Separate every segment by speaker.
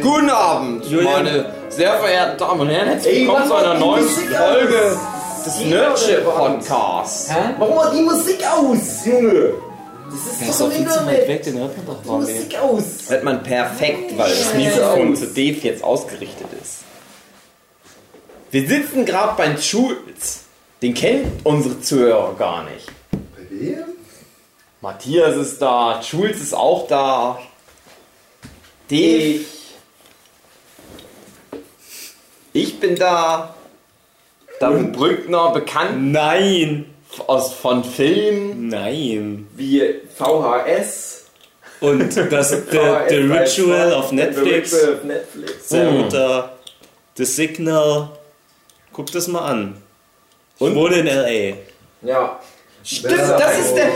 Speaker 1: Guten Abend,
Speaker 2: Julian.
Speaker 1: meine sehr verehrten Damen und Herren. Herzlich
Speaker 2: Ey,
Speaker 1: willkommen
Speaker 2: Mann,
Speaker 1: zu einer
Speaker 2: die
Speaker 1: neuen
Speaker 2: Musik
Speaker 1: Folge
Speaker 2: aus.
Speaker 1: des
Speaker 2: Die
Speaker 1: Nerdship
Speaker 2: Leute waren-
Speaker 1: Podcasts.
Speaker 2: Hä? Warum hat die Musik aus, Junge? Das ist doch im Internet.
Speaker 1: den hört man doch
Speaker 2: Die Musik aus.
Speaker 1: Hört man perfekt, weil das Mikrofon zu Dave jetzt ausgerichtet ist. Wir sitzen gerade beim Schulz. Den kennt unsere Zuhörer gar nicht.
Speaker 3: Bei wem?
Speaker 1: Matthias ist da, Schulz ist auch da. Dave. Ich bin da. David Brückner, bekannt
Speaker 4: Nein,
Speaker 1: aus, von Filmen
Speaker 4: nein.
Speaker 1: wie VHS.
Speaker 4: Und das
Speaker 2: Oh,
Speaker 4: The, Äh, the
Speaker 1: VHS
Speaker 4: Ritual
Speaker 1: bei-
Speaker 4: auf
Speaker 1: The
Speaker 4: Netflix.
Speaker 1: Ritual of Netflix.
Speaker 4: Sehr guter. The Signal. Guck das mal an. Ich wohne in L.A.
Speaker 2: Ja.
Speaker 1: Stimmt, das ist der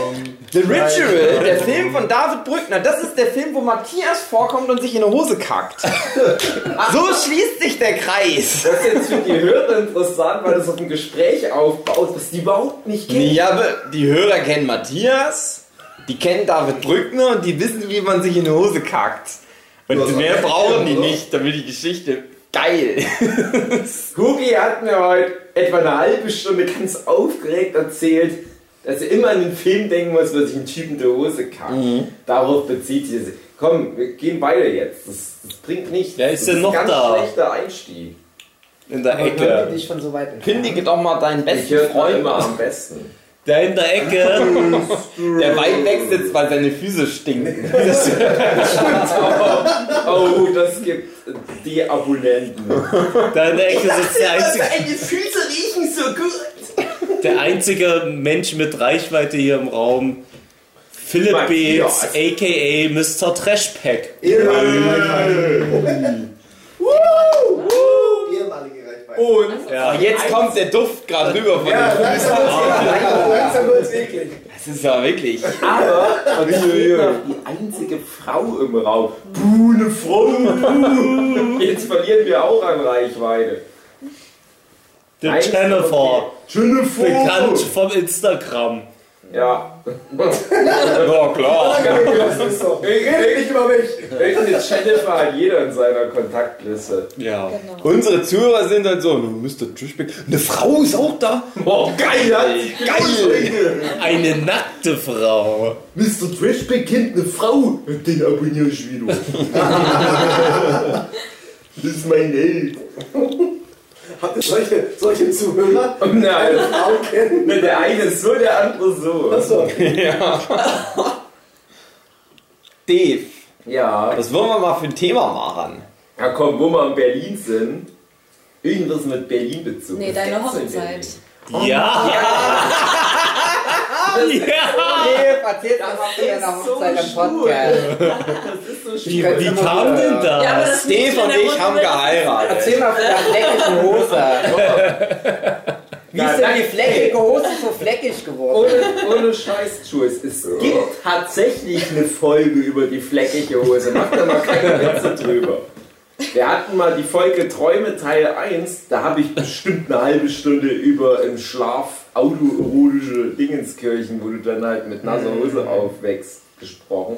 Speaker 1: The Ritual, der Film von David Brückner. Das ist der Film, wo Matthias vorkommt und sich in die Hose kackt. So schließt sich der Kreis.
Speaker 2: Das ist jetzt für die Hörer interessant, weil das auf ein Gespräch aufbaut, was die überhaupt nicht kennen.
Speaker 1: Ja, aber die Hörer kennen Matthias, die kennen David Brückner und die wissen, wie man sich in die Hose kackt. Und mehr brauchen die nicht, damit die Geschichte geil.
Speaker 2: Hugi hat mir heute etwa eine halbe Stunde ganz aufgeregt erzählt, dass er immer an den Film denken muss, wo sich ein Typ in die Hose kackt.
Speaker 1: Mhm.
Speaker 2: Darauf bezieht sich das. Komm, wir gehen weiter jetzt. Das, das bringt nichts.
Speaker 4: Wer ist
Speaker 2: das
Speaker 4: denn noch
Speaker 2: ein ganz
Speaker 4: da?
Speaker 2: schlechter Einstieg.
Speaker 4: In der
Speaker 5: Hören die
Speaker 4: Ecke.
Speaker 5: dich von so weit entfernt?
Speaker 1: Kündige doch mal deinen
Speaker 2: Ich
Speaker 1: besten
Speaker 2: höre
Speaker 1: Freund
Speaker 2: immer
Speaker 1: an,
Speaker 2: am besten.
Speaker 4: Da in der Ecke.
Speaker 1: der weit weg sitzt, weil seine Füße stinken.
Speaker 2: Oh, das gibt die Abonnenten.
Speaker 4: Da in der Ecke sitzt der einzige,
Speaker 2: Deine Füße riechen so gut.
Speaker 4: der einzige Mensch mit Reichweite hier im Raum. Philipp Beetz, a.k.a. Mr. Trashpack.
Speaker 3: Ehemalige Reichweite. Ehemalige Reichweite.
Speaker 2: Und
Speaker 4: Ja,
Speaker 1: Jetzt kommt der Duft gerade rüber von
Speaker 3: Ja,
Speaker 1: dem.
Speaker 3: langsam wird's eklig. Langsam wird's eklig.
Speaker 1: Das ist ja wirklich.
Speaker 2: aber und ich bin noch die einzige Frau im Raum. Buh, eine Frau. buh. Jetzt verlieren wir auch an Reichweite.
Speaker 4: der
Speaker 2: Eins,
Speaker 4: Jennifer.
Speaker 3: Telefon.
Speaker 2: Oh.
Speaker 4: Bekannt vom Instagram.
Speaker 2: Ja.
Speaker 1: Ja, klar.
Speaker 3: Das ist doch. Red nicht über mich.
Speaker 2: Irgendeine Jennifer hat jeder in seiner Kontaktliste.
Speaker 4: Ja.
Speaker 1: Unsere Zuhörer sind halt so, Mr. Trishback, eine Frau ist auch da.
Speaker 2: Boah, geil,
Speaker 1: Geil.
Speaker 4: Eine nackte Frau.
Speaker 3: Mr. Trash beginnt eine Frau. Den abonniere ich wieder. Das ist mein Held. Habt ihr solche, solche Zuhörer?
Speaker 2: Nein,
Speaker 3: Frauen kennen?
Speaker 2: der eine ist so, der andere so.
Speaker 3: Achso.
Speaker 1: Dave,
Speaker 2: Ja.
Speaker 1: das wollen wir mal für ein Thema machen.
Speaker 2: Ja komm, wo wir in Berlin sind. Irgendwas mit Berlin bezogen.
Speaker 6: Nee,
Speaker 2: Was
Speaker 6: deine
Speaker 2: gibt's in
Speaker 6: Hochzeit.
Speaker 2: Berlin?
Speaker 4: Ja! ja.
Speaker 5: Dave, erzähl doch mal von deiner
Speaker 2: so
Speaker 5: Hochzeit im
Speaker 2: schwul.
Speaker 5: Podcast.
Speaker 4: Wie, wie kam denn das?
Speaker 6: Ja, aber das liegt
Speaker 1: Dave
Speaker 6: schon
Speaker 1: und
Speaker 6: in der
Speaker 1: ich haben
Speaker 6: Runde.
Speaker 1: geheiratet.
Speaker 5: Erzähl mal von der fleckigen Hose. Wie
Speaker 2: Na,
Speaker 5: ist denn
Speaker 2: danke.
Speaker 5: die fleckige Hose so fleckig geworden?
Speaker 2: Ohne, ohne Scheiß, Jules, es gibt tatsächlich eine Folge über die fleckige Hose. Mach da mal keine Witze drüber. Wir hatten mal die Folge Träume Teil 1, da habe ich bestimmt eine halbe Stunde über im Schlaf autoerotische Dingenskirchen, wo du dann halt mit nasser
Speaker 1: Mhm.
Speaker 2: Hose aufwächst, gesprochen.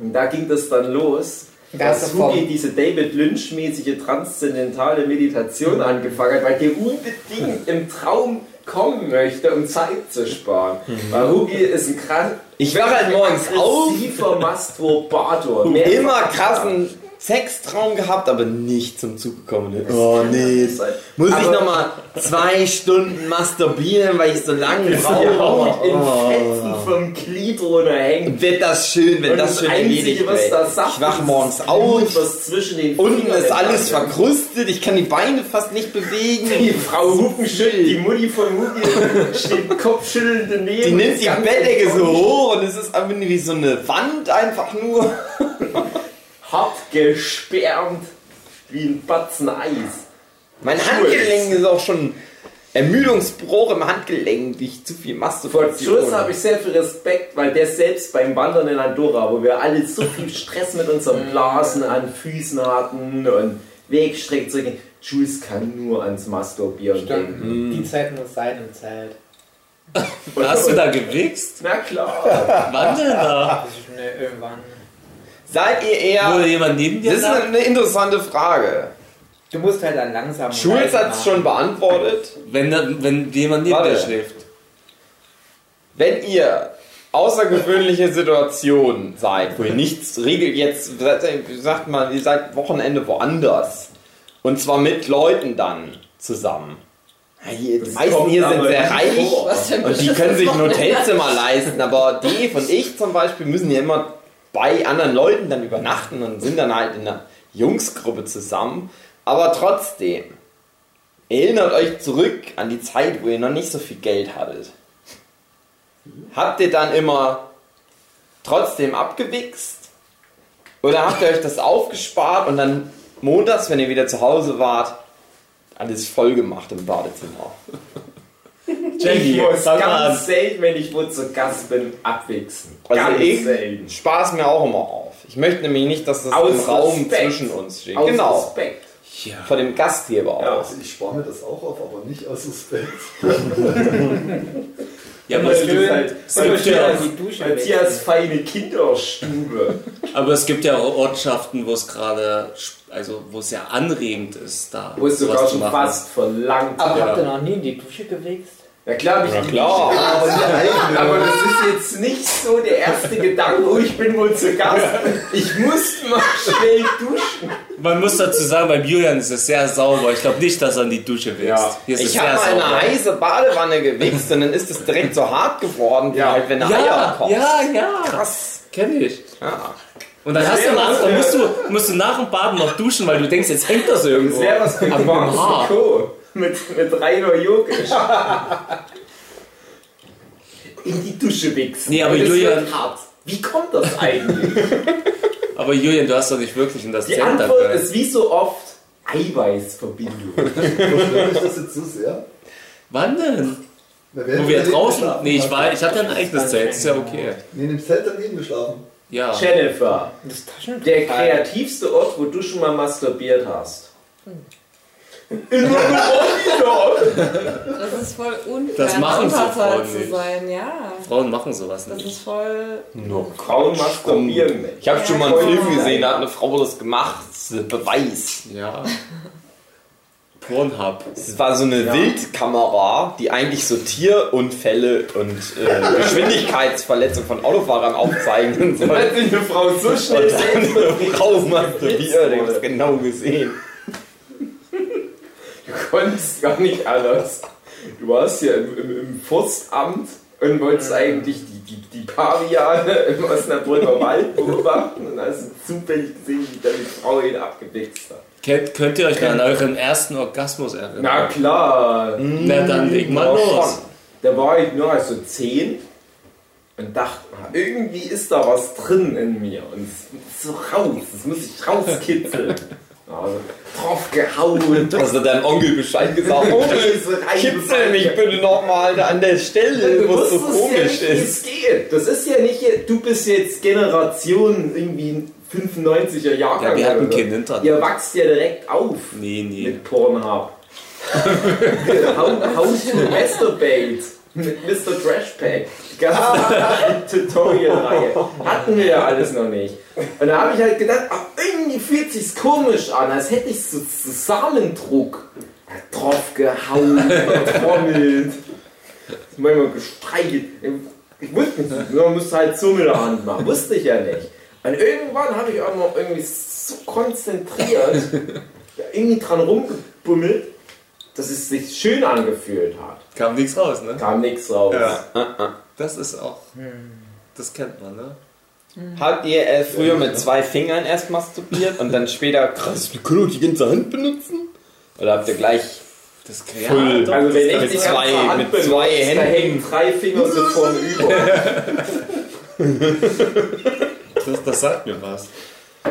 Speaker 2: Und da ging das dann los,
Speaker 5: Das
Speaker 2: dass
Speaker 5: ist vom-
Speaker 2: Hugi diese David Lynch-mäßige transzendentale
Speaker 1: Mhm.
Speaker 2: Meditation angefangen hat, weil der unbedingt im Traum kommen möchte, um Zeit zu sparen. Weil Hugi ist ein krass...
Speaker 1: Mhm. Ich wache halt morgens auf,
Speaker 2: Aggressiver Masturbator.
Speaker 1: immer krassen Sextraum gehabt, aber nicht zum Zug gekommen. Oh nee. Muss ich
Speaker 2: Aber-
Speaker 1: nochmal zwei Stunden masturbieren, weil ich so lange brauche?
Speaker 2: Haut in Fetzen vom Glied runterhängen.
Speaker 1: Wird das schön, wenn
Speaker 2: Und
Speaker 1: das schön erledigt
Speaker 2: Einzige, was
Speaker 1: wird.
Speaker 2: da sagt,
Speaker 1: Ich wach
Speaker 2: ist
Speaker 1: morgens
Speaker 2: das Blut,
Speaker 1: auf,
Speaker 2: was zwischen den
Speaker 1: unten
Speaker 2: Fingern
Speaker 1: ist alles
Speaker 2: entlang-
Speaker 1: verkrustet, ich kann die Beine fast nicht
Speaker 2: Die
Speaker 1: bewegen.
Speaker 2: Frau Hupenschüttel, die Mutti von Hugi, steht kopfschüttelnd daneben.
Speaker 1: Die nimmt die
Speaker 2: Ganz
Speaker 1: Bettdecke so
Speaker 2: gekonnt.
Speaker 1: hoch und es ist einfach wie so eine Wand einfach nur.
Speaker 2: Hart gesperrt wie ein Batzen Eis.
Speaker 1: Mein Handgelenk ist auch schon Ermüdungsbruch im Handgelenk, durch zu viel
Speaker 2: Vor Schluss
Speaker 1: Masturbation.
Speaker 2: habe ich sehr viel Respekt, weil der selbst beim Wandern in Andorra, wo wir alle so viel Stress mit unseren Blasen an Füßen hatten und Wegstrecken zurückgehen, Jules kann nur ans Masturbieren denken.
Speaker 5: Die Zeit muss sein im Zelt.
Speaker 4: Hast du da gewichst?
Speaker 2: Na klar.
Speaker 4: Wann denn da?
Speaker 5: Also, ne, irgendwann.
Speaker 1: Seid ihr eher.
Speaker 4: Wurde jemand neben dir
Speaker 1: Das ist
Speaker 4: lachen?
Speaker 1: eine interessante Frage.
Speaker 5: Du musst halt dann langsam.
Speaker 1: Schulz hat es schon beantwortet.
Speaker 4: Wenn, da- wenn jemand neben
Speaker 1: Warte.
Speaker 4: dir schläft.
Speaker 1: Wenn ihr außergewöhnliche Situationen seid, wo ihr nichts regelt, jetzt seid ihr- sagt man, ihr seid Wochenende woanders. Und zwar mit Leuten dann zusammen. Ja, hier, die meisten
Speaker 2: kommt
Speaker 1: hier sind
Speaker 2: aber
Speaker 1: sehr
Speaker 2: nicht
Speaker 1: reich
Speaker 2: vor.
Speaker 5: Was denn
Speaker 1: und die können sich ein Hotelzimmer leisten, aber Dave und ich zum Beispiel müssen ja immer bei anderen Leuten dann übernachten und sind dann halt in einer Jungsgruppe zusammen. Aber trotzdem, erinnert euch zurück an die Zeit, wo ihr noch nicht so viel Geld hattet. Habt ihr dann immer trotzdem abgewichst? Oder habt ihr euch das aufgespart und dann montags, wenn ihr wieder zu Hause wart, alles voll gemacht im Badezimmer?
Speaker 4: Jackie,
Speaker 2: Ich muss
Speaker 4: fang mal
Speaker 2: ganz
Speaker 4: an.
Speaker 2: selten, wenn ich wo zu Gast bin, abwichsen.
Speaker 1: Also
Speaker 2: Ganz
Speaker 1: ich
Speaker 2: selten.
Speaker 1: spaß mir auch immer auf. Ich möchte nämlich nicht, dass das
Speaker 2: Aus
Speaker 1: im Raum
Speaker 2: Respekt.
Speaker 1: zwischen uns steht.
Speaker 2: Aus
Speaker 1: genau.
Speaker 2: Respekt.
Speaker 4: Ja.
Speaker 1: Vor dem Gastgeber auch.
Speaker 2: Ja.
Speaker 3: Also ich spare mir das auch auf, aber nicht aus Respekt.
Speaker 4: Ja, aber,
Speaker 2: Weil
Speaker 4: es
Speaker 2: du bist
Speaker 4: gibt,
Speaker 2: halt-
Speaker 4: es
Speaker 2: weil
Speaker 4: gibt
Speaker 2: du
Speaker 4: ja,
Speaker 2: bist
Speaker 5: die Dusche
Speaker 2: halt Matthias feine Kinderstube.
Speaker 4: aber es gibt ja auch Ortschaften, wo es gerade, sp- also wo es ja anregend ist, da
Speaker 2: Wo es sogar
Speaker 4: sowas zu
Speaker 2: schon
Speaker 4: machen.
Speaker 2: fast verlangt.
Speaker 5: Aber
Speaker 2: ja.
Speaker 5: habt ihr noch nie in die Dusche gewichst?
Speaker 2: ja klar, hab ich die
Speaker 1: Klar.
Speaker 3: Aber die eigene.
Speaker 2: Aber das ist jetzt nicht so der erste Gedanke, oh, ich bin wohl zu Gast. Ich muss mal schnell duschen.
Speaker 4: Man muss dazu sagen, beim Julian ist es sehr sauber. Ich glaube nicht, dass er in die Dusche willst.
Speaker 2: Ja.
Speaker 4: Hier ist es
Speaker 1: Ich
Speaker 4: sehr
Speaker 1: habe mal in
Speaker 4: sauber.
Speaker 1: eine heiße Badewanne gewichst und dann ist es direkt so hart geworden, wie
Speaker 2: Ja.
Speaker 1: halt wenn eine Eier
Speaker 4: Ah, ja,
Speaker 1: kocht.
Speaker 4: ja, ja.
Speaker 1: Krass.
Speaker 4: Kenn ich.
Speaker 1: Ja.
Speaker 4: Und dann hast du
Speaker 2: wäre
Speaker 4: nach,
Speaker 2: was
Speaker 4: dann
Speaker 2: für-
Speaker 4: musst du, musst du nach dem Baden noch duschen, weil du denkst, jetzt hängt das irgendwo.
Speaker 2: Sehr was für
Speaker 4: Aber im Haar.
Speaker 2: Marco. Mit, mit Rainer Jokic. In die Dusche wichsen.
Speaker 4: Nee, aber
Speaker 2: Und es
Speaker 4: Julian-
Speaker 2: wird Hart. Wie kommt das eigentlich?
Speaker 4: Aber Julian, du hast doch nicht wirklich in das
Speaker 2: Die
Speaker 4: Zelt
Speaker 2: Antwort
Speaker 4: dafür.
Speaker 2: ist wie so oft Eiweißverbindung.
Speaker 3: Verstehe ich das jetzt so sehr?
Speaker 4: Wann denn?
Speaker 3: Na,
Speaker 4: Wo
Speaker 3: hat
Speaker 4: wir
Speaker 3: daneben
Speaker 4: draußen.
Speaker 3: geschlafen?
Speaker 4: Nee, ich war, ich hatte ein eigenes Zelt, ist ja okay.
Speaker 3: Nee, in dem Zelt daneben geschlafen.
Speaker 4: Ja.
Speaker 2: Jennifer,
Speaker 5: Das Taschentuch. halt.
Speaker 2: der kreativste Ort, wo du schon mal masturbiert hast.
Speaker 6: Das ist voll unfair,
Speaker 4: Das machen so
Speaker 6: Unterzahl
Speaker 4: Frauen
Speaker 6: zu
Speaker 4: nicht.
Speaker 6: sein, ja.
Speaker 4: Frauen machen sowas
Speaker 6: Das
Speaker 4: nicht.
Speaker 6: ist voll.
Speaker 1: Nur
Speaker 2: Frauen masturbieren nicht.
Speaker 1: Ich habe schon mal einen Film gesehen, da hat eine Frau das gemacht. Das ist ein Beweis.
Speaker 4: Ja. Pornhub.
Speaker 1: Es war so eine Wildkamera, die eigentlich so Tierunfälle und äh, Geschwindigkeitsverletzung von Autofahrern aufzeigen soll.
Speaker 2: sich eine Frau so
Speaker 1: Und dann Frau masturbiert, ich hab das genau gesehen.
Speaker 2: konntest gar nicht anders. Du warst ja im, im, im Forstamt und
Speaker 1: Mhm.
Speaker 2: wolltest eigentlich die, die, die Paviane im Osnabrücker Wald beobachten und hast zufällig gesehen, wie deine Frau ihn abgewichst
Speaker 1: Mhm.
Speaker 2: hat.
Speaker 4: Kennt, könnt ihr euch an euren ersten Orgasmus erinnern?
Speaker 2: Na klar,
Speaker 1: Mhm.
Speaker 4: Na dann leg mal
Speaker 1: Ja,
Speaker 4: los.
Speaker 2: da war ich nur so 10 und dachte, ah, irgendwie ist da was drin in mir und es muss so raus, das muss ich rauskitzeln. Also, drauf gehauen.
Speaker 1: Hast du deinem Onkel Bescheid gesagt? Onkel, kitzel mich bitte nochmal an der Stelle,
Speaker 2: Du
Speaker 1: wo es so
Speaker 2: Äh, wusstest ja
Speaker 1: komisch
Speaker 2: nicht, wie
Speaker 1: ist.
Speaker 2: es geht. Das ist ja nicht, du bist jetzt Generation irgendwie 95er Jahre.
Speaker 4: Ja, wir hatten kein Internet.
Speaker 2: Ihr wachst ja direkt auf
Speaker 4: Nee, nee.
Speaker 2: mit Pornhub. How, how to masturbate mit Mr. Trashpack. Die ganze Tutorial-Reihe. Hatten wir ja alles noch nicht. Und da habe ich halt gedacht, ach, irgendwie fühlt sich's komisch an, als hätte ich so, so Samendruck drauf gehauen, getrommelt, manchmal gestreichelt. Ich wusste nicht, man musste halt so mit der Hand machen, wusste ich ja nicht. Und irgendwann habe ich auch mal irgendwie so konzentriert, ja, irgendwie dran rumgebummelt, dass es sich schön angefühlt hat.
Speaker 4: Kam nichts raus, ne?
Speaker 2: Kam nichts raus.
Speaker 4: Das ist auch. Das kennt man, ne?
Speaker 1: Habt ihr äh, früher mit zwei Fingern erst masturbiert und dann später, krass, wir können doch die ganze Hand benutzen? Oder habt ihr gleich
Speaker 4: Das kann ja.
Speaker 1: Full.
Speaker 4: doch,
Speaker 2: Also
Speaker 4: das
Speaker 2: wenn ich
Speaker 1: mit
Speaker 2: die
Speaker 1: zwei-
Speaker 2: ganze Hand
Speaker 1: mit
Speaker 2: benutze,
Speaker 1: zwei
Speaker 2: da
Speaker 1: Händen.
Speaker 2: hängen drei Finger so vorne über.
Speaker 4: Also, Das, das sagt mir was.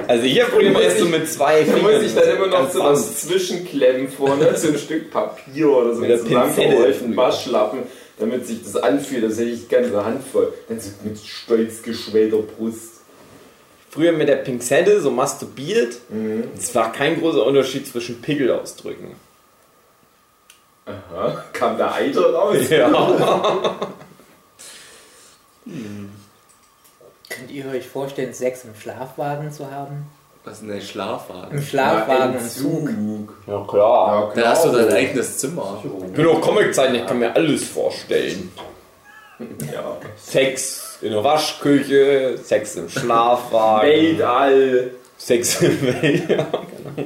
Speaker 1: Also hier früher erst so mit zwei
Speaker 2: Da
Speaker 1: Fingern.
Speaker 2: muss ich dann immer noch so
Speaker 1: Ganz
Speaker 2: was zwischenklemmen vorne, so ein Stück Papier oder so
Speaker 1: Mit der
Speaker 2: einen zusammengerollten
Speaker 1: Pinzette.
Speaker 2: Waschlappen, damit sich das anfühlt, als hätte ich die ganze Hand voll. Dann so mit stolz geschwellter Brust.
Speaker 1: früher mit der Pinzette so masturbiert. Es war kein großer Unterschied zwischen Pickel ausdrücken.
Speaker 2: Aha, kam der Eiter raus.
Speaker 1: Ja.
Speaker 5: Könntet ihr euch vorstellen, Sex im Schlafwagen zu haben?
Speaker 4: Was ist denn der Schlafwagen?
Speaker 5: Im Schlafwagen
Speaker 2: Ja,
Speaker 5: im
Speaker 2: im
Speaker 5: Zug.
Speaker 1: Ja, klar.
Speaker 2: Ja,
Speaker 4: Da hast du
Speaker 2: klar.
Speaker 4: dein eigenes Zimmer.
Speaker 1: Ich bin doch Comic-Zeichen, ich kann mir alles vorstellen.
Speaker 2: Ja.
Speaker 1: Sex in der Waschküche, Sex im Schlafwagen,
Speaker 2: Weltall.
Speaker 1: Sex im Weltall,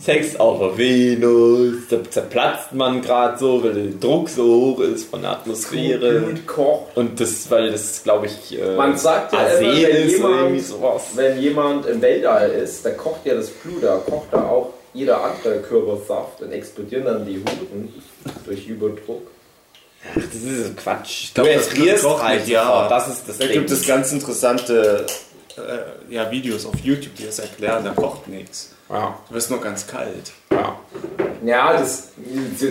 Speaker 1: Sex auf der Venus, da zerplatzt man gerade so, weil der Druck so hoch ist von der Atmosphäre.
Speaker 2: Blut kocht.
Speaker 1: Und das, weil das, glaube ich, äh,
Speaker 2: Man sagt ja
Speaker 1: Arsen
Speaker 2: immer,
Speaker 1: ist oder
Speaker 2: wenn jemand-
Speaker 1: irgendwie sowas.
Speaker 2: Wenn jemand im Weltall ist, da kocht ja das Blut, da kocht da auch jeder andere Körpersaft und explodieren dann die Huren durch Überdruck.
Speaker 1: Das ist Quatsch.
Speaker 4: glaub,
Speaker 1: du
Speaker 4: das
Speaker 1: erfrierst
Speaker 4: kocht
Speaker 1: halt
Speaker 4: nicht, ja.
Speaker 1: sofort. Das ist das
Speaker 4: Da
Speaker 1: Ding.
Speaker 4: gibt es ganz interessante äh, ja, Videos auf YouTube, die das erklären. Da kocht nichts.
Speaker 1: ja,
Speaker 4: Du wirst nur ganz kalt.
Speaker 1: ja.
Speaker 2: Ja, das,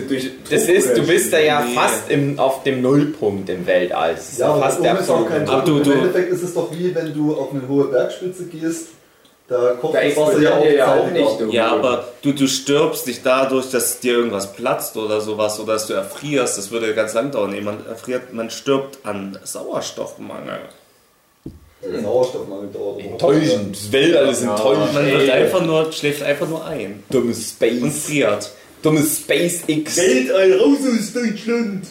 Speaker 2: durch
Speaker 1: Das ist, du bist da ja
Speaker 4: Nee.
Speaker 1: fast im, auf dem Nullpunkt im Weltall. Das ist ja, fast der
Speaker 7: ist auch kein
Speaker 1: absolute.
Speaker 4: Ach,
Speaker 7: Druck.
Speaker 4: du- du-
Speaker 7: Im Endeffekt ist es doch wie wenn du auf eine hohe Bergspitze gehst, da kocht
Speaker 2: Da
Speaker 7: das Wasser ja auch,
Speaker 2: explodiert ja auch
Speaker 7: zeitlich
Speaker 2: nicht.
Speaker 7: ab.
Speaker 2: du.
Speaker 4: Ja, aber du, du stirbst nicht dadurch, dass dir irgendwas platzt oder sowas oder dass du erfrierst. Das würde ganz lang dauern. Nee, man erfriert, man stirbt an Sauerstoffmangel.
Speaker 7: Sauerstoffmangel dauert.
Speaker 1: Enttäuschend. Das Weltall ist enttäuschend.
Speaker 4: Man wird
Speaker 1: ey.
Speaker 4: einfach nur, schläft einfach nur ein
Speaker 1: Dummes
Speaker 4: und
Speaker 1: Space.
Speaker 4: friert.
Speaker 1: Dummes SpaceX.
Speaker 2: Weltall raus aus Deutschland!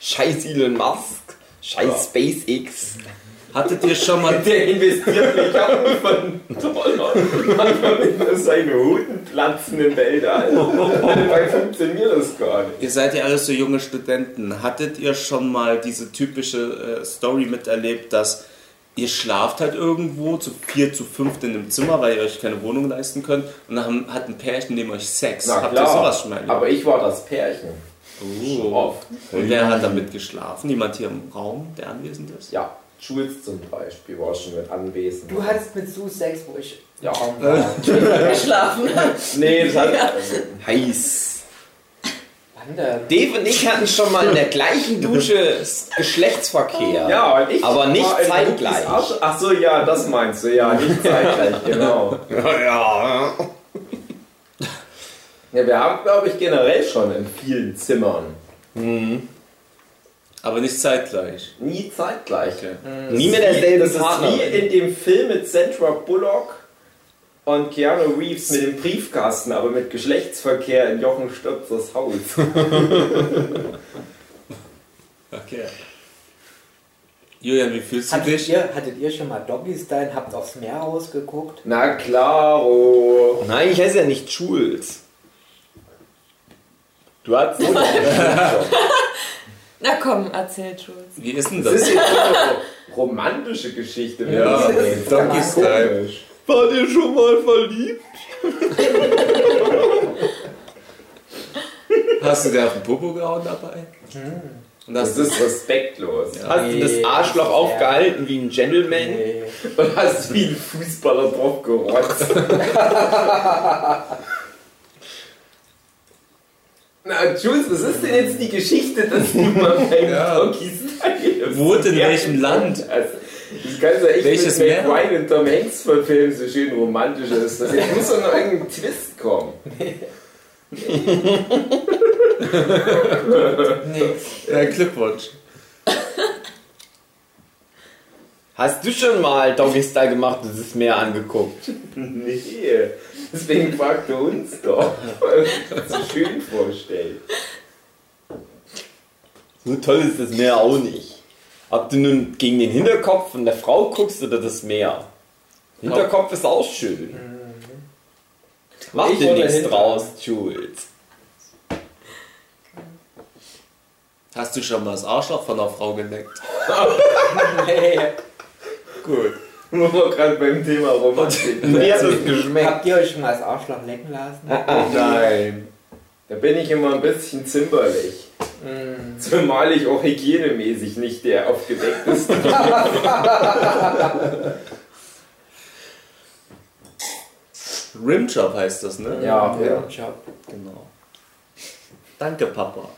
Speaker 1: Scheiß Elon Musk. Scheiß SpaceX.
Speaker 4: Hattet ihr schon mal
Speaker 2: Der investiert Milliarden von Dollar. Manchmal sind das seine Huten platzen im Weltall. Dabei funktioniert das gar nicht.
Speaker 4: Ihr seid ja alles so junge Studenten. Hattet ihr schon mal diese typische äh, Story miterlebt, dass ihr schlaft halt irgendwo zu vier, zu fünft in einem Zimmer, weil ihr euch keine Wohnung leisten könnt und dann haben, hat ein Pärchen neben euch Sex? Habt ihr sowas schon mal erlebt?
Speaker 2: aber ich war das Pärchen.
Speaker 4: Oh.
Speaker 2: Oft.
Speaker 4: Und wer hat damit geschlafen? Jemand hier im Raum, der anwesend ist?
Speaker 2: Ja, Schulz zum Beispiel war schon mit anwesend.
Speaker 5: Du hattest mit Sue Sex, wo ich Äh.
Speaker 2: ja.
Speaker 5: geschlafen habe.
Speaker 2: Nee, das hat,
Speaker 1: Heiß.
Speaker 5: Wann denn?
Speaker 1: Dave und ich hatten schon mal in der gleichen Dusche S- Geschlechtsverkehr.
Speaker 2: Ja, und ich
Speaker 1: Aber nicht
Speaker 2: war ein
Speaker 1: zeitgleich.
Speaker 2: Rookies Arsch- Ach so, ja, das meinst du, ja, nicht zeitgleich, genau.
Speaker 1: ja.
Speaker 2: Ja, wir haben, glaube ich, generell schon in vielen Zimmern
Speaker 4: Aber nicht zeitgleich.
Speaker 2: nie zeitgleich.
Speaker 4: Okay.
Speaker 1: Nie mehr
Speaker 2: Das
Speaker 1: derselben
Speaker 2: ist wie
Speaker 1: Partner.
Speaker 2: in dem Film mit Sandra Bullock und Keanu Reeves mit dem Briefkasten, aber mit Geschlechtsverkehr in Jochen Stöpsers Haus.
Speaker 4: okay. Julian, wie fühlst du
Speaker 5: Hattet
Speaker 4: dich?
Speaker 5: ihr, hattet ihr schon mal Doggy-Style, habt aufs Meer rausgeguckt?
Speaker 2: Na klaro.
Speaker 1: Nein, ich heiße ja nicht Schulz. Du hast so
Speaker 6: Na komm, erzähl Jules.
Speaker 4: Wie ist denn
Speaker 2: Das
Speaker 4: das?
Speaker 2: ist jetzt so eine romantische Geschichte. wenn
Speaker 4: Ja,
Speaker 2: man das
Speaker 4: Donkey
Speaker 2: Das ist
Speaker 4: Style.
Speaker 2: komisch.
Speaker 1: War ihr schon mal verliebt?
Speaker 4: Hast du dir auf den Popo gehauen dabei?
Speaker 2: Hm.
Speaker 4: Und
Speaker 2: Das
Speaker 4: hast du
Speaker 2: ist respektlos.
Speaker 1: Hast du das
Speaker 5: Nee,
Speaker 1: Arschloch
Speaker 5: das ist ja-
Speaker 1: aufgehalten wie ein Gentleman?
Speaker 5: Nee.
Speaker 2: Und hast wie ein Fußballer drauf gerotzt. Na, Jules, was ist denn jetzt die Geschichte, dass du mal beim
Speaker 4: Ja.
Speaker 2: Donkey Style
Speaker 4: Wo denn, in welchem Land?
Speaker 2: Also, Das kannst du echt
Speaker 4: Welches
Speaker 2: mit
Speaker 4: Meer?
Speaker 2: Mac Ryan und Tom Hanks verfilmen, so schön romantisch ist das. Jetzt muss doch noch irgendein Twist kommen.
Speaker 4: Ja, Glückwunsch.
Speaker 1: Hast du schon mal Doggy Style gemacht und es mehr angeguckt?
Speaker 2: Nee, deswegen fragt er uns doch. weil wir uns So schön vorstellen.
Speaker 1: So toll ist das Meer auch nicht. Ob du nun gegen den Hinterkopf von der Frau guckst oder das Meer. Hinterkopf ist auch schön. Mach
Speaker 2: Ich
Speaker 1: dir
Speaker 2: oder
Speaker 1: nichts
Speaker 2: hinter-
Speaker 1: draus, Jules.
Speaker 4: Hast du schon mal das Arschloch von einer Frau geleckt?
Speaker 2: Gut. Wo wir gerade beim Thema Romantik sind.
Speaker 1: Mir hat es geschmeckt.
Speaker 5: Habt ihr euch schon mal das Arschloch lecken lassen?
Speaker 2: Nein. Da bin ich immer ein bisschen zimperlich. Mhm. Zumal ich auch hygienemäßig nicht der aufgeweckteste bin.
Speaker 4: Rimjob heißt das, ne?
Speaker 2: Ja,
Speaker 5: Ich hab
Speaker 4: Genau. Danke, Papa.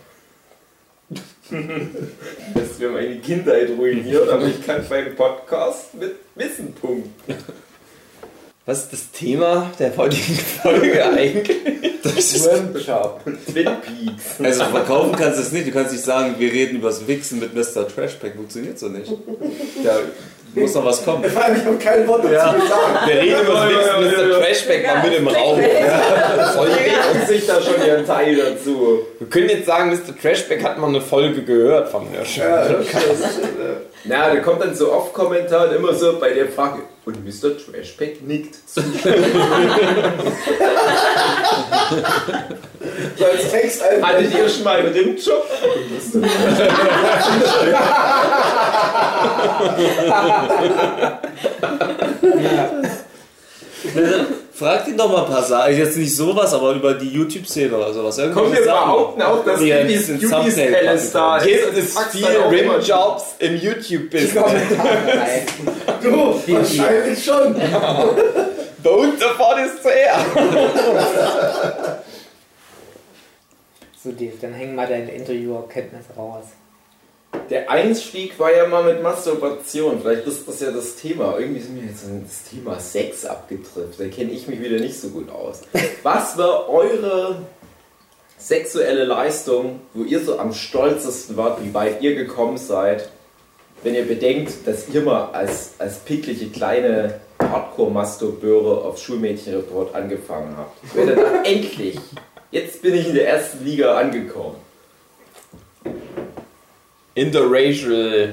Speaker 2: dass wir meine Kindheit ruiniert, aber ich kann beim Podcast mit Wissen punkten.
Speaker 1: Was ist das Thema der heutigen Folge eigentlich?
Speaker 4: Das ist,
Speaker 5: Swimshop.
Speaker 2: Twin Peaks.
Speaker 4: also verkaufen kannst du es nicht. Du kannst nicht sagen, wir reden übers Wichsen mit Mr. Trashpack. Funktioniert so nicht. Da muss noch was kommen.
Speaker 3: Vor allem, ich habe kein Wort dazu
Speaker 4: Ja.
Speaker 3: gesagt.
Speaker 1: Wir reden über Mr. Trashback mal mit im Raum.
Speaker 2: Die denken um sich da schon ihren Teil dazu.
Speaker 1: Wir können jetzt sagen, Mr. Trashback hat mal eine Folge gehört vom Hörschaft.
Speaker 3: Ja, das ist, äh,
Speaker 2: Na, da kommt dann so oft Kommentaren immer so bei der Frage. Und Mr. Trashpack nickt.
Speaker 3: so als Text ein.
Speaker 2: Hattet ihr schon mal einen Rimjob?
Speaker 4: Frag ihn doch mal ein paar Sachen. Jetzt nicht sowas, aber über die YouTube-Szene oder sowas.
Speaker 2: Kommen wir behaupten auch, dass
Speaker 4: Die
Speaker 2: ja,
Speaker 4: ein
Speaker 2: Beauty's Beauty's
Speaker 4: bisschen Thumbnail
Speaker 2: Palace da
Speaker 4: packen
Speaker 2: ist.
Speaker 1: Gibt
Speaker 2: Und
Speaker 1: es
Speaker 2: packst
Speaker 1: viel
Speaker 2: dann auch immer-
Speaker 1: Rimjobs im YouTube-Business?
Speaker 5: Kommentare.
Speaker 3: Du, wahrscheinlich schon.
Speaker 1: Der Hund davon ist zuerst.
Speaker 5: So, Dave, dann häng mal deine Interviewerkenntnis raus.
Speaker 2: Der Einstieg war ja mal mit Masturbation. Vielleicht ist das ja das Thema. Irgendwie sind wir jetzt in das Thema Sex abgetrifft. Da kenne ich mich wieder nicht so gut aus. Was war eure sexuelle Leistung, wo ihr so am stolzesten wart, wie weit ihr gekommen seid? Wenn ihr bedenkt, dass ihr mal als, als pickliche kleine Hardcore-Masturbeure auf Schulmädchenreport angefangen habt. Wenn ihr dann endlich, jetzt bin ich in der ersten Liga angekommen.
Speaker 1: Interracial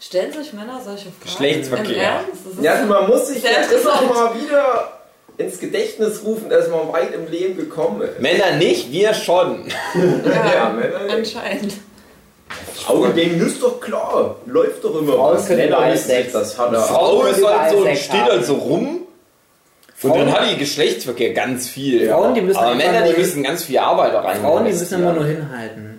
Speaker 6: Stellen sich Männer solche Fragen?
Speaker 1: Geschlechtsverkehr.
Speaker 6: Im Ernst? Das ist
Speaker 2: Ja, also man muss sich
Speaker 6: Sehr
Speaker 2: das auch
Speaker 6: interessant.
Speaker 2: mal wieder ins Gedächtnis rufen, dass man weit im Leben gekommen ist.
Speaker 1: Männer nicht, wir schon.
Speaker 6: ja,
Speaker 2: Ja, Männer.
Speaker 6: anscheinend.
Speaker 2: Augending ist doch klar. Läuft doch immer
Speaker 5: Frauen
Speaker 2: was.
Speaker 5: können
Speaker 2: Männer
Speaker 5: überall
Speaker 2: wissen sich
Speaker 5: Sex.
Speaker 2: das hat er.
Speaker 1: Frau
Speaker 5: Frauen
Speaker 1: ist halt
Speaker 5: überall
Speaker 1: so,
Speaker 5: Sex
Speaker 1: steht halt so rum. Und dann hat die Geschlechtsverkehr ganz viel.
Speaker 5: Frauen, die müssen
Speaker 1: Aber
Speaker 5: einfach
Speaker 1: Männer,
Speaker 5: nur-
Speaker 1: die müssen ganz viel Arbeit da rein.
Speaker 5: Frauen, die müssen immer nur hinhalten.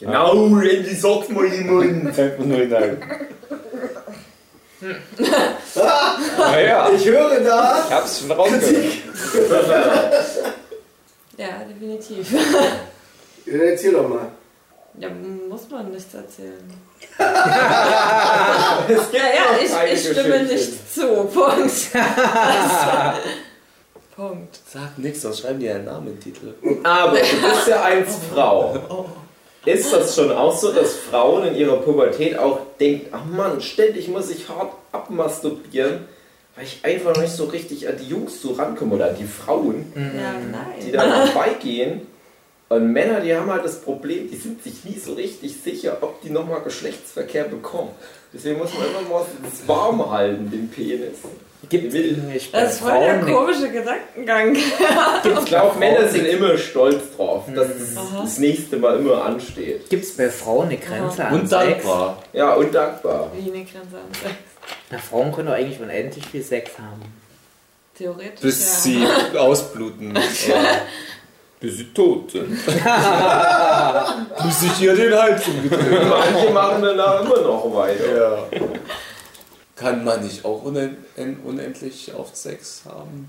Speaker 2: Genau, wenn die Socks mal in den Mund.
Speaker 1: Ja, ja.
Speaker 3: Ich höre da.
Speaker 1: Ich hab's schon rausgehört.
Speaker 6: Ja, definitiv.
Speaker 3: Ja, Erzähl doch mal.
Speaker 6: Ja, muss man nichts erzählen.
Speaker 2: Es gibt
Speaker 6: Naja,
Speaker 2: noch keine
Speaker 6: ich, ich stimme
Speaker 2: Geschichte.
Speaker 6: nicht zu. Punkt. Also, Punkt.
Speaker 4: Sag nichts, sonst schreiben die ja einen Namen in den Titel.
Speaker 2: Aber du bist ja eins Frau. Ist das schon auch so, dass Frauen in ihrer Pubertät auch denken, ach Mann, ständig muss ich hart abmasturbieren, weil ich einfach noch nicht so richtig an die Jungs so rankomme oder an die Frauen,
Speaker 6: Ja,
Speaker 2: die
Speaker 6: nein.
Speaker 2: da vorbeigehen. Und Männer, die haben halt das Problem, die sind sich nie so richtig sicher, ob die nochmal Geschlechtsverkehr bekommen. Deswegen muss man immer mal warm halten, den Penis.
Speaker 5: Gibt
Speaker 2: Will-
Speaker 5: nicht bei
Speaker 6: Das ist voll der
Speaker 5: Frauen nicht.
Speaker 6: komische Gedankengang.
Speaker 2: Ich glaube, Männer sind immer stolz drauf, dass es
Speaker 6: Aha.
Speaker 2: das nächste Mal immer ansteht.
Speaker 5: Gibt's bei Frauen eine Grenze an
Speaker 4: Und
Speaker 5: Sex?
Speaker 4: dankbar.
Speaker 2: Ja, und dankbar.
Speaker 6: Wie eine Grenze an Sex.
Speaker 5: Na, Frauen können doch eigentlich unendlich viel Sex haben.
Speaker 6: Theoretisch.
Speaker 4: Bis
Speaker 6: ja.
Speaker 4: sie ausbluten. Oder bis sie tot sind. bis ich ihr den Hals um- umgedreht
Speaker 2: Manche machen danach immer noch weiter.
Speaker 4: ja. Kann man nicht auch unen- en- unendlich oft Sex haben?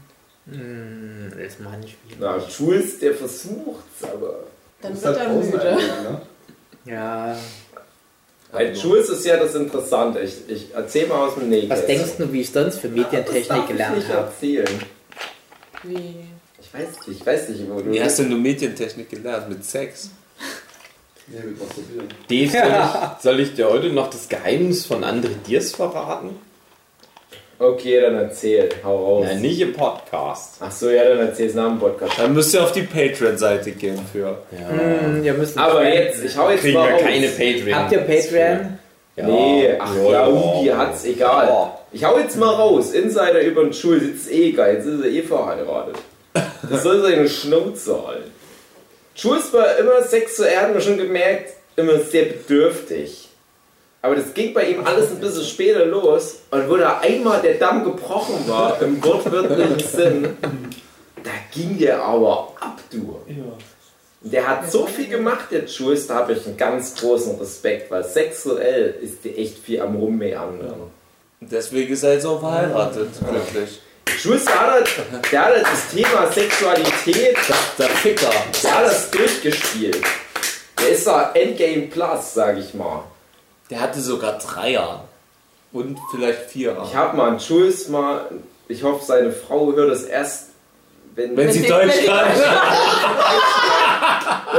Speaker 5: Hm, Ist manchmal.
Speaker 2: Na, Jules, der versucht's, aber.
Speaker 6: Dann
Speaker 7: Ist
Speaker 6: wird
Speaker 7: halt
Speaker 6: er
Speaker 7: draußen
Speaker 6: müde.
Speaker 7: eigentlich, ne?
Speaker 5: Ja.
Speaker 2: Bei Jules ist ja das Interessante. Ich, ich erzähl mal aus dem Nähkästchen.
Speaker 5: Was denkst du, wie ich sonst für Medientechnik gelernt
Speaker 2: Ich
Speaker 5: habe?
Speaker 2: erzählen.
Speaker 6: Wie?
Speaker 2: Ich weiß nicht, ich weiß nicht, wo du.
Speaker 4: Wie hast denn du Medientechnik gelernt? Mit Sex?
Speaker 7: Nee, mit Masturbieren.
Speaker 1: Dave, soll ich, soll ich dir heute noch das Geheimnis von André Diers verraten?
Speaker 2: Okay, dann erzähl. Hau raus.
Speaker 1: Nein, nicht im Podcast.
Speaker 2: Ach so, ja, dann erzähl's nach dem Podcast.
Speaker 4: Dann müsst ihr auf die Patreon-Seite gehen für.
Speaker 5: Hm, ihr müsst
Speaker 2: Aber jetzt, ich hau jetzt
Speaker 1: Kriegen
Speaker 2: mal
Speaker 1: wir
Speaker 2: raus.
Speaker 1: keine Patreon.
Speaker 5: Habt ihr Patreon?
Speaker 1: Ja.
Speaker 2: Nee, ach
Speaker 1: Ja.
Speaker 2: ja, Ugi hat's egal.
Speaker 1: Ja.
Speaker 2: Ich hau jetzt mal raus. Insider über den Schul sitzt eh geil. Jetzt ist er eh verheiratet. Das soll seine Schnauze halten. Jules war immer sexuell, hat man schon gemerkt, immer sehr bedürftig. Aber das ging bei ihm alles ein bisschen später los und wo da einmal der Damm gebrochen war, im wortwörtlichen Sinn, da ging der aber ab, du. Der hat so viel gemacht, der Jules, da habe ich einen ganz großen Respekt, weil sexuell ist der echt viel am Rummeandern.
Speaker 4: Deswegen seid ihr so verheiratet. Glücklich.
Speaker 2: Jules hat halt, der hat halt das Thema Sexualität,
Speaker 4: Der Ficker.
Speaker 2: der hat das durchgespielt. Der ist da Endgame Plus, sag ich mal.
Speaker 4: Der hatte sogar Dreier. Und vielleicht Vierer.
Speaker 2: Ich habe mal einen Jules mal, ich hoffe, seine Frau hört das erst wenn,
Speaker 4: Wenn sie
Speaker 6: sie-
Speaker 4: Deutsch
Speaker 6: wenn sie
Speaker 4: kann.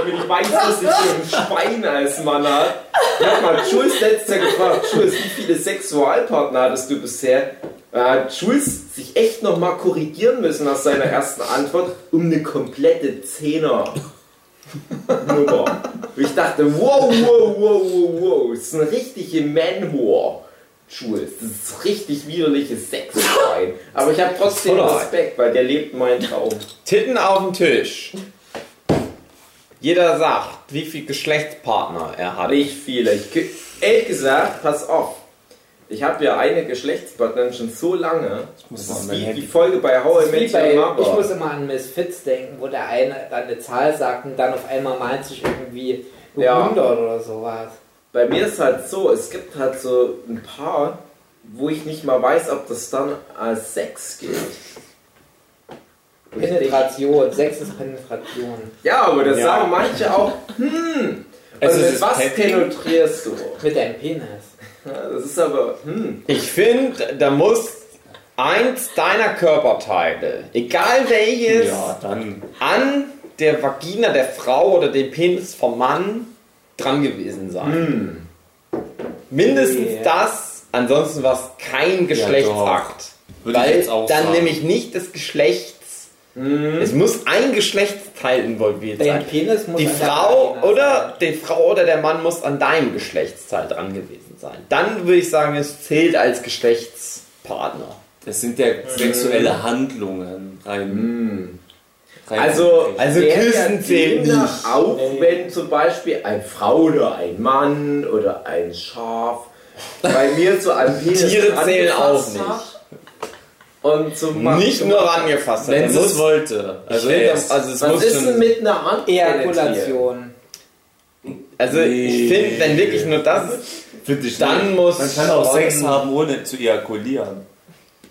Speaker 2: wenn ich weiß, dass ich hier ein Schwein als Mann hat. Ich hab mal Jules letztes Jahr gefragt, Jules, wie viele Sexualpartner hattest du bisher? Da hat Jules sich echt nochmal korrigieren müssen nach seiner ersten Antwort um eine komplette Zehner. Nummer. Und ich dachte, wow, wow, wow, wow, wow, das ist eine richtige Man-Whore. Jules, das ist richtig widerliches Sexschwein. Aber ich habe trotzdem
Speaker 1: Voller.
Speaker 2: Respekt, weil der lebt meinen Traum.
Speaker 1: Titten auf dem Tisch. Jeder sagt, wie viel Geschlechtspartner er hat.
Speaker 2: Nicht viele. Ich, ge- ehrlich gesagt, pass auf. Ich habe ja eine Geschlechtspartnerin schon so lange. das
Speaker 4: muss mal
Speaker 2: ist
Speaker 4: mein
Speaker 2: wie
Speaker 4: Handy-
Speaker 2: die Folge bei How I
Speaker 5: Wie
Speaker 2: Met
Speaker 5: bei,
Speaker 2: Your
Speaker 5: ich muss
Speaker 2: Mother.
Speaker 5: immer an Miss Fitz denken, wo der eine eine Zahl sagt und dann auf einmal meint sich irgendwie
Speaker 2: Ja.
Speaker 5: 100 oder sowas.
Speaker 2: Bei mir ist halt so, es gibt halt so ein paar, wo ich nicht mal weiß, ob das dann als Sex gilt. Und ich denk,
Speaker 5: Penetration, Sex ist Penetration.
Speaker 2: Ja, aber das
Speaker 1: Ja.
Speaker 2: sagen manche auch. Hm. Also
Speaker 4: Also es
Speaker 2: mit
Speaker 4: ist
Speaker 2: was
Speaker 4: Petting?
Speaker 2: penetrierst du?
Speaker 5: Mit deinem Penis.
Speaker 2: Ja, Das ist aber, hm.
Speaker 1: Ich finde, da muss eins deiner Körperteile, egal welches,
Speaker 4: Ja, dann.
Speaker 1: an der Vagina der Frau oder dem Penis vom Mann dran gewesen sein. Mindestens
Speaker 5: Yeah.
Speaker 1: das, ansonsten war es kein Geschlechtsakt.
Speaker 4: Würde ich
Speaker 1: weil
Speaker 4: jetzt auch
Speaker 1: dann
Speaker 4: sagen.
Speaker 1: nämlich nicht des Geschlechts. Es muss ein Geschlechtsteil involviert
Speaker 5: Dein
Speaker 1: sein.
Speaker 5: Penis muss
Speaker 1: Die
Speaker 5: an der
Speaker 1: Frau
Speaker 5: Vagina
Speaker 1: oder die Frau oder der Mann muss an deinem Geschlechtsteil dran gewesen sein. Dann würde ich sagen, es zählt als Geschlechtspartner.
Speaker 4: Das sind ja sexuelle Handlungen rein. rein
Speaker 2: Also,
Speaker 1: Mhm. Also
Speaker 2: Der
Speaker 1: Küssen zählt
Speaker 2: Kinder,
Speaker 1: nicht.
Speaker 2: Auch wenn zum Beispiel ein Frau oder ein Mann oder ein Schaf bei mir zu einem Penis
Speaker 1: Tiere zählen auch
Speaker 2: angefasst
Speaker 1: nicht.
Speaker 2: Und zum
Speaker 1: Nicht nur angefasst. hat.
Speaker 4: wenn
Speaker 1: Er
Speaker 4: sie es
Speaker 1: muss-
Speaker 4: wollte. Also,
Speaker 1: will,
Speaker 4: er ist-
Speaker 1: also es
Speaker 2: Was
Speaker 1: muss
Speaker 2: ist denn
Speaker 1: schon,
Speaker 2: mit einer Hand?
Speaker 5: Ejakulation.
Speaker 1: also ich finde, wenn wirklich nur das, ist,
Speaker 4: Finde ich
Speaker 1: dann
Speaker 4: nicht.
Speaker 1: muss
Speaker 4: Man kann auch
Speaker 1: schon-
Speaker 4: Sex haben, ohne zu ejakulieren.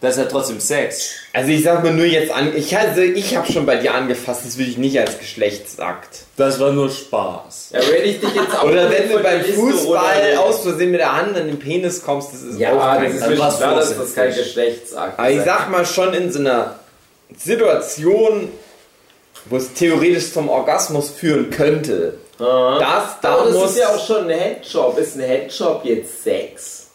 Speaker 4: Das ist ja trotzdem Sex.
Speaker 1: Also ich sag mal nur jetzt an, ich also ich habe schon bei dir angefasst, das würde ich nicht als Geschlechtsakt.
Speaker 4: Das war nur Spaß.
Speaker 2: Ja, wenn ich dich jetzt auch
Speaker 1: Oder
Speaker 2: nicht
Speaker 1: wenn du
Speaker 2: von der
Speaker 1: beim
Speaker 2: Liste
Speaker 1: Fußball
Speaker 2: runterlegst.
Speaker 1: aus Versehen mit der Hand an den Penis kommst, das ist auch
Speaker 2: Ja, das
Speaker 1: kein
Speaker 2: ist
Speaker 4: Also
Speaker 2: mir schon
Speaker 4: was
Speaker 2: klar, dass das
Speaker 4: vorsätzlich.
Speaker 2: kein Geschlechtsakt
Speaker 1: Aber Ah, ich
Speaker 2: ist.
Speaker 1: sag mal schon in so einer Situation, wo es theoretisch zum Orgasmus führen könnte,
Speaker 2: Aha.
Speaker 1: das, da
Speaker 2: Aber das
Speaker 1: muss,
Speaker 2: ist ja auch schon ein Headshop. Ist ein Headshop jetzt Sex?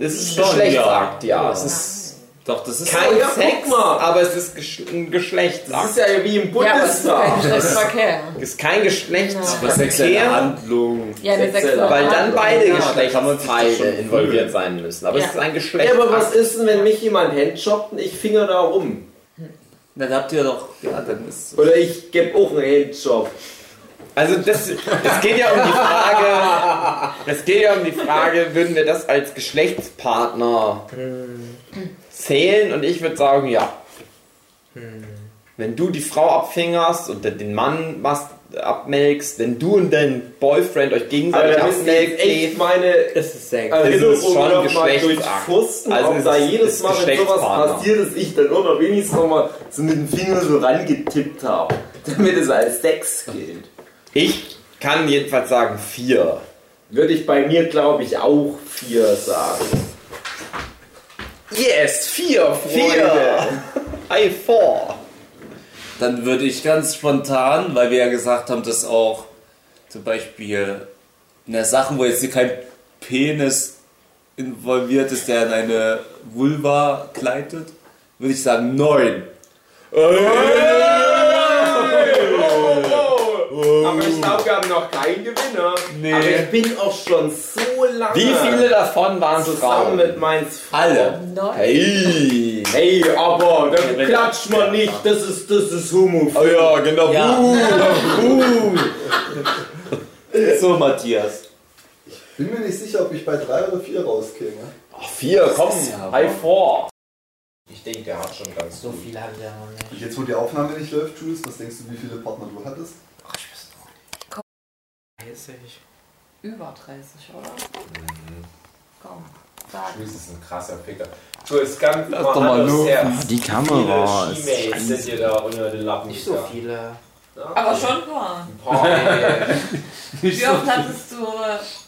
Speaker 1: es ist
Speaker 4: schon,
Speaker 1: Geschlechtsakt, ja.
Speaker 4: ja.
Speaker 1: Es ist
Speaker 4: Doch, das ist
Speaker 1: kein
Speaker 2: Oh, ja, guck
Speaker 1: Sex,
Speaker 2: mal.
Speaker 1: aber es ist gesch ein
Speaker 2: Das ist
Speaker 1: Geschlechtsakt.
Speaker 2: ja wie im
Speaker 6: Ja, aber es ist kein
Speaker 2: Bundestag.
Speaker 6: Geschlechtsverkehr.
Speaker 1: Es ist kein
Speaker 4: aber sexuelle
Speaker 1: Geschlechtsverkehr,
Speaker 4: Handlung.
Speaker 6: Ja, eine
Speaker 2: Sexuelle.
Speaker 6: sexuelle
Speaker 1: weil dann
Speaker 6: Handlung.
Speaker 1: beide
Speaker 4: Ja, da kann man sich das
Speaker 1: Geschlechtsteile
Speaker 4: schon
Speaker 1: involviert
Speaker 4: fühlen.
Speaker 1: sein müssen. Aber
Speaker 6: Ja.
Speaker 1: es ist ein
Speaker 2: Ja,
Speaker 1: Geschlechtsakt.
Speaker 2: aber was ist denn, wenn mich jemand handjobbt und ich finger da rum?
Speaker 4: Dann habt ihr doch. Ja, dann ist.
Speaker 2: Oder ich gebe auch einen Handjob.
Speaker 1: Also das, das geht ja um die Frage, das geht ja um die Frage, würden wir das als Geschlechtspartner zählen? Und ich würde sagen, ja. Wenn du die Frau abfingerst und den Mann machst, abmelkst, wenn du und dein Boyfriend euch gegenseitig
Speaker 2: da müssen jetzt echt
Speaker 1: abmelkt,
Speaker 2: meine
Speaker 5: Das ist Sex.
Speaker 2: Also
Speaker 1: ist es
Speaker 2: Erinnerung
Speaker 1: schon
Speaker 2: nochmal
Speaker 1: Geschlechtsakt.
Speaker 2: durchforsten,
Speaker 1: Also
Speaker 2: ob
Speaker 1: es
Speaker 2: da
Speaker 1: ist-
Speaker 2: jedes
Speaker 1: ist
Speaker 2: Mal, wenn sowas
Speaker 1: Geschlechtspartner.
Speaker 2: passiert ist, ich dann oder wenigstens nochmal so mit dem Finger so rangetippt habe, damit es als Sex gilt.
Speaker 1: ich kann jedenfalls sagen vier.
Speaker 2: Würde ich bei mir, glaube ich, auch vier sagen.
Speaker 1: Yes, vier,
Speaker 2: Freunde.
Speaker 1: High four.
Speaker 4: Dann würde ich ganz spontan, weil wir ja gesagt haben, dass auch zum Beispiel na, Sachen, wo jetzt hier kein Penis involviert ist, der in eine Vulva gleitet, würde ich sagen neun.
Speaker 2: Aber ich glaube, wir haben noch keinen Gewinner.
Speaker 4: Nee.
Speaker 2: Aber ich bin auch schon so lange
Speaker 1: Wie viele davon waren
Speaker 2: zusammen
Speaker 1: Frauen?
Speaker 2: mit meins
Speaker 4: Alle.
Speaker 6: Neun.
Speaker 1: Hey.
Speaker 2: Hey, aber da klatscht man nicht, das ist, das ist Homo.
Speaker 1: Oh ja, genau.
Speaker 4: Ja.
Speaker 1: Uh.
Speaker 4: So, Matthias.
Speaker 7: Bin mir nicht sicher, ob ich bei drei oder vier rauskäme.
Speaker 1: Ach, vier, komm. High four.
Speaker 2: Ich denke, der hat schon ganz
Speaker 5: So viel haben wir noch nicht.
Speaker 7: Jetzt, wo die Aufnahme nicht läuft, Jules, was denkst du, wie viele Partner du hattest?
Speaker 6: Über 30, oder? Komm, sag.
Speaker 2: Jules ist ein krasser Picker. Jules, ganz
Speaker 4: Lass doch mal laufen.
Speaker 2: Die Kamera ist sind dir da unter den Lappen
Speaker 5: Nicht so viele.
Speaker 6: Aber schon ein paar. Wie oft hattest du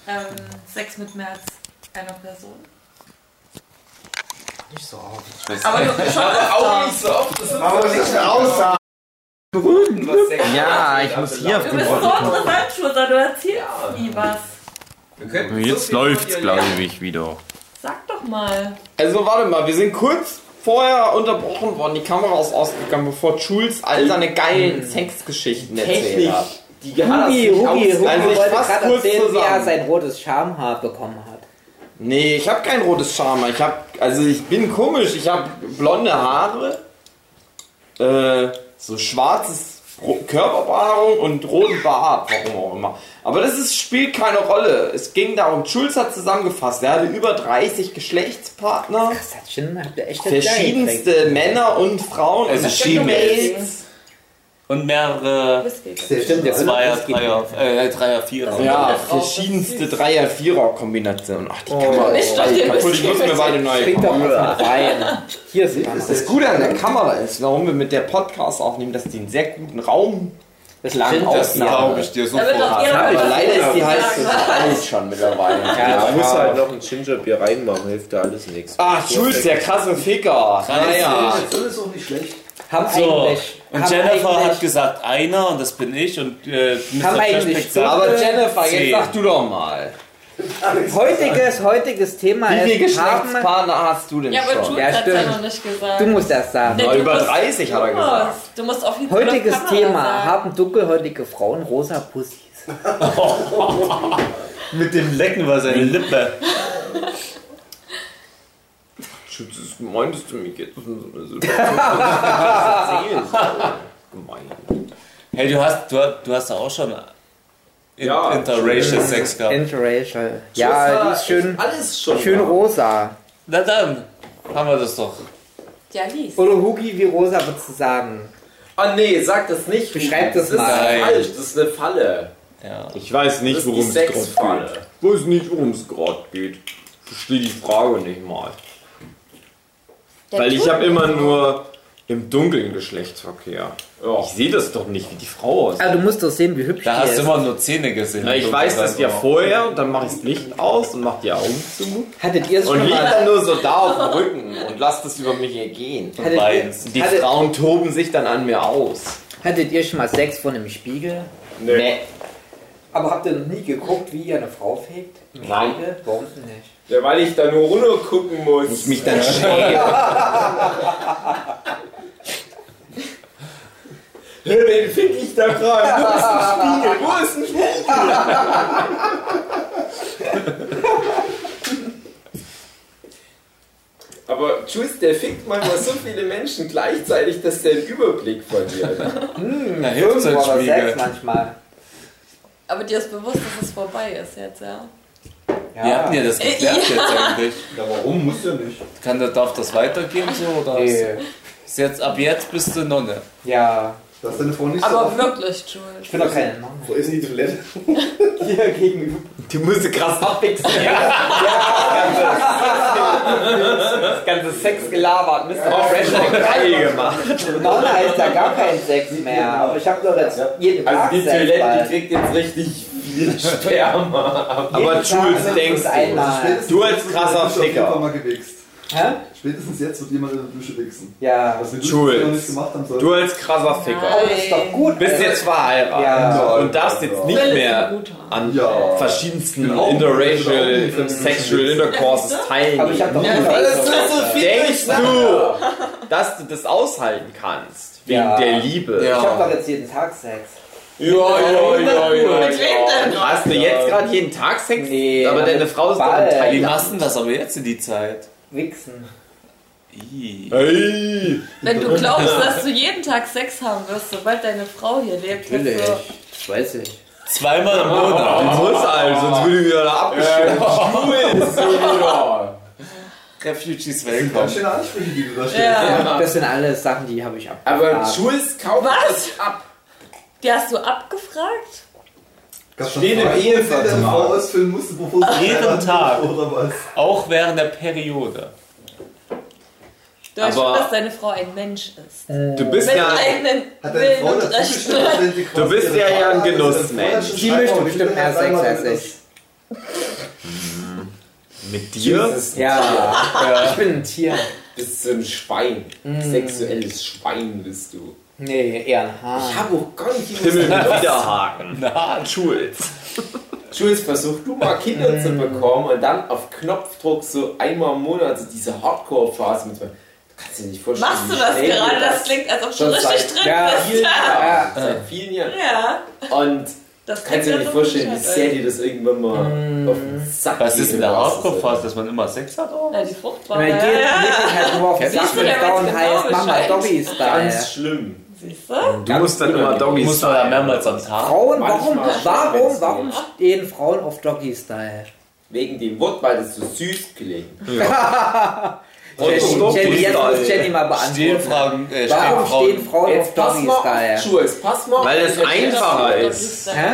Speaker 6: ähm, Sex mit mehr als einer Person?
Speaker 5: Nicht so oft.
Speaker 6: Aber du schon öfter.
Speaker 2: so oft, das ist
Speaker 3: Aber nicht aussagen.
Speaker 5: berühmt.
Speaker 2: was Sex
Speaker 1: Ja,
Speaker 2: angeht,
Speaker 1: ich muss
Speaker 2: aber
Speaker 1: hier auf
Speaker 6: Du
Speaker 1: den
Speaker 6: bist so
Speaker 1: Ort.
Speaker 6: interessant, Schurter, du erzählst nie was.
Speaker 2: wir könnten
Speaker 8: Jetzt
Speaker 2: so viel
Speaker 8: läuft's,
Speaker 2: von dir
Speaker 8: glaube
Speaker 2: lernen.
Speaker 8: ich, wieder.
Speaker 6: Sag doch mal.
Speaker 1: Also warte mal, wir sind kurz vorher unterbrochen worden, die Kamera ist ausgegangen, bevor Jules all
Speaker 2: Hm.
Speaker 1: seine geilen Sexgeschichten erzählt
Speaker 2: Technik,
Speaker 1: hat.
Speaker 2: die hat
Speaker 5: Hugi,
Speaker 2: das nicht
Speaker 5: Hugi, Hugi
Speaker 2: aus-
Speaker 1: Also ich
Speaker 5: wollte
Speaker 1: fass
Speaker 5: gerade
Speaker 1: kurz
Speaker 5: erzählen, wie er
Speaker 1: zusammen.
Speaker 5: sein rotes Schamhaar bekommen hat.
Speaker 1: Nee, ich habe kein rotes Schama. Ich habe, also ich bin komisch. Ich habe blonde Haare, äh, so schwarzes Ro- Körperbehaarung und roten Bart, warum auch immer. Aber das ist, spielt keine Rolle. Es ging darum, Schulz hat zusammengefasst, er hatte über 30 Geschlechtspartner,
Speaker 5: Das hat schon, hat er echt das Geil
Speaker 1: verschiedenste Männer und Frauen,
Speaker 4: Also
Speaker 1: und
Speaker 4: She-Males.
Speaker 1: Males.
Speaker 4: Und mehrere
Speaker 7: Sehr
Speaker 5: Stimmt, jetzt
Speaker 7: schön.
Speaker 4: Zweier, Dreier, äh, Dreier, Vierer.
Speaker 1: Ja,
Speaker 6: das raus,
Speaker 1: verschiedenste Dreier-Vierer-Kombinationen. Ach, die Kamera
Speaker 6: Nicht
Speaker 1: ist
Speaker 6: doch den
Speaker 1: kaputt. Ich muss mir mal eine neue
Speaker 5: Trink doch was mit Wein. Hier ist
Speaker 7: Ist
Speaker 5: Kamera.
Speaker 1: Das
Speaker 7: das
Speaker 1: Gute an der Kamera ist, warum wir mit der Podcast aufnehmen, dass die einen sehr guten Raum klang
Speaker 5: stimmt, das
Speaker 1: Aufnahme.
Speaker 4: ich dir
Speaker 6: Da wird doch
Speaker 4: hat.
Speaker 6: jeder
Speaker 1: Aber
Speaker 6: was
Speaker 1: leider ist die
Speaker 6: sagen.
Speaker 1: heiß alt schon mittlerweile.
Speaker 2: Ja, muss halt noch ein Gingerbier reinmachen, hilft da alles nichts.
Speaker 1: Ach, Ah, Jules, der krasse Ficker. Naja.
Speaker 7: Das ist auch nicht schlecht.
Speaker 5: Haben
Speaker 4: So.
Speaker 5: eigentlich.
Speaker 4: Und
Speaker 5: haben
Speaker 4: Jennifer
Speaker 5: eigentlich-
Speaker 4: hat gesagt, einer, und das bin ich, und äh, Mr.
Speaker 5: Haben eigentlich
Speaker 4: Flashback
Speaker 5: so-
Speaker 4: sagt,
Speaker 1: Aber Jennifer, jetzt
Speaker 4: Zehn.
Speaker 1: sag du doch mal.
Speaker 5: Heutiges, heutiges Thema
Speaker 2: Äh,
Speaker 1: Wie viele
Speaker 5: ist haben,
Speaker 1: Geschlechtspartner hast du denn
Speaker 6: Ja, aber
Speaker 1: schon?
Speaker 6: Jules
Speaker 5: Ja,
Speaker 6: hat's ja
Speaker 5: stimmt.
Speaker 6: noch nicht gesagt.
Speaker 5: Du musst das sagen.
Speaker 6: Nee,
Speaker 1: Na,
Speaker 6: du
Speaker 1: über
Speaker 6: musst-
Speaker 1: 30 hat er
Speaker 6: du
Speaker 1: gesagt.
Speaker 6: musst. Du musst auf jeden Fall
Speaker 5: Heutiges
Speaker 6: auf Kamera
Speaker 5: Thema
Speaker 6: sagen.
Speaker 5: haben dunkelhäutige Frauen rosa Pussys.
Speaker 4: mit dem Lecken war seine Lippe.
Speaker 1: Jules, das meintest du mich jetzt in so einer Situation? Das ist Gemein.
Speaker 4: Hey, du hast, du, hast- du hast doch auch schon
Speaker 2: Ja.
Speaker 4: interracial Sex gehabt.
Speaker 5: Interracial. Ja, die ist schön,
Speaker 2: Alles schon.
Speaker 5: schön
Speaker 2: da.
Speaker 5: rosa.
Speaker 4: Na dann, haben wir das doch.
Speaker 6: Ja, lies.
Speaker 5: Oder Hugi, wie rosa würdest du sagen?
Speaker 2: Ah nee, sag das nicht.
Speaker 5: Beschreib das
Speaker 2: ist
Speaker 5: mal.
Speaker 2: falsch, das ist eine Falle.
Speaker 4: Ja.
Speaker 1: Ich weiß
Speaker 2: Das
Speaker 1: nicht,
Speaker 2: ist die
Speaker 1: worum es gerade geht.
Speaker 2: Sexfalle.
Speaker 1: Ich weiß nicht, worum es gerade geht. Ich verstehe die Frage nicht mal.
Speaker 6: Der
Speaker 1: Weil ich
Speaker 6: Jules-
Speaker 1: habe immer nur im Dunkeln Geschlechtsverkehr.
Speaker 2: Ja. Also-
Speaker 1: Ich sehe das doch nicht, wie die Frau aussieht.
Speaker 5: Ah, du musst doch sehen, wie hübsch
Speaker 4: Da
Speaker 5: die
Speaker 4: hast
Speaker 5: ist.
Speaker 4: du immer nur Zähne gesehen.
Speaker 1: Na, ich
Speaker 4: Du
Speaker 1: weiß
Speaker 4: warst
Speaker 1: das ja
Speaker 4: immer-
Speaker 1: vorher, dann mache ich das Licht aus und mache die Augen zu.
Speaker 5: Hattet ihr es
Speaker 1: Und
Speaker 5: schon
Speaker 1: lieg
Speaker 5: mal?
Speaker 1: dann nur so da auf dem Rücken und lass das über mich ergehen.
Speaker 5: Hattet ihr,
Speaker 4: Beides.
Speaker 1: Die
Speaker 5: hattet,
Speaker 1: Frauen toben sich dann an mir aus.
Speaker 5: hattet ihr schon mal Sex vor einem Spiegel?
Speaker 1: Nee.
Speaker 5: Aber habt ihr noch nie geguckt, wie ihr eine Frau fegt? Im
Speaker 1: Nein.
Speaker 5: Spiegel? Warum denn nicht?
Speaker 2: Ja, weil ich da nur runtergucken muss.
Speaker 1: Ich mich dann schäme.
Speaker 2: Den fick ich da gerade. Wo ist ein Spiegel? Wo ist ein Spiegel? Aber Jules, der fickt manchmal so viele Menschen gleichzeitig, dass der einen Überblick verliert.
Speaker 4: Na, hilft so ein
Speaker 5: Irgendwo aber Sex
Speaker 4: Spiegel.
Speaker 5: manchmal.
Speaker 6: Aber dir ist bewusst, dass es vorbei ist jetzt, ja?
Speaker 4: Wie habt ihr das geklärt jetzt eigentlich?
Speaker 7: Ja, warum? Muss ja nicht.
Speaker 4: Kann, das- darf das weitergehen so, oder?
Speaker 5: Nee.
Speaker 4: Ist jetzt, ab jetzt bist du Nonne.
Speaker 5: Ja.
Speaker 7: Das ist deine Frau nicht
Speaker 6: Aber
Speaker 7: so.
Speaker 6: wirklich, Jules.
Speaker 5: Ich bin doch keine Mama.
Speaker 7: Wo ist denn die Toilette?
Speaker 5: Hier gegenüber.
Speaker 1: Du musst sie krass abwechseln. Das ganze Sexgelaber hat Mr. Freshback geil gemacht.
Speaker 5: Nonne heißt ja gar kein Sex mehr. Aber ich hab doch jetzt jeden Tag
Speaker 2: Also die
Speaker 5: Sex.
Speaker 2: Toilette, die
Speaker 5: bald.
Speaker 2: kriegt jetzt richtig viel Sperma.
Speaker 1: Aber
Speaker 5: Jeden Tag
Speaker 1: Jules,
Speaker 5: mindestens
Speaker 1: denkst du?
Speaker 5: Einmal.
Speaker 7: Spätestens
Speaker 1: Du als
Speaker 7: jetzt wird
Speaker 1: krasser
Speaker 7: in der Dusche auf jeden
Speaker 1: Ficker.
Speaker 7: Fall mal gewichst.
Speaker 5: Hä?
Speaker 7: Spätestens jetzt wird jemand in der Dusche wichsen.
Speaker 5: Ja.
Speaker 7: Was wir
Speaker 1: Jules.
Speaker 7: Dusche noch nicht gemacht haben sollten.
Speaker 1: Du als krasser Ficker.
Speaker 5: Oh, das ist doch gut.
Speaker 1: Bist jetzt verheiratet
Speaker 5: Ja.
Speaker 1: und darfst jetzt nicht
Speaker 6: Will ist
Speaker 1: mehr
Speaker 6: ein guter.
Speaker 1: an
Speaker 7: Ja.
Speaker 1: verschiedensten
Speaker 7: Genau.
Speaker 1: interracial,
Speaker 7: Genau.
Speaker 1: sexual intercourses
Speaker 5: Aber also ich
Speaker 1: teilnehmen.
Speaker 5: hab doch
Speaker 2: Das
Speaker 5: nie
Speaker 2: ist so viel.
Speaker 1: Denkst du, dass du das aushalten kannst? Wegen
Speaker 5: Ja.
Speaker 1: der Liebe?
Speaker 5: Ich hab doch jetzt jeden Tag Sex.
Speaker 2: Ja, ja, ja, ja.
Speaker 1: Hast du jetzt gerade jeden Tag Sex?
Speaker 5: Nee.
Speaker 1: aber deine Frau ist doch im
Speaker 5: Bald.
Speaker 4: Wie
Speaker 1: Teil.
Speaker 4: machst du denn das aber jetzt in die Zeit?
Speaker 5: Wichsen.
Speaker 4: Ih.
Speaker 2: Äh.
Speaker 1: Ey.
Speaker 6: Wenn du glaubst, dass du jeden Tag Sex haben wirst, sobald deine Frau hier lebt, bist du
Speaker 5: Das weiß ich.
Speaker 4: Zweimal im
Speaker 1: Du
Speaker 4: Monat.
Speaker 1: musst halt, sonst würde ich wieder da abgeschoben.
Speaker 4: Refugees
Speaker 7: Ganz
Speaker 4: Welcome.
Speaker 7: schöne Ansprüche, die du da stellst.
Speaker 6: Ja.
Speaker 5: Das sind alles Sachen, die habe ich ab.
Speaker 2: Aber
Speaker 5: ab-
Speaker 2: Jules kauft
Speaker 6: Was?
Speaker 2: das ab.
Speaker 6: Die hast du abgefragt?
Speaker 7: Gab's schon
Speaker 2: Steht im
Speaker 7: Fragen, die
Speaker 2: Ehevertrag.
Speaker 7: deine Frau ausfüllen musste, bevor sie
Speaker 4: Jeden
Speaker 7: heiratet
Speaker 4: Tag.
Speaker 7: Oder was?
Speaker 4: Auch während der Periode.
Speaker 6: Du weißt
Speaker 1: Aber-
Speaker 6: schon, dass deine Frau ein Mensch ist.
Speaker 1: Du bist
Speaker 6: Mit
Speaker 1: ja.
Speaker 6: eigenen
Speaker 7: Hat deine
Speaker 6: Willen
Speaker 7: Frau
Speaker 6: und
Speaker 7: dazu
Speaker 6: Rechten.
Speaker 7: bestimmt, dass sie quasi
Speaker 1: Du bist
Speaker 7: ihre
Speaker 1: ja ja ein
Speaker 7: Frau hat,
Speaker 1: Genussmensch.
Speaker 7: dass sie
Speaker 5: Die
Speaker 7: vorher schon
Speaker 5: möchte
Speaker 7: schreibt,
Speaker 5: bestimmt mehr
Speaker 7: wenn du einmal
Speaker 5: Sex als
Speaker 7: wenn das-
Speaker 5: ich.
Speaker 1: Mit dir?
Speaker 5: Ja. Ich bin ein Tier.
Speaker 2: Bist du ein Schwein. Sexuelles Schwein bist du.
Speaker 5: Nee, eher ein Hahn.
Speaker 2: Ich habe auch gar nicht
Speaker 1: Pimmel mit Widerhaken.
Speaker 4: Na,
Speaker 1: Schulz.
Speaker 2: Jules, versuch du mal Kinder
Speaker 5: Mm.
Speaker 2: zu bekommen und dann auf Knopfdruck so einmal im Monat so diese Hardcore-Phase mit. Du kannst dir nicht vorstellen.
Speaker 6: Machst du
Speaker 2: wie
Speaker 6: das
Speaker 2: schnell
Speaker 6: gerade?
Speaker 2: du
Speaker 6: Das klingt, als ob du
Speaker 2: schon
Speaker 6: richtig
Speaker 2: seit
Speaker 6: drin
Speaker 5: Ja.
Speaker 6: bist.
Speaker 2: vielen Jahren.
Speaker 5: Ja.
Speaker 2: Seit vielen Jahren.
Speaker 6: Ja.
Speaker 2: Und kannst dir
Speaker 6: Das
Speaker 2: nicht
Speaker 6: klingt, als ob du
Speaker 2: vorstellen, wie
Speaker 6: dich
Speaker 2: sehr
Speaker 6: halt-
Speaker 2: dir das irgendwann mal auf den Sack
Speaker 4: Was ist
Speaker 2: geht,
Speaker 4: in der
Speaker 2: wenn du das
Speaker 4: Hardcore-Phase, dass man immer Sex hat auch?
Speaker 6: Ja, die Frucht war
Speaker 5: Bei dir
Speaker 6: ja,
Speaker 5: geht
Speaker 6: ja.
Speaker 5: halt nur auf den
Speaker 6: Siehst
Speaker 5: Sack
Speaker 6: du, der
Speaker 5: mit
Speaker 6: weiß
Speaker 5: Down
Speaker 6: genau
Speaker 5: High Mama
Speaker 6: Bescheid.
Speaker 5: Dobby
Speaker 2: Ganz
Speaker 5: Style.
Speaker 2: schlimm.
Speaker 6: Siehst du?
Speaker 1: Du musst dann immer Doggy
Speaker 4: Muss man ja mehrmals am Tag.
Speaker 5: Frauen, warum,
Speaker 2: Manchmal schon, wenn's
Speaker 5: warum, warum stehen Frauen auf Doggy Style?
Speaker 2: Wegen dem Wort, weil das so süß klingt.
Speaker 5: Jenny, Jenny, jetzt muss Jenny mal
Speaker 4: Stehen
Speaker 5: beantworten.
Speaker 4: Fragen, äh, stehen
Speaker 5: Warum stehen
Speaker 4: Frauen.
Speaker 5: Frauen auf
Speaker 2: Jetzt pass
Speaker 5: Doggy
Speaker 2: mal auf,
Speaker 5: Style?
Speaker 2: Jules, pass mal
Speaker 1: Weil
Speaker 2: auf.
Speaker 1: das einfacher ist.
Speaker 5: Hä?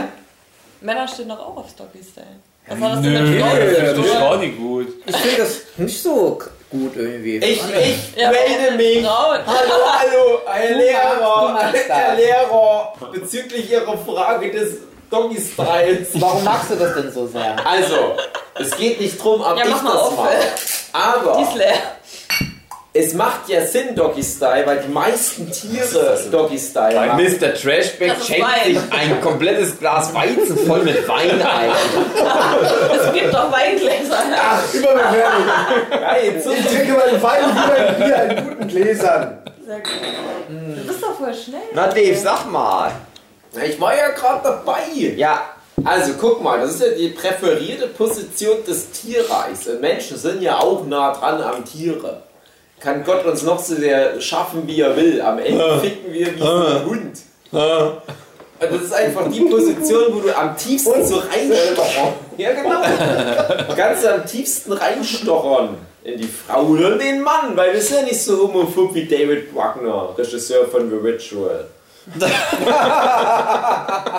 Speaker 6: Männer stehen doch auch auf Stocky-Style. Was war das denn
Speaker 4: Nö,
Speaker 6: mit
Speaker 4: das
Speaker 6: Frauen?
Speaker 4: ist doch gar nicht gut.
Speaker 5: Ich finde das nicht so k- gut irgendwie.
Speaker 2: Ich, ich
Speaker 6: Ja,
Speaker 2: melde
Speaker 6: warum denn
Speaker 2: mich.
Speaker 6: Frauen?
Speaker 2: Hallo, hallo, Herr
Speaker 5: du
Speaker 2: Lehrer,
Speaker 5: machst
Speaker 2: Herr
Speaker 5: das.
Speaker 2: Lehrer, bezüglich Ihrer Frage des Doggy-Styles.
Speaker 5: Warum magst du das denn so sehr?
Speaker 2: Also, es geht nicht drum, ob
Speaker 6: Ja,
Speaker 2: ich
Speaker 6: mach mal
Speaker 2: das
Speaker 6: auf,
Speaker 2: mache.
Speaker 6: äh. Die ist
Speaker 2: Aber
Speaker 6: leer.
Speaker 2: es macht ja Sinn, Doggy-Style, weil die meisten Tiere Doggy-Style machen.
Speaker 1: Mr. Trashback
Speaker 6: Das ist
Speaker 1: schenkt
Speaker 6: Wein.
Speaker 1: sich ein komplettes Glas Weizen voll mit Wein ein.
Speaker 6: Es gibt doch Weingläser.
Speaker 7: Überbewertung.
Speaker 2: Ja, jetzt
Speaker 7: Ich trinke meine Weine wieder in Bier in guten Gläsern.
Speaker 6: Sehr gut. Du bist doch voll schnell.
Speaker 1: Na Dave, sag mal.
Speaker 2: Na, Ich war ja gerade dabei.
Speaker 1: Ja,
Speaker 2: Also guck mal, das ist ja die präferierte Position des Tierreichs. Und Menschen sind ja auch nah dran am Tiere. Kann Gott uns noch so sehr schaffen, wie er will. Am Ende ficken wir wie so ein Hund. Und das ist einfach die Position, wo du am tiefsten so reinstochern. Ja, genau. Ganz am tiefsten reinstochern in die Frau oder den Mann, weil das ist ja nicht so homophob wie David Wagner, Regisseur von The Ritual.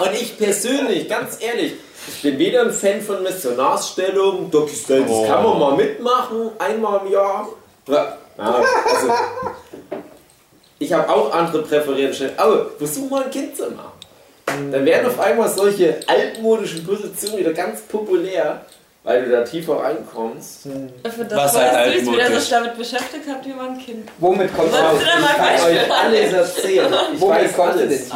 Speaker 2: Und ich persönlich, ganz ehrlich, ich bin weder ein Fan von Missionarsstellung, Docu-Style, das kann man mal mitmachen, einmal im Jahr. Ja, also, ich habe auch andere Präferenzen, aber versuch mal ein Kind zu machen. Dann werden auf einmal solche altmodischen Positionen wieder ganz populär, weil du da tiefer reinkommst.
Speaker 6: Dafür,
Speaker 4: Was
Speaker 6: dass du
Speaker 4: halt
Speaker 6: halt dich wieder
Speaker 4: altmodisch.
Speaker 6: so damit beschäftigt habt, wie man ein Kind.
Speaker 5: Womit kommst du
Speaker 6: Sollst du da mal ein
Speaker 2: Ich kann
Speaker 6: Beispiel
Speaker 2: euch alles erzählen. Ich
Speaker 5: Womit
Speaker 2: weiß
Speaker 5: kommst du denn
Speaker 2: alles.
Speaker 5: tief rein?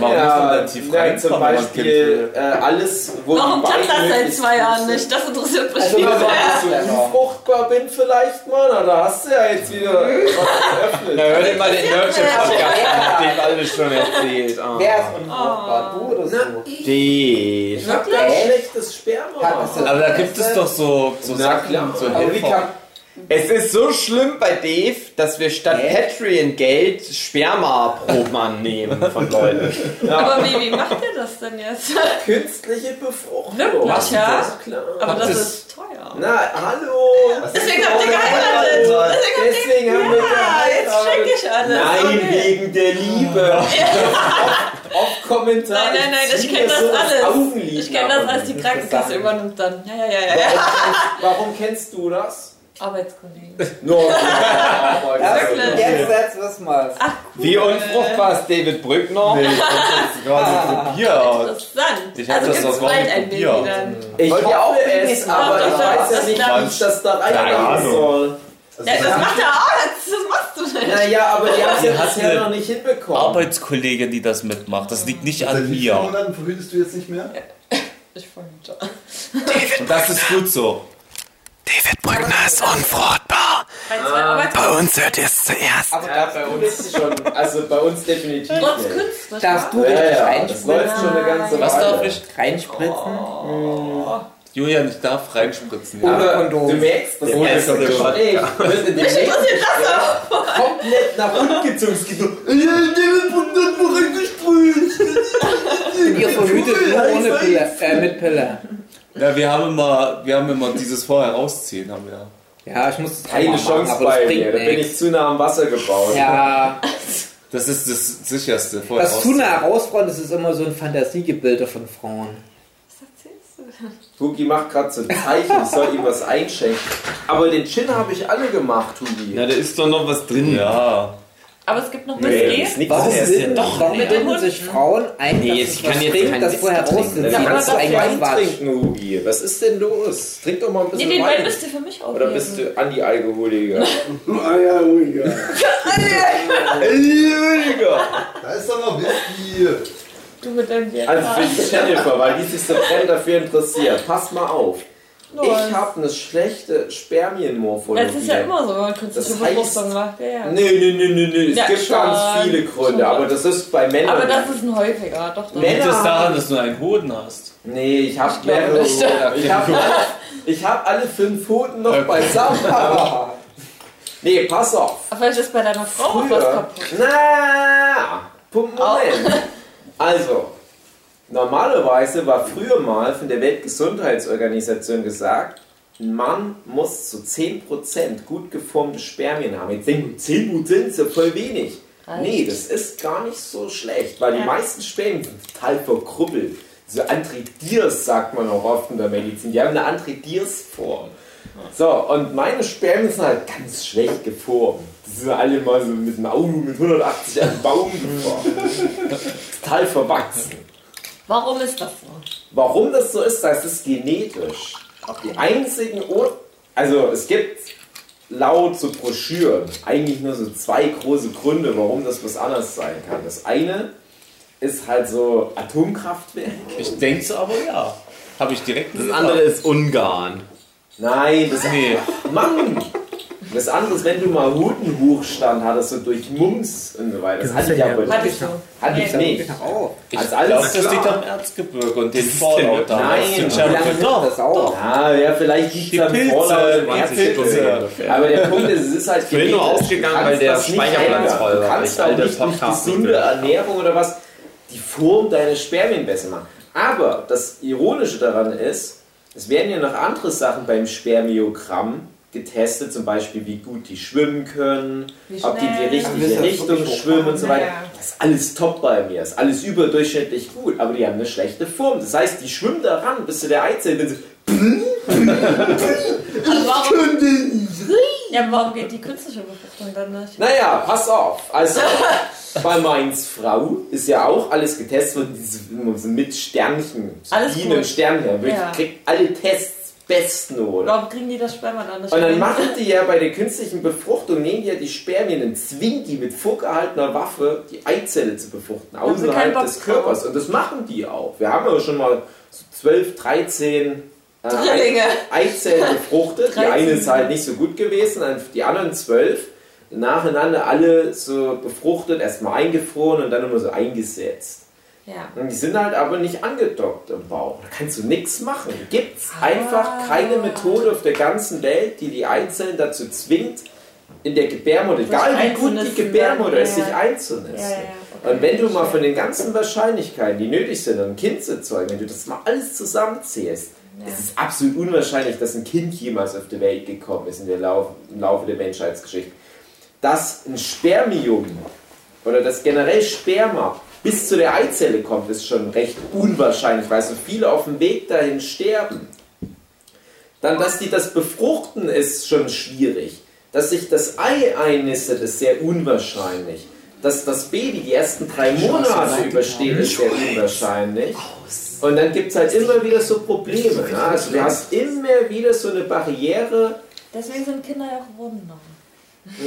Speaker 4: Warum muss man da tief
Speaker 2: ja,
Speaker 4: rein?
Speaker 2: zum Beispiel äh, alles, wo
Speaker 6: Warum
Speaker 2: die
Speaker 6: klappt das
Speaker 2: Beine
Speaker 6: seit
Speaker 2: möglichst
Speaker 6: zwei Jahren
Speaker 2: sind.
Speaker 6: nicht? Das interessiert mich
Speaker 5: Also,
Speaker 6: nicht.
Speaker 2: Wenn
Speaker 5: was-
Speaker 6: mehr.
Speaker 2: ich so unfruchtbar bin vielleicht, Mann, na, da hast du ja jetzt wieder was
Speaker 1: na
Speaker 2: geöffnet.
Speaker 1: hör dir mal den Nerdship
Speaker 6: Ja.
Speaker 1: Podcast an, den Dave alles schon erzählt. Ah.
Speaker 5: Wer ist
Speaker 6: Oh.
Speaker 5: unfruchtbar? Du oder so?
Speaker 1: Dave.
Speaker 2: Ich hab da schlechtes Sperma.
Speaker 5: Hat das-
Speaker 4: Aber da gibt es doch so, so
Speaker 2: Na klar.
Speaker 4: Sachen, so
Speaker 2: Aber
Speaker 5: wie
Speaker 4: Helfer.
Speaker 1: Es ist so schlimm bei Dave, dass wir statt Patreon-Geld Sperma-Proben annehmen von Leuten.
Speaker 6: Aber wie, wie macht ihr das denn jetzt?
Speaker 2: Künstliche Befruchtung.
Speaker 6: Wirklich, ja?
Speaker 2: Das ist klar.
Speaker 6: Aber das
Speaker 4: das-
Speaker 6: ist teuer.
Speaker 2: Na, hallo.
Speaker 6: Deswegen habt ihr geheiratet.
Speaker 2: Oh Deswegen haben wir
Speaker 6: Ah, jetzt
Speaker 2: geheiratet.
Speaker 6: check ich alles.
Speaker 2: Nein,
Speaker 6: okay.
Speaker 2: wegen der Liebe. Auf- Auf Kommentare.
Speaker 6: Nein, nein, nein, ich
Speaker 2: ziehe
Speaker 6: kenne
Speaker 2: mir
Speaker 6: das
Speaker 2: so das
Speaker 6: alles.
Speaker 2: Augenlid
Speaker 6: Ich kenne das
Speaker 2: ab.
Speaker 6: als die Krankenkasse übernimmt dann. Ja, ja, ja, ja.
Speaker 2: Warum kennst du das?
Speaker 6: Arbeitskollegen.
Speaker 2: No, aber
Speaker 6: Wirklich?
Speaker 5: Jetzt setz was mal.
Speaker 1: Wie unfruchtbar ist David Brückner?
Speaker 4: Ich hab das gerade probiert.
Speaker 6: Interessant.
Speaker 4: Ich hab
Speaker 6: also
Speaker 4: das
Speaker 6: gibt's
Speaker 4: das Wort
Speaker 6: bald ein Baby
Speaker 4: probiert.
Speaker 6: dann.
Speaker 2: Ich
Speaker 1: Wollt ihr auch
Speaker 2: hoffe es,
Speaker 1: Penis
Speaker 2: aber
Speaker 6: machen?
Speaker 2: ich weiß ja
Speaker 6: Das
Speaker 2: nicht,
Speaker 4: darf-
Speaker 2: wie ich das da
Speaker 4: Keine
Speaker 2: reinmachen
Speaker 4: Ahnung.
Speaker 2: soll.
Speaker 7: Also
Speaker 6: Ja, das macht der Arzt, das machst du nicht.
Speaker 2: Naja, aber die haben es ja
Speaker 4: Ihr habt
Speaker 2: bisher
Speaker 4: eine
Speaker 2: noch nicht hinbekommen.
Speaker 4: Arbeitskollegin, die das mitmacht. Das liegt nicht
Speaker 7: Seit
Speaker 4: an
Speaker 7: wie vielen
Speaker 4: mir.
Speaker 7: Monaten verhütest du jetzt nicht mehr?
Speaker 6: Ich fange an.
Speaker 4: Und das ist gut so.
Speaker 2: Ah, Ja,
Speaker 5: Aber
Speaker 6: Bei zwei Arbeitskollegen.
Speaker 2: bei uns schon, also bei uns definitiv
Speaker 6: Trotz
Speaker 2: nicht.
Speaker 6: künstlich.
Speaker 5: darfst
Speaker 6: wa?
Speaker 5: du richtig
Speaker 2: Ja, ja, das
Speaker 5: reinspritzen?
Speaker 2: läuft schon eine ganze Weile.
Speaker 4: Was darf ich? Hm.
Speaker 5: Reinspritzen?
Speaker 4: Julian, ich darf reinspritzen. Ja.
Speaker 5: Ohne
Speaker 2: Aber
Speaker 5: Kondom.
Speaker 2: du merkst, das
Speaker 4: Ohne
Speaker 2: erste
Speaker 4: Kondom.
Speaker 2: Gespräch wird in dem
Speaker 6: Mich
Speaker 2: nächsten
Speaker 6: interessiert das auch.
Speaker 2: komplett nach unten gezogen. Es geht so,
Speaker 5: Ihr verhütet nur ohne Pille, äh, mit Pille.
Speaker 4: Na, wir haben immer, wir haben immer dieses vorher rausziehen, haben wir.
Speaker 5: Ja, ich muss das auch mal
Speaker 2: keine
Speaker 5: machen,
Speaker 2: Chance
Speaker 5: aber das
Speaker 2: bei mir,
Speaker 5: bringt
Speaker 2: da bin
Speaker 5: nichts.
Speaker 2: ich zu nah am Wasser gebaut.
Speaker 5: Ja,
Speaker 4: Das ist das sicherste vorher
Speaker 5: das zu
Speaker 4: rausziehen.
Speaker 5: nah rausfreuen, das ist immer so ein Fantasiegebilde von Frauen.
Speaker 6: Was erzählst du?
Speaker 2: Hugi macht gerade so ein Zeichen, ich soll ihm was einschenken. Aber den Chin habe ich alle gemacht, Hugi.
Speaker 1: Na, da ist doch noch was drin.
Speaker 4: Ja.
Speaker 6: Aber es gibt noch
Speaker 1: Nee,
Speaker 6: Whisky.
Speaker 1: ist nichts.
Speaker 5: Warum
Speaker 1: Das ist ja
Speaker 5: bilden,
Speaker 1: doch.
Speaker 5: warum
Speaker 6: nee.
Speaker 5: bilden sich Frauen ein,
Speaker 1: Nee,
Speaker 5: dass
Speaker 1: ich
Speaker 5: es
Speaker 1: kann
Speaker 5: was
Speaker 1: jetzt keinen
Speaker 5: trinkt, das vorher
Speaker 1: Whisky
Speaker 5: trotzdem
Speaker 1: trinken.
Speaker 5: ist?
Speaker 1: Du
Speaker 5: Das
Speaker 1: kannst
Speaker 5: ist
Speaker 1: doch
Speaker 5: eigentlich
Speaker 1: Wein
Speaker 5: Quatsch.
Speaker 1: trinken, Hugi. Was ist denn los? Trink doch mal ein
Speaker 6: Nee,
Speaker 1: bisschen
Speaker 6: den Wein
Speaker 1: Wein.
Speaker 6: müsst ihr für mich aufnehmen.
Speaker 2: Oder bist du Anti-Alkoholiker?
Speaker 3: Ah ja, ruhiger.
Speaker 1: Alkoholiker.
Speaker 7: Da ist doch mal Whisky.
Speaker 6: Du mit deinem Bier.
Speaker 2: Also für die Jennifer, weil die sich so brennend dafür interessiert. Pass mal auf. Ich habe eine schlechte Spermienmorphologie.
Speaker 6: Das ist ja immer so, wenn man künstliche
Speaker 2: Das heißt-
Speaker 6: Befruchtung macht. Ja, ja.
Speaker 2: Nö, nö, nö, nö, nö. Es
Speaker 6: Ja,
Speaker 2: gibt
Speaker 6: schon.
Speaker 2: ganz viele Gründe,
Speaker 6: Schon.
Speaker 2: aber das ist bei Männern.
Speaker 6: Aber das ist ein häufiger, doch. doch.
Speaker 2: Nee.
Speaker 4: Liegt es daran, dass du einen Hoden hast?
Speaker 2: nee, ich habe mehrere.
Speaker 6: nicht.
Speaker 2: Ich habe ich hab alle fünf Pfoten noch beisammen. nee, pass auf.
Speaker 6: Aber Vielleicht ist bei deiner Frau auch Oh, was kaputt.
Speaker 2: Na, Punkt Moment. Also, normalerweise war früher mal von der Weltgesundheitsorganisation gesagt, ein Mann muss zu 10% gut geformte Spermien haben. Jetzt denken 10% ist ja voll wenig. Nee, das ist gar nicht so schlecht, weil die
Speaker 6: Ja.
Speaker 2: meisten Spermien sind total verkrüppelt. So Antridiers sagt man auch oft in der Medizin. Die haben eine Antridiers-Form. So, und meine Spermien sind halt ganz schlecht geformt. Die sind alle mal so mit einem Auge mit 180 an den Baum geformt. Total verwachsen.
Speaker 6: Warum ist das so?
Speaker 2: Warum das so ist, das ist genetisch. Die einzigen, Ur also es gibt laut so Broschüren eigentlich nur so zwei große Gründe, warum das was anders sein kann. Das eine ist halt so Atomkraftwerk.
Speaker 4: Ich denk's aber ja. Habe ich direkt
Speaker 1: Das andere ist Ungarn.
Speaker 2: Nein, das
Speaker 4: Nee.
Speaker 2: Mann! Das andere ist, wenn du mal Hutenhochstand hattest, so durch Mums und so weiter. Das hatte ich aber
Speaker 6: Hatte
Speaker 2: nicht.
Speaker 6: ich so.
Speaker 2: Hatte ich nicht.
Speaker 5: Genau.
Speaker 4: Ich
Speaker 2: Als
Speaker 4: glaube,
Speaker 2: alles
Speaker 4: das
Speaker 2: klar.
Speaker 4: liegt am Erzgebirge und den Fallout damals.
Speaker 2: Nein,
Speaker 4: den
Speaker 2: wie
Speaker 4: Chernobyl.
Speaker 5: Lange
Speaker 4: Doch.
Speaker 5: doch, das auch.
Speaker 2: Ah, ja, vielleicht liegt
Speaker 4: Die
Speaker 2: es am
Speaker 4: Pilze,
Speaker 2: Vorlauf.
Speaker 4: die
Speaker 2: Ja,
Speaker 4: Pilze.
Speaker 2: Pilze. Aber der Punkt ist, es ist halt
Speaker 1: bin nur
Speaker 2: genetisch.
Speaker 1: ausgegangen,
Speaker 2: Du kannst
Speaker 1: weil der
Speaker 2: das nicht
Speaker 1: Speicherplatz
Speaker 2: ändern.
Speaker 1: voll
Speaker 2: Du
Speaker 1: war,
Speaker 2: kannst
Speaker 1: weil
Speaker 2: auch
Speaker 1: ich alte
Speaker 2: nicht durch
Speaker 1: Podcasts
Speaker 2: gesunde
Speaker 1: nicht mehr
Speaker 2: Ernährung oder was die Form deiner Spermien besser machen. Aber das Ironische daran ist, es werden ja noch andere Sachen beim Spermiogramm getestet, zum Beispiel wie gut die schwimmen können,
Speaker 6: Wie
Speaker 2: ob die in die
Speaker 6: schnell.
Speaker 2: richtige
Speaker 3: Aber ist das
Speaker 2: Richtung
Speaker 3: wirklich
Speaker 2: schwimmen und so weiter.
Speaker 6: Ja.
Speaker 2: Das ist alles top bei mir, ist alles überdurchschnittlich gut, aber die haben eine schlechte Form. Das heißt, die schwimmen daran, bis zu der Eizelle, wenn sie
Speaker 6: Also warum, ja, warum geht die künstliche Befruchtung dann nicht?
Speaker 2: Naja, pass auf. Also, bei Mainz Frau ist ja auch alles getestet worden, diese, mit Sternchen. So
Speaker 6: Alles
Speaker 2: Bienen,
Speaker 6: gut.
Speaker 2: Sternchen. Wirklich,
Speaker 6: Ja.
Speaker 2: Kriegt alle Tests Bestnote.
Speaker 6: Warum kriegen die das Sperma dann nicht?
Speaker 2: Und dann
Speaker 6: rein?
Speaker 2: machen die ja bei der künstlichen Befruchtung, nehmen die ja die Spermien und zwingen die mit vorgehaltener Waffe die Eizelle zu befruchten,
Speaker 6: Haben sie keinen
Speaker 2: außerhalb
Speaker 6: Bock
Speaker 2: des
Speaker 6: drauf.
Speaker 2: Körpers. Und das machen die auch. Wir haben ja schon mal so 12, 13 äh,
Speaker 6: Drillinge.
Speaker 2: Ei- Eizellen befruchtet. Die
Speaker 6: 13.
Speaker 2: eine ist halt nicht so gut gewesen, dann die anderen 12 nacheinander alle so befruchtet, erstmal eingefroren und dann immer so eingesetzt.
Speaker 6: Ja.
Speaker 2: Und die sind halt aber nicht angedockt im Bauch. Da kannst du nichts machen. Gibt's einfach keine Methode auf der ganzen Welt, die die Einzelnen dazu zwingt, in der Gebärmutter, egal wie gut die
Speaker 6: einzunisten,
Speaker 2: Gebärmutter
Speaker 6: ja,
Speaker 2: ist,
Speaker 6: ja.
Speaker 2: sich einzunisten.
Speaker 6: Ja, ja, okay.
Speaker 2: Und wenn du mal von den ganzen Wahrscheinlichkeiten, die nötig sind, um ein Kind zu zeugen, wenn du das mal alles zusammenzählst, es ist absolut unwahrscheinlich, dass ein Kind jemals auf die Welt gekommen ist in der Lauf, im Laufe der Menschheitsgeschichte. Dass ein Spermium oder dass generell Sperma bis zu der Eizelle kommt, ist schon recht unwahrscheinlich, weil so viele auf dem Weg dahin sterben. Dann, dass die das befruchten, ist schon schwierig. Dass sich das Ei einnistet, ist sehr unwahrscheinlich. Dass das Baby die ersten drei Monate übersteht, ist sehr unwahrscheinlich. Und dann gibt es halt immer wieder so Probleme. Ne? Also du hast immer wieder so eine Barriere.
Speaker 6: Deswegen sind Kinder ja auch Wunder.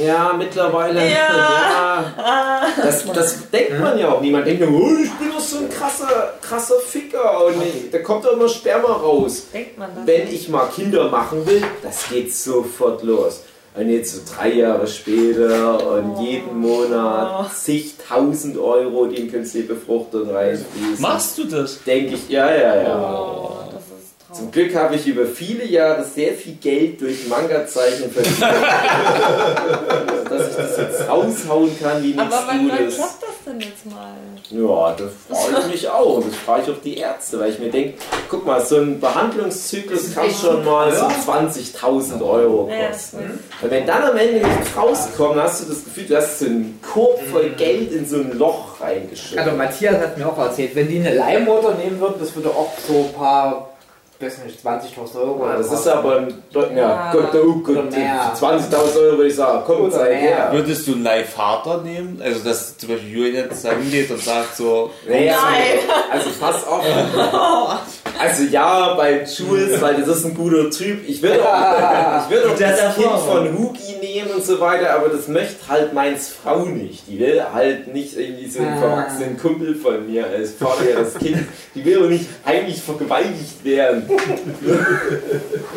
Speaker 2: Ja, mittlerweile.
Speaker 6: Ja.
Speaker 2: ja. Das, das denkt man ja auch. Niemand denkt, nur, oh, ich bin doch so ein krasser, krasser Ficker. Und ich, da kommt doch immer Sperma raus
Speaker 6: Denkt man das?
Speaker 2: wenn ich mal Kinder machen will, das geht sofort los. Und jetzt so drei Jahre später
Speaker 6: Oh.
Speaker 2: und jeden Monat zigtausend Euro, die in künstliche Befruchtung reinfließen.
Speaker 4: Machst du das?
Speaker 2: Denke ich, ja, ja, ja.
Speaker 6: Oh, das ist
Speaker 2: Zum
Speaker 6: traurig.
Speaker 2: Glück habe ich über viele Jahre sehr viel Geld durch Manga-Zeichen verdient. dass ich das jetzt raushauen kann wie nichts
Speaker 6: Aber wann, wann
Speaker 2: Gutes.
Speaker 6: klappt das denn jetzt mal?
Speaker 2: Ja, das frage ich mich auch. Und das frage ich auch die Ärzte, weil ich mir denke, guck mal, so ein Behandlungszyklus kann schon mal so 20.000 Euro
Speaker 6: Ja, das
Speaker 2: kosten. Und wenn dann am Ende nichts rauskommt, dann hast du das Gefühl, du hast so einen Korb
Speaker 5: Mhm.
Speaker 2: voll Geld in so ein Loch reingeschüttet.
Speaker 5: Also Matthias hat mir auch erzählt, wenn die eine Leihmutter nehmen würden, das würde auch so ein paar weiß nicht, 20.000 Euro
Speaker 2: Ah,
Speaker 5: oder
Speaker 2: das
Speaker 5: was.
Speaker 2: ist aber ein Deut ja,
Speaker 6: Ah.
Speaker 2: Gott, oh Gott,
Speaker 5: Oder mehr.
Speaker 2: 20.000 Euro würde ich sagen, komm,
Speaker 5: Oder
Speaker 2: sei
Speaker 5: mehr.
Speaker 2: her.
Speaker 4: Würdest du einen Leihvater nehmen? Also, dass zum Beispiel Julian jetzt da hingeht und sagt so,
Speaker 2: Naja,
Speaker 6: Nein.
Speaker 2: also pass auf. Also ja, bei Jules, weil das ist ein guter Typ. Ich würde auch, ich würde auch
Speaker 5: Das
Speaker 2: das Kind
Speaker 5: Erfahrung.
Speaker 2: von Hugi nehmen und so weiter, aber das möchte halt meins Frau nicht. Die will halt nicht irgendwie so einen
Speaker 5: Ah.
Speaker 2: verwachsenen Kumpel von mir als Vater das Kind. Die will auch nicht heimlich vergewaltigt werden.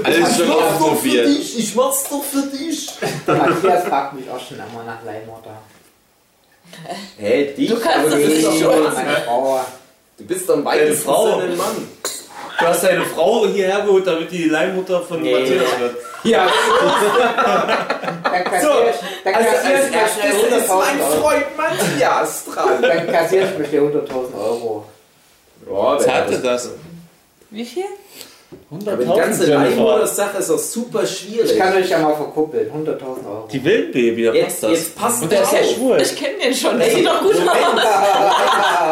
Speaker 4: alles schon ausprobiert.
Speaker 2: dich, ich mach's doch für dich.
Speaker 5: Matthias fragt mich auch schon einmal nach Leihmutter.
Speaker 2: Hä, dich?
Speaker 6: Du kannst
Speaker 2: aber du
Speaker 6: das
Speaker 2: bist doch
Speaker 6: nicht
Speaker 2: schon,
Speaker 5: Meine Frau.
Speaker 2: du bist doch ein weites
Speaker 4: Deine Frau.
Speaker 2: ein Mann.
Speaker 4: Du hast deine Frau hierher geholt, damit die die Leihmutter von
Speaker 2: Nee.
Speaker 4: Matthias wird.
Speaker 2: Ja,
Speaker 5: Dann
Speaker 2: so,
Speaker 5: kassiere ich, dann
Speaker 2: also als
Speaker 5: kassiere ich
Speaker 2: erstes
Speaker 5: schnell
Speaker 2: ist mein
Speaker 5: 100.000 Euro.
Speaker 2: Freund Matthias dran.
Speaker 5: Dann kassiere ich mich die 100.000 Euro.
Speaker 2: Boah,
Speaker 4: Was hatte das?
Speaker 6: Wie viel?
Speaker 2: Aber die ganze Leihmutter-Sache ist doch super schwierig.
Speaker 5: Ich kann euch ja mal verkuppeln, 100.000 Euro.
Speaker 4: Die Willenbaby, da passt
Speaker 2: jetzt,
Speaker 4: das.
Speaker 2: jetzt passt
Speaker 4: und der ist ja
Speaker 2: auf.
Speaker 4: schwul.
Speaker 6: Ich kenne den schon, der sieht doch gut aus.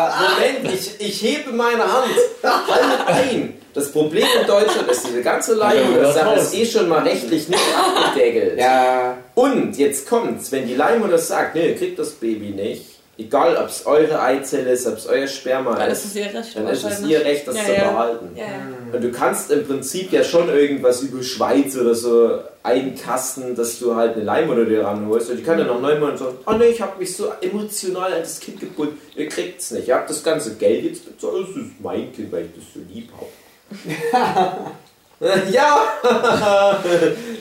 Speaker 2: Moment, ich, ich hebe meine Hand. Haltet ein. Das Problem in Deutschland ist, diese ganze Leihmutter-Sache ist eh schon mal rechtlich nicht abgedeckelt.
Speaker 5: Ja,
Speaker 2: Und jetzt kommt's, wenn die Leihmutter sagt, nee, ihr kriegt das Baby nicht, egal ob's eure Eizelle ist, ob's euer Sperma
Speaker 6: Dann ist
Speaker 2: ist,
Speaker 6: es ihr Recht.
Speaker 2: dann ist es
Speaker 6: wahrscheinlich.
Speaker 2: ihr Recht, das
Speaker 6: Ja,
Speaker 2: zu
Speaker 6: ja.
Speaker 2: behalten.
Speaker 6: Ja, ja.
Speaker 2: Und du kannst im Prinzip ja schon irgendwas über Schweiz oder so einkasten, dass du halt eine Leihmutter dir ranholst. Und die kann dann nach neun Monaten sagen, oh nee, ich habe mich so emotional an das Kind gebunden, ihr kriegt's nicht. Ihr habt das ganze Geld jetzt bezahlt, das ist mein Kind, weil ich das so lieb habe. ja,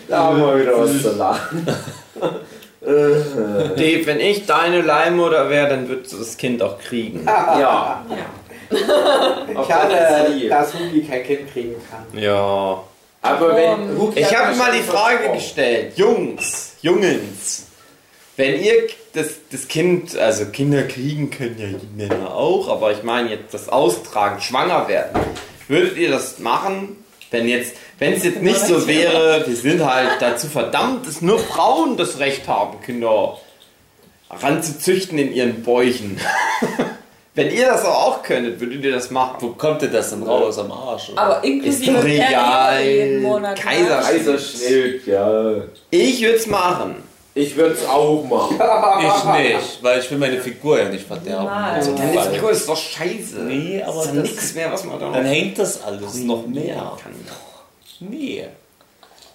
Speaker 2: da haben wir wieder was zu lachen.
Speaker 1: Dave, wenn ich deine Leihmutter wäre, dann würdest du das Kind auch kriegen.
Speaker 2: Ah. Ja,
Speaker 6: Ja.
Speaker 2: auf das
Speaker 5: schade,
Speaker 2: Ziel.
Speaker 5: dass Hugi kein Kind kriegen kann.
Speaker 1: Ja.
Speaker 2: Aber wenn Huki
Speaker 1: Ich
Speaker 2: hat
Speaker 1: habe
Speaker 2: ja
Speaker 1: mal
Speaker 2: schon
Speaker 1: die Frage
Speaker 2: versprochen.
Speaker 1: gestellt, Jungs, Jungens, wenn ihr das, das Kind, also Kinder kriegen können ja die Männer auch, aber ich meine jetzt das Austragen, schwanger werden, würdet ihr das machen, wenn jetzt, wenn es jetzt nicht so wäre, wir sind halt dazu verdammt, dass nur Frauen das Recht haben, Kinder ranzuzüchten in ihren Bäuchen. wenn ihr das aber auch könntet, würdet ihr das machen?
Speaker 4: Wo kommt denn das denn raus? Am Arsch? Oder?
Speaker 6: Aber inklusive
Speaker 1: Ist doch
Speaker 6: Periode jeden
Speaker 1: egal.
Speaker 6: Monat. ne?
Speaker 1: Kaiser-
Speaker 2: Kaiserschnitt, ja.
Speaker 1: Ich würde es machen.
Speaker 2: Ich würde es auch machen.
Speaker 4: Ich nicht, weil ich will meine Figur ja nicht verderben.
Speaker 6: Normal.
Speaker 4: Also,
Speaker 1: Dann ist
Speaker 4: weil-
Speaker 1: Figur ist doch scheiße.
Speaker 4: Nee, aber
Speaker 1: ist ja
Speaker 4: das-
Speaker 1: nichts mehr, was man da noch
Speaker 4: dann hängt das alles noch mehr. Nee.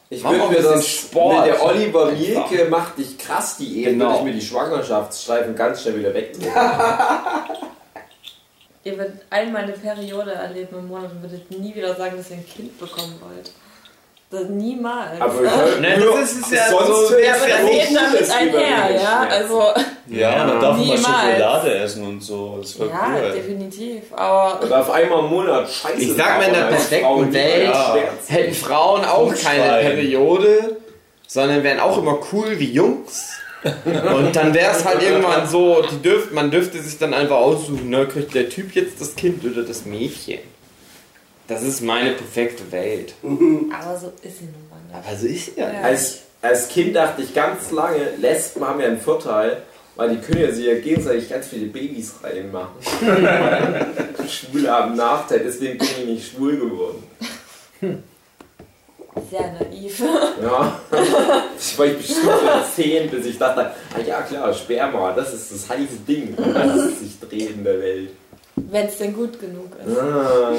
Speaker 2: Ich
Speaker 1: Mach
Speaker 2: würde
Speaker 1: mal
Speaker 2: mir
Speaker 1: ein bisschen
Speaker 2: das
Speaker 1: Sport.
Speaker 2: Sport. Der Oliver
Speaker 1: Einfach.
Speaker 2: Mielke macht dich krass die Ehe,
Speaker 1: Genau.
Speaker 2: würde ich mir die Schwangerschaftsstreifen ganz schnell wieder wegdrücken.
Speaker 6: Ihr werdet einmal eine Periode erleben im Monat und würdet nie wieder sagen, dass ihr ein Kind bekommen wollt. Das niemals.
Speaker 2: Aber wir können
Speaker 1: Ne,
Speaker 2: nur-
Speaker 1: das ist ja
Speaker 2: sonst
Speaker 1: so-
Speaker 2: wäre
Speaker 1: Ja,
Speaker 2: es
Speaker 1: aber
Speaker 2: ja
Speaker 1: das
Speaker 2: nicht
Speaker 6: Geht damit
Speaker 2: Schlimmes über
Speaker 6: einher,
Speaker 2: den
Speaker 6: ja?
Speaker 2: Schmerz.
Speaker 6: Also,
Speaker 4: Ja, man darf mal
Speaker 6: Niemals.
Speaker 4: Schokolade essen und so. Das war
Speaker 6: ja,
Speaker 4: cool.
Speaker 6: definitiv. Aber
Speaker 2: Und auf einmal im Monat, scheiße.
Speaker 1: Ich sag mal, in der
Speaker 2: aber als
Speaker 1: perfekten
Speaker 2: Frau nie
Speaker 1: Welt-
Speaker 2: mehr Schmerz.
Speaker 1: Hätten Frauen auch keine
Speaker 4: Schwein.
Speaker 1: Periode, sondern wären auch immer cool wie Jungs. Und dann wäre es halt irgendwann so, die dürft, man dürfte sich dann einfach aussuchen, ne, kriegt der Typ jetzt das Kind oder das Mädchen. Das ist meine perfekte Welt.
Speaker 6: Aber so ist sie nun mal. ne?
Speaker 1: Aber so ist ja.
Speaker 6: Ja.
Speaker 2: Als, als Kind dachte ich ganz lange, Lesben haben ja einen Vorteil, weil die können ja sich ja gegenseitig ganz viele Babys reinmachen. Schwule haben einen Nachteil, deswegen bin ich nicht schwul geworden.
Speaker 6: Sehr naiv.
Speaker 2: Ja. Ich war bestimmt so 10, bis ich dachte, ah ja klar, Sperma, das ist das heiße Ding, ne? das ist sich dreht in der Welt.
Speaker 6: Wenn es denn gut genug ist.
Speaker 2: Ah,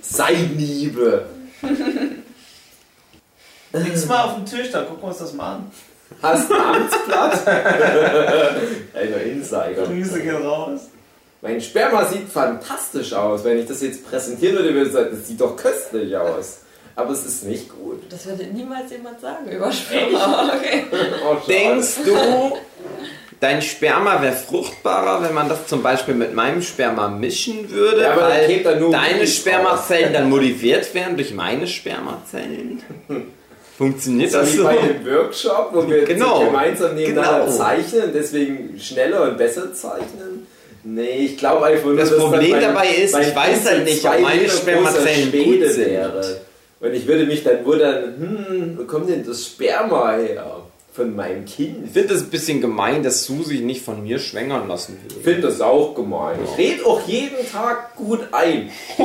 Speaker 2: Seidenhiebe.
Speaker 4: Leg's mal auf den Tisch, dann gucken wir uns das mal an.
Speaker 2: Hast du ein Amtsblatt? Alter Insider.
Speaker 4: gehen raus.
Speaker 2: Mein Sperma sieht fantastisch aus. Wenn ich das jetzt präsentieren würde, würde ich sagen, das sieht doch köstlich aus. Aber es ist nicht gut.
Speaker 6: Das würde niemals jemand sagen über Sperma. Okay.
Speaker 2: Oh, schade.
Speaker 1: Denkst du, dein Sperma wäre fruchtbarer, wenn man das zum Beispiel mit meinem Sperma mischen würde?
Speaker 2: Ja, aber dann
Speaker 1: weil
Speaker 2: käme da nur
Speaker 1: deine
Speaker 2: Milch
Speaker 1: Spermazellen dann modifiziert wären durch meine Spermazellen? Funktioniert
Speaker 2: Das
Speaker 1: das
Speaker 2: ist wie
Speaker 1: so?
Speaker 2: bei dem Workshop, wo wir
Speaker 1: Genau.
Speaker 2: gemeinsam nebeneinander
Speaker 1: Genau.
Speaker 2: zeichnen, deswegen schneller und besser zeichnen. Nee, ich glaube einfach nur,
Speaker 1: Das
Speaker 2: dass
Speaker 1: Problem
Speaker 2: dann mein-
Speaker 1: dabei ist,
Speaker 2: mein
Speaker 1: ich weiß
Speaker 2: Pinsel
Speaker 1: halt nicht,
Speaker 2: zwei
Speaker 1: ob meine
Speaker 2: Meter
Speaker 1: Spermazellen
Speaker 2: großer Schwede
Speaker 1: gut sind.
Speaker 2: Und ich würde mich dann wundern, hm, wo kommt denn das Sperma her? von meinem Kind.
Speaker 1: Ich finde es ein bisschen gemein, dass Sue sich nicht von mir schwängern lassen
Speaker 2: Ich
Speaker 1: will.
Speaker 2: finde das auch gemein. Ich rede auch jeden Tag gut ein. So,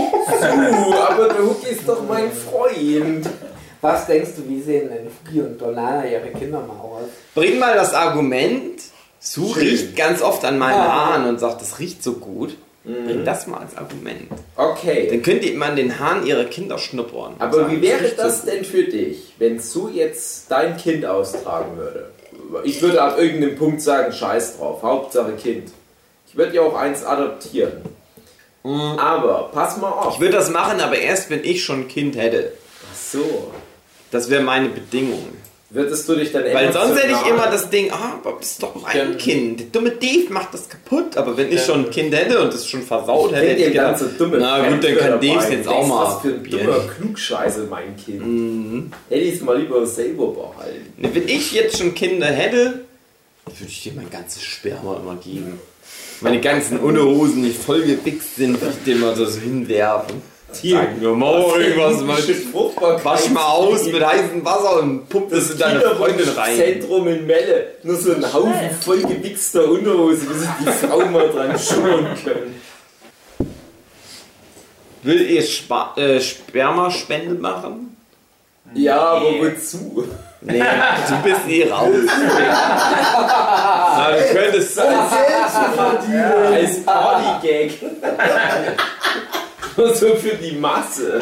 Speaker 2: aber du ist doch mein Freund.
Speaker 5: Was denkst du, wie sehen denn Fuki und Dolana ihre Kinder mal aus?
Speaker 1: Bring mal das Argument, Sue riecht ganz oft an meinen Haaren und sagt, das riecht so gut.
Speaker 2: Mhm.
Speaker 1: Bring das mal als Argument.
Speaker 2: Okay.
Speaker 1: Dann könnte man den Haaren ihre Kinder schnuppern. und
Speaker 2: Aber
Speaker 1: sagen,
Speaker 2: wie wäre
Speaker 1: riecht so
Speaker 2: das
Speaker 1: gut.
Speaker 2: denn für dich, wenn Sue jetzt dein Kind austragen würde? Ich würde ab irgendeinem Punkt sagen, scheiß drauf, Hauptsache Kind. Ich würde ja auch eins adoptieren. Aber pass mal auf.
Speaker 1: Mhm. Ich würde das machen, aber erst wenn ich schon ein Kind hätte.
Speaker 2: Ach so.
Speaker 1: Das wäre meine Bedingung.
Speaker 2: Würdest du dich dann
Speaker 1: Weil sonst hätte ich
Speaker 2: emotional-
Speaker 1: immer das Ding, ah, aber bist doch mein
Speaker 8: kenn-
Speaker 1: Kind. Der dumme Dave macht das kaputt. Aber wenn ich schon ein Kind hätte und es schon versaut hätte,
Speaker 2: Denk
Speaker 1: hätte
Speaker 2: dir
Speaker 1: ich
Speaker 2: ganz
Speaker 1: gedacht,
Speaker 2: so dumme
Speaker 1: na gut, dann
Speaker 2: Kämpfe
Speaker 1: kann Dave
Speaker 2: dabei.
Speaker 1: es jetzt
Speaker 2: Denkst,
Speaker 1: auch mal Mhm.
Speaker 2: Was für ein
Speaker 1: probieren.
Speaker 2: dummer Klugscheiße, mein Kind. Hätte ich es mal lieber selber behalten.
Speaker 1: Ne, Wenn ich jetzt schon Kinder hätte, würde ich dir mein ganzes Sperma immer geben. Meine ganzen Unterhosen, die voll gewichst sind, würde ich dir mal so hinwerfen. Sagen wir mal irgendwas mal.
Speaker 2: Fruchtbarkeit.
Speaker 1: Wasch mal aus mit heißem Wasser und pump das in deine Freundin rein.
Speaker 2: Zentrum in Melle. Nur so ein Haufen voll gewichster Unterhose, bis sich die Frau mal dran schummern können.
Speaker 1: Will ihr Spa äh, Spermaspende machen?
Speaker 2: Ja, aber wozu?
Speaker 1: Nee, du bist eh raus. Na, du könntest
Speaker 2: Als Partygag. Nur so für die Masse.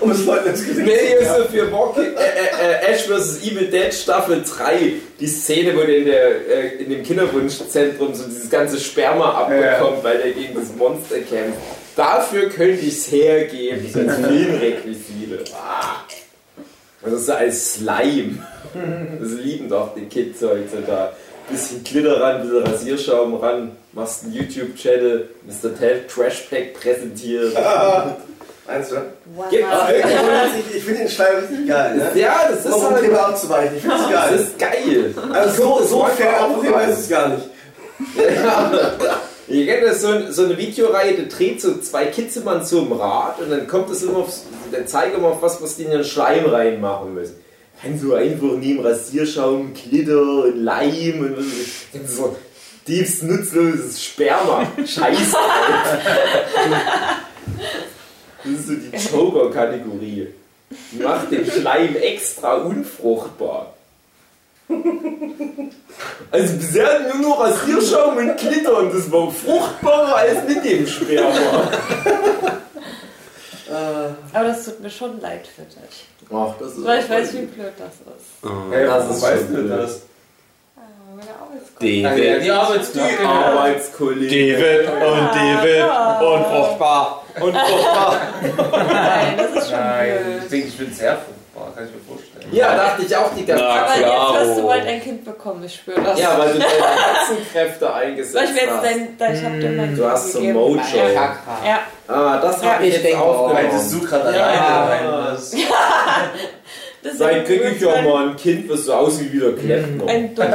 Speaker 3: Um es Leuten ins Gesicht
Speaker 2: Nee, hier ist so für Walk äh, äh, äh, Ash vs. Evil Dead Staffel 3. Die Szene, wo der in, der, äh, in dem Kinderwunschzentrum so dieses ganze Sperma abbekommt, weil der gegen das Monster kämpft. Dafür könnte ich es hergeben, so als Filmrequisite. Ah. Das ist so als Slime. Das lieben doch die Kids heutzutage. Bisschen Glitter ran, bisschen Rasierschaum ran, machst einen YouTube-Channel, Mr. Ted Trash Pack präsentiert.
Speaker 3: Eins, ne?
Speaker 2: Gibt's wirklich?
Speaker 3: Ich, ich finde den Stein richtig geil, ne?
Speaker 2: Ja, das
Speaker 3: Um
Speaker 2: ist
Speaker 3: vom
Speaker 2: halt,
Speaker 3: Thema abzuweichen, ich finde es
Speaker 2: das
Speaker 3: geil.
Speaker 2: ist geil.
Speaker 3: Also so, so fair auf dem ist es gar nicht.
Speaker 2: Ihr kennt das, so, ein- so eine Videoreihe, da dreht so zwei Kids immer an so einem Rad und dann kommt es immer aufs, dann zeigen immer auf was, was die in den Schleim reinmachen müssen. Dann so einfach neben Rasierschaum, Glitter und Leim und was weiß ich. dann so tiefst nutzloses Sperma. Scheiße. das ist so die Joker-Kategorie. Macht den Schleim extra unfruchtbar. Also bisher hatten wir nur noch Rasierschaum und Glitter und das war fruchtbarer als mit dem Sperma.
Speaker 6: Aber das tut mir schon leid für dich.
Speaker 2: Ach, das ist.
Speaker 6: Weil ich weiß, wie blöd das ist.
Speaker 2: Hey, das ist weißt du das?
Speaker 6: Aber der Arbeitskollege-
Speaker 1: David,
Speaker 8: Die Arbeitskraft.
Speaker 2: Arbeitskollege.
Speaker 1: David und David und fruchtbar und fruchtbar.
Speaker 6: Nein, das ist schon
Speaker 8: Nein, ich
Speaker 6: blöd.
Speaker 8: denke, ich bin sehr fruchtbar, kann ich mir vorstellen.
Speaker 2: Ja, dachte ich auch die ganze
Speaker 1: Na,
Speaker 6: Aber
Speaker 1: klaro.
Speaker 6: jetzt hast du bald ein Kind bekommen, ich spüre das.
Speaker 2: Ja, weil du deine Katzenkräfte
Speaker 6: Soll ich
Speaker 2: eingesetzt
Speaker 6: mir jetzt
Speaker 2: hast.
Speaker 6: dein, dein, ich hab
Speaker 5: Mm.
Speaker 6: dir mein
Speaker 2: Du hast so Mojo.
Speaker 5: Chakra.
Speaker 6: Ja,
Speaker 2: Ah, das
Speaker 5: Ja,
Speaker 2: habe ich
Speaker 5: ich
Speaker 2: jetzt
Speaker 5: denke auch.
Speaker 8: Weil das
Speaker 2: aufgenommen.
Speaker 8: so gerade alleine rein ist.
Speaker 6: das ist
Speaker 2: Dann
Speaker 6: ein
Speaker 2: krieg ich ja mal ein Kind, was so aussieht wie der Klempner.
Speaker 6: Ein dunkel.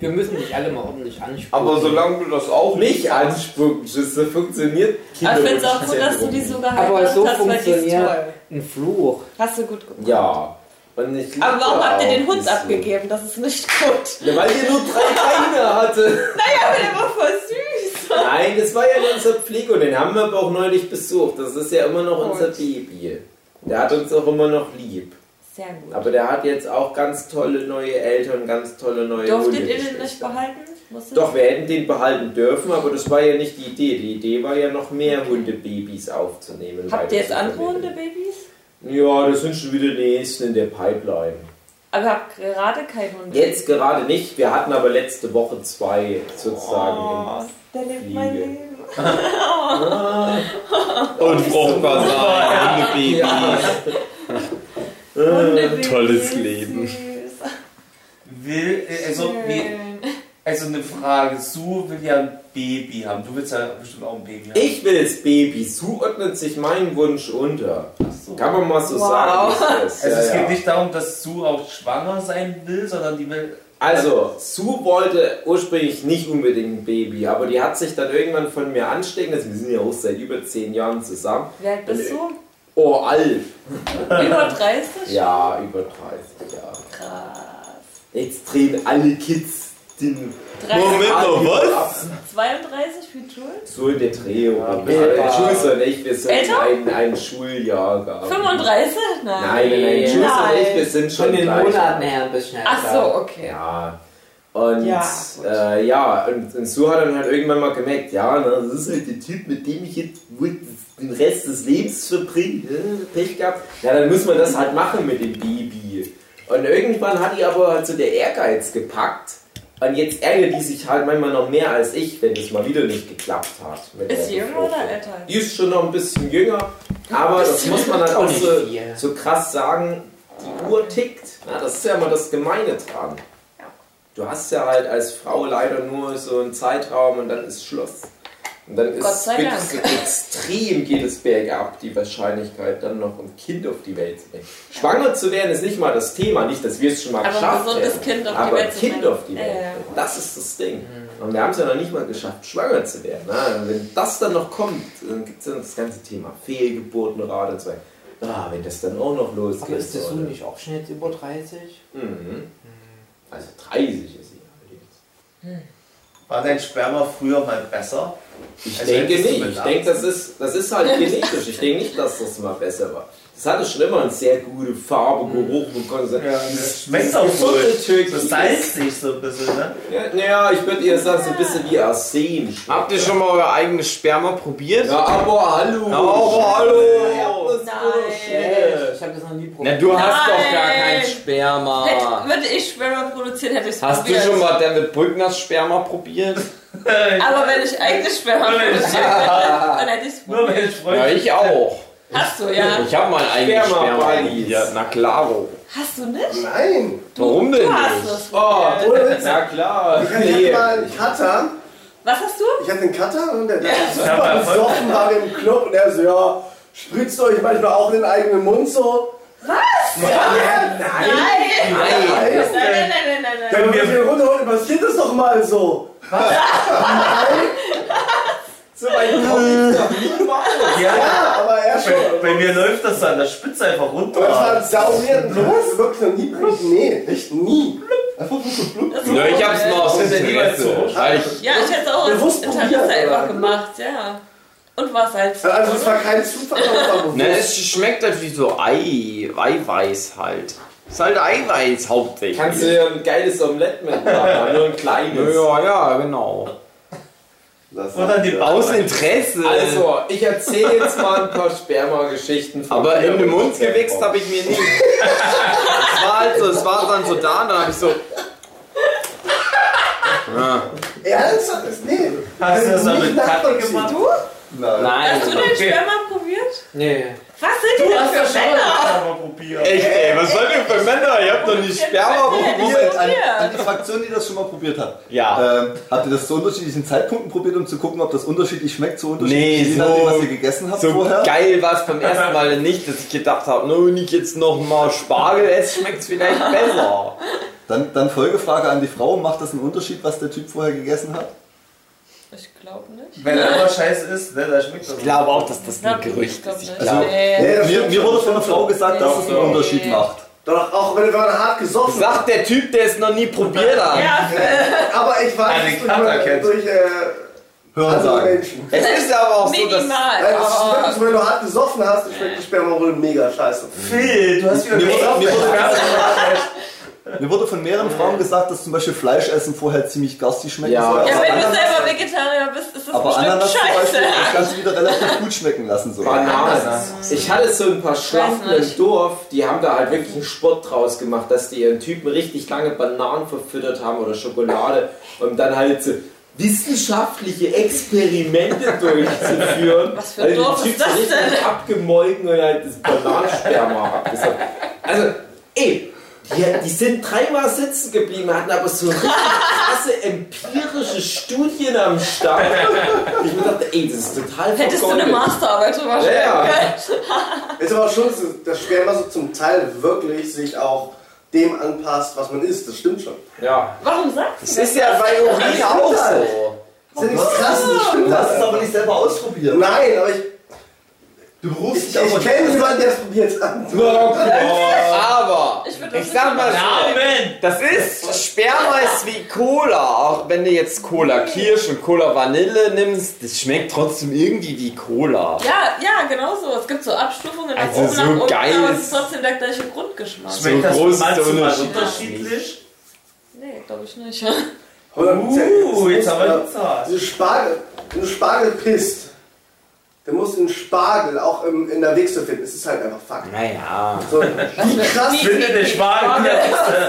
Speaker 5: Wir müssen dich alle mal ordentlich ansprechen.
Speaker 1: solange du das auch
Speaker 2: Nicht anspucken, Schüsse, funktioniert
Speaker 6: Aber ich finde es auch gut, dass du die so geheiratet
Speaker 5: Aber so
Speaker 6: hast, weil die ist
Speaker 5: funktioniert-
Speaker 6: toll.
Speaker 5: Ein Fluch.
Speaker 6: Hast du gut gemacht.
Speaker 2: Ja. Und ich
Speaker 6: Aber warum
Speaker 2: liebe
Speaker 6: habt ihr den
Speaker 2: auch
Speaker 6: Hund
Speaker 2: so.
Speaker 6: abgegeben? Das ist nicht gut.
Speaker 2: Ja, weil ihr nur drei Beine hatte.
Speaker 6: Naja, aber der war voll süß.
Speaker 2: Nein, das war ja unser Pflege und den haben wir aber auch neulich besucht. Das ist ja immer noch unser Baby. Der hat uns auch immer noch lieb.
Speaker 6: Sehr gut.
Speaker 2: Aber der hat jetzt auch ganz tolle neue Eltern, ganz tolle neue
Speaker 6: Durftet ihr den
Speaker 2: Hundegeschwister.
Speaker 6: nicht behalten? Musstet
Speaker 2: Doch, wir hätten den behalten dürfen, aber das war ja nicht die Idee. Die Idee war ja noch mehr Hundebabys aufzunehmen.
Speaker 6: Habt ihr jetzt andere
Speaker 2: Hunde?
Speaker 6: Hundebabys?
Speaker 2: Ja, das sind schon wieder die nächsten in der Pipeline.
Speaker 6: Aber ihr habt gerade keinen Hund.
Speaker 2: Jetzt gerade nicht, wir hatten aber letzte Woche zwei sozusagen. im-
Speaker 6: Oh, Der lebt
Speaker 2: Fliege.
Speaker 6: mein Leben.
Speaker 1: und fruchtbar sein. Hundebaby.
Speaker 2: Ah,
Speaker 6: Hundebabys,
Speaker 1: tolles Leben.
Speaker 6: süß.
Speaker 8: Will, äh, also, wie,
Speaker 6: Schön.
Speaker 8: also eine Frage, Sue will ja ein Baby haben. Du willst ja bestimmt auch ein Baby haben.
Speaker 2: Ich will das Baby, Sue ordnet sich meinem Wunsch unter.
Speaker 8: So.
Speaker 2: Kann man mal so
Speaker 6: Wow.
Speaker 2: sagen. ist das.
Speaker 8: Also
Speaker 2: Ja,
Speaker 8: es
Speaker 2: ja.
Speaker 8: geht nicht darum, dass Sue auch schwanger sein will, sondern die will.
Speaker 2: Also, Sue wollte ursprünglich nicht unbedingt ein Baby, aber die hat sich dann irgendwann von mir anstecken lassen. Wir sind ja auch seit über zehn Jahren zusammen.
Speaker 6: Wer bist du?
Speaker 2: Oh, alt.
Speaker 6: Über 30?
Speaker 2: Ja, über 30, ja.
Speaker 6: Krass.
Speaker 2: Jetzt drehen alle Kids den
Speaker 6: 30,
Speaker 2: noch was?
Speaker 6: 32 für Jules?
Speaker 2: So in der Dreh oder
Speaker 5: bis etwa-
Speaker 2: Jules und ich, wir sind
Speaker 6: Älter?
Speaker 2: ein, ein Schuljahrgang.
Speaker 6: 35?
Speaker 2: Nein,
Speaker 6: Nein.
Speaker 2: nein, nein, Jules und ich,
Speaker 5: Nein.
Speaker 2: wir sind schon
Speaker 5: Von den
Speaker 2: gleich.
Speaker 5: Monaten her ein bisschen älter.
Speaker 6: Ach so, okay.
Speaker 2: Ja. Und ja,
Speaker 6: Ja,
Speaker 2: äh, ja und, und so hat er dann halt irgendwann mal gemerkt, ja, ne, das ist halt der Typ, mit dem ich jetzt wohl den Rest des Lebens verbringe, ne, Pech gehabt. Ja, dann muss man das halt machen mit dem Baby. Und irgendwann hat die aber halt so der Ehrgeiz gepackt. Und jetzt ärgert die sich halt manchmal noch mehr als ich, wenn es mal wieder nicht geklappt hat. mit der
Speaker 6: Ist sie jünger
Speaker 2: Befruchtung.
Speaker 6: oder älter?
Speaker 2: Die ist schon noch ein bisschen jünger, aber das muss man halt auch
Speaker 5: Nicht
Speaker 2: so,
Speaker 5: viel.
Speaker 2: so krass sagen, die Uhr tickt. Na, das ist ja immer das Gemeine dran. Du hast ja halt als Frau leider nur so einen Zeitraum und dann ist Schluss. Und dann
Speaker 6: Gott
Speaker 2: ist
Speaker 6: sei
Speaker 2: geht
Speaker 6: Dank.
Speaker 2: es extrem geht es bergab, die Wahrscheinlichkeit, dann noch ein Kind auf die Welt zu bringen. Schwanger zu werden ist nicht mal das Thema, nicht, dass wir es schon mal
Speaker 6: Aber ein
Speaker 2: geschafft
Speaker 6: gesundes
Speaker 2: hätten.
Speaker 6: Kind auf die
Speaker 2: aber
Speaker 6: Welt
Speaker 2: ein
Speaker 6: zu
Speaker 2: Kind
Speaker 6: bringen.
Speaker 2: auf die
Speaker 6: Ja,
Speaker 2: Welt.
Speaker 6: ja.
Speaker 2: Das ist das Ding.
Speaker 4: Mhm.
Speaker 2: Und wir haben es ja noch nicht mal geschafft, schwanger zu werden. Na, und wenn das dann noch kommt, dann gibt es dann das ganze Thema Fehlgeburtenrate und so weiter. Ah, wenn das dann auch noch losgeht.
Speaker 5: Aber ist der
Speaker 2: so,
Speaker 5: Sohn
Speaker 2: ne?
Speaker 5: nicht auch schon jetzt über 30?
Speaker 2: Mhm. Also 30 ist sie allerdings.
Speaker 6: Hm.
Speaker 4: War dein Sperma früher mal besser?
Speaker 2: Ich
Speaker 4: Also
Speaker 2: denke
Speaker 4: hättest du
Speaker 2: nicht. Ich
Speaker 4: mit
Speaker 2: denke, das ist, das ist halt genetisch. Ich denke nicht, dass das mal besser war. Das hatte schon immer eine sehr gute Farbe, Geruch und Konsistenz.
Speaker 4: Das schmeckt auch wohl.
Speaker 2: Vierteltürk.
Speaker 4: Das salzt sich so ein bisschen, ne?
Speaker 2: Ja, naja, ich würde eher sagen, so ein bisschen wie Arsen. schmeckt
Speaker 1: Habt ihr
Speaker 2: das.
Speaker 1: schon mal euer eigenes Sperma probiert?
Speaker 2: Ja, aber hallo.
Speaker 1: Ja, aber hallo.
Speaker 5: Echt?
Speaker 2: Nein.
Speaker 5: Ich habe das noch nie
Speaker 1: Na,
Speaker 5: probiert.
Speaker 1: du hast
Speaker 6: Nein.
Speaker 1: doch gar kein
Speaker 6: Hätte,
Speaker 1: Sperma.
Speaker 6: würde ich Sperma produzieren, hätte ich es
Speaker 1: Hast du
Speaker 6: probiert.
Speaker 1: schon mal David Brückners Sperma probiert?
Speaker 6: Aber wenn ich eigentlich Sperma produziert hätte, dann hätte ich es
Speaker 4: Nur
Speaker 6: probiert.
Speaker 4: wenn ich
Speaker 1: Ja,
Speaker 4: Freunde.
Speaker 1: ich auch.
Speaker 6: Hast du, ja.
Speaker 1: Ich habe mein eigenes
Speaker 2: Sperma
Speaker 1: Sperma
Speaker 2: Buddies.
Speaker 1: probiert. Na klaro.
Speaker 6: Hast du nicht?
Speaker 9: Nein!
Speaker 1: Warum denn
Speaker 6: Du hast
Speaker 1: nicht?
Speaker 6: es.
Speaker 2: Oh,
Speaker 9: Ohne Witz.
Speaker 2: na klar.
Speaker 9: Ich hatte mal einen Cutter.
Speaker 6: Was hast du?
Speaker 9: Ich hatte einen Cutter und der dachte,
Speaker 4: Ja.
Speaker 9: super besoffen war im Club. Und er so, ja, spritzt euch manchmal auch in den eigenen Mund so. Was? Ja,
Speaker 6: Nein!
Speaker 9: nein! Nein!
Speaker 6: Nein, nein, nein, nein, nein.
Speaker 9: Wenn wir hier runterholen, passiert das doch mal so.
Speaker 2: So weit komm ich noch niemals.
Speaker 4: Ja,
Speaker 9: Ja, aber er schon.
Speaker 4: bei, bei mir läuft das an der Spitze einfach
Speaker 9: Aber das war
Speaker 4: runter.
Speaker 9: ein saurierten Blues. Wirklich noch nie probiert. Nee, echt nie. Einfach nur so blub.
Speaker 1: Nö, ich hab's mal aus
Speaker 4: Das ist ja niemals
Speaker 1: Interesse.
Speaker 4: so.
Speaker 1: Weil ich,
Speaker 6: Ja, ich hätte es auch als
Speaker 9: Bewusst
Speaker 6: Interesse
Speaker 9: probiert,
Speaker 6: einfach
Speaker 9: oder?
Speaker 6: gemacht, ja. Und was halt.
Speaker 9: Also es war kein Zufall, aber es war bewusst.
Speaker 1: ne, es schmeckt halt wie so Ei, Eiweiß halt. Ist halt Eiweiß hauptsächlich.
Speaker 2: Kannst du dir ein geiles Omelett mitmachen, aber nur ein kleines.
Speaker 1: ja, ja, genau.
Speaker 9: Das
Speaker 4: Und dann die
Speaker 1: Aus Interesse.
Speaker 2: Also, ich erzähle jetzt mal ein paar Sperma-Geschichten. von
Speaker 1: aber
Speaker 2: mir,
Speaker 1: in den
Speaker 2: wo ich
Speaker 1: Mund
Speaker 2: Bock
Speaker 1: gewichst
Speaker 2: drauf
Speaker 1: habe ich mir nicht. Es war halt so, es war dann so da und dann habe ich so. Ja.
Speaker 9: Ernsthaft? ist- Nee.
Speaker 4: Hast du das
Speaker 9: Nicht
Speaker 4: mal mit Kaffee
Speaker 9: nachvollziehen.
Speaker 4: gemacht?
Speaker 9: Nein.
Speaker 6: Hast du
Speaker 1: Nein.
Speaker 6: den Sperma probiert?
Speaker 5: Nee.
Speaker 6: Was sind die denn für Männer?
Speaker 4: Aber probiert.
Speaker 1: Echt, ey, was sollt ihr für Männer? Ihr habt doch nie Sperma
Speaker 9: Moment,
Speaker 1: probiert.
Speaker 9: an,
Speaker 6: Ja.
Speaker 9: an die Fraktion, die das schon mal probiert hat.
Speaker 1: Ja.
Speaker 9: Ähm, habt ihr das zu unterschiedlichen Zeitpunkten probiert, um zu gucken, ob das unterschiedlich schmeckt, so
Speaker 1: Nee,
Speaker 9: unterschiedlich, je
Speaker 1: so-
Speaker 9: nachdem, was ihr gegessen habt
Speaker 1: So
Speaker 9: vorher?
Speaker 1: geil war es beim ersten Mal denn nicht, dass ich gedacht habe, nur wenn ich jetzt nochmal Spargel esse, schmeckt es vielleicht besser.
Speaker 9: Dann, dann Folgefrage an die Frau, macht das einen Unterschied, was der Typ vorher gegessen hat?
Speaker 6: Ich glaube nicht.
Speaker 4: Wenn einfach scheiße ist, ne, dann schmeckt das.
Speaker 1: Ich glaube auch, dass das ein
Speaker 6: Glaub-
Speaker 1: Gerücht
Speaker 6: glaub
Speaker 1: ist. Ich
Speaker 6: nicht.
Speaker 1: glaube.
Speaker 9: Nee,
Speaker 6: Nee.
Speaker 9: das Also, mir, mir wurde von der Frau gesagt, dass
Speaker 6: Doch,
Speaker 9: es einen
Speaker 6: doch.
Speaker 9: Unterschied macht.
Speaker 7: Doch, auch wenn, wenn man hart gesoffen hat.
Speaker 1: Sagt der Typ, der es noch nie probiert hat.
Speaker 6: Ja,
Speaker 7: Aber ich
Speaker 4: Ah,
Speaker 7: weiß
Speaker 4: den
Speaker 7: es
Speaker 4: Cutter
Speaker 7: durch,
Speaker 4: kennt.
Speaker 7: durch äh,
Speaker 9: Hören
Speaker 7: andere
Speaker 9: sagen.
Speaker 7: Menschen.
Speaker 1: Es ist aber auch so, dass.
Speaker 6: minimal. Oh,
Speaker 7: Nein, das ist
Speaker 6: aber-
Speaker 7: wirklich so, wenn du hart gesoffen hast, schmeckt die Spermarolle mega scheiße.
Speaker 4: Phil, du hast wieder
Speaker 9: Mir wurde, mir, wurde,
Speaker 4: Fernsehen.
Speaker 9: mir wurde von mehreren Frauen gesagt, dass zum Beispiel Fleischessen vorher ziemlich garstig schmecken
Speaker 2: Ja.
Speaker 9: soll.
Speaker 6: Ja,
Speaker 9: aber
Speaker 6: wenn du
Speaker 9: Ananas,
Speaker 6: selber Vegetarier bist, ist das
Speaker 9: aber
Speaker 6: bestimmt
Speaker 9: Ananas zum Beispiel
Speaker 6: scheiße.
Speaker 9: das Ganze wieder relativ gut schmecken lassen soll.
Speaker 2: Bananen. Ich hatte so ein paar Schlachten
Speaker 6: Weiß
Speaker 2: im
Speaker 6: nicht.
Speaker 2: Dorf, die haben da halt wirklich einen Sport draus gemacht, dass die ihren Typen richtig lange Bananen verfüttert haben oder Schokolade, um dann halt so wissenschaftliche Experimente durchzuführen.
Speaker 6: Was für
Speaker 2: Weil die
Speaker 6: Dorf ist
Speaker 2: Typen
Speaker 6: das
Speaker 2: richtig
Speaker 6: denn?
Speaker 2: abgemolken und halt das Bananensperma abgesaugt. Also, ey, die, die sind dreimal sitzen geblieben, hatten aber so richtig krasse empirische Studien am Start. Ich mir dachte, ey, das ist total
Speaker 6: Hättest du eine
Speaker 2: vergeudet.
Speaker 6: Masterarbeit drüber schreiben
Speaker 2: Ja, ja.
Speaker 6: können?
Speaker 7: Ist aber schon, so, dass Sperma so zum Teil wirklich sich auch dem anpasst, was man isst. Das stimmt schon.
Speaker 2: Ja.
Speaker 6: Warum sagst du
Speaker 1: Es ist ja bei Urin auch so.
Speaker 8: Oh.
Speaker 7: Das ist ja nichts krasses, das stimmt
Speaker 9: Du
Speaker 7: das.
Speaker 9: hast es aber nicht selber ausprobiert.
Speaker 7: Nein, aber ich.
Speaker 3: Du berufst dich
Speaker 7: Ich,
Speaker 3: auf
Speaker 7: ich kenne jemanden, der es probiert hat.
Speaker 8: Uh,
Speaker 1: Aber
Speaker 6: Ich würd
Speaker 1: ich
Speaker 6: das
Speaker 1: sag mal so,
Speaker 8: Amen!
Speaker 1: das ist Sperma ist wie Cola. Auch wenn du jetzt Cola Kirsch und Cola Vanille nimmst, das schmeckt trotzdem irgendwie wie Cola.
Speaker 6: Ja, ja, genau so. Es gibt so Abstufungen nach
Speaker 1: Also
Speaker 6: oben,
Speaker 1: so
Speaker 6: nach unten,
Speaker 1: geil
Speaker 6: aber
Speaker 1: ist-
Speaker 6: es ist trotzdem der gleiche Grundgeschmack.
Speaker 8: Schmeckt das
Speaker 1: groß ist
Speaker 8: mal
Speaker 1: der
Speaker 8: zu mal
Speaker 1: Unterschied
Speaker 8: unterschiedlich?
Speaker 6: Nee, glaube ich nicht.
Speaker 8: Uh, jetzt haben wir die
Speaker 7: Wenn
Speaker 8: Zahl.
Speaker 7: du Spargel, wenn du Spargel pisst, dann musst du den Spargel auch im, in der Wichse finden. Es ist halt einfach Fakt.
Speaker 1: Naja.
Speaker 7: So, wie krass,
Speaker 8: Finde den Schwagen der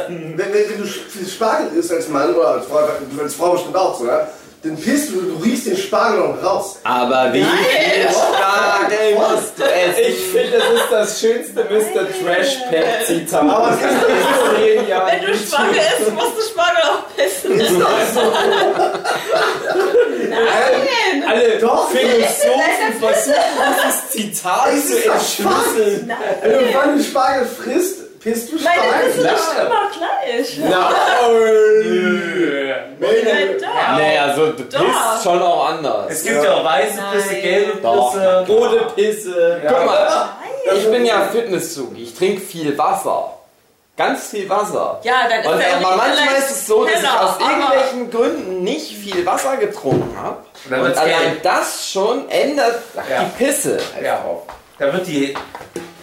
Speaker 7: wenn, wenn, wenn du viel Spargel isst als Mann oder als Frau, als Frau bestimmt auch so, ne? Dann pisst du, du riechst den Spargel und raus.
Speaker 1: Aber wie viel Spargel musst du essen?
Speaker 2: Ich finde, das ist das schönste Mr. Trash Pack Zitat.
Speaker 7: Aber das kannst du nicht so.
Speaker 6: Wenn du Spargel isst, musst du Spargel auch essen. Nein!
Speaker 2: Alle
Speaker 7: Doch,
Speaker 2: Philosophen versuchen, dieses Zitat
Speaker 7: Es
Speaker 2: zu
Speaker 7: ist doch
Speaker 2: entschlüsseln.
Speaker 7: Wenn du Pfanne Spargel frisst, pisst du
Speaker 6: Nein, das ist
Speaker 7: Spargel.
Speaker 6: nicht immer gleich.
Speaker 2: Nein!
Speaker 6: Nein, doch.
Speaker 1: Naja, so also, du
Speaker 6: Doch.
Speaker 1: pisst schon auch anders.
Speaker 8: Es gibt ja auch weiße Pisse,
Speaker 6: Nein.
Speaker 8: gelbe
Speaker 1: Doch.
Speaker 8: Pisse.
Speaker 2: Rote Pisse.
Speaker 1: Guck mal, ich bin ja Fitnesszug, ich trinke viel Wasser. Ganz viel Wasser.
Speaker 6: Ja, dann ist
Speaker 1: Und
Speaker 6: der
Speaker 1: aber
Speaker 6: Urin
Speaker 1: manchmal
Speaker 6: vielleicht
Speaker 1: ist es so, dass ich
Speaker 6: heller,
Speaker 1: aus
Speaker 6: aber-
Speaker 1: irgendwelchen Gründen nicht viel Wasser getrunken habe.
Speaker 8: dann
Speaker 1: Und
Speaker 8: wird's
Speaker 1: allein
Speaker 8: gelb.
Speaker 1: das schon ändert
Speaker 8: Ja.
Speaker 1: die Pisse.
Speaker 8: Ja, da wird die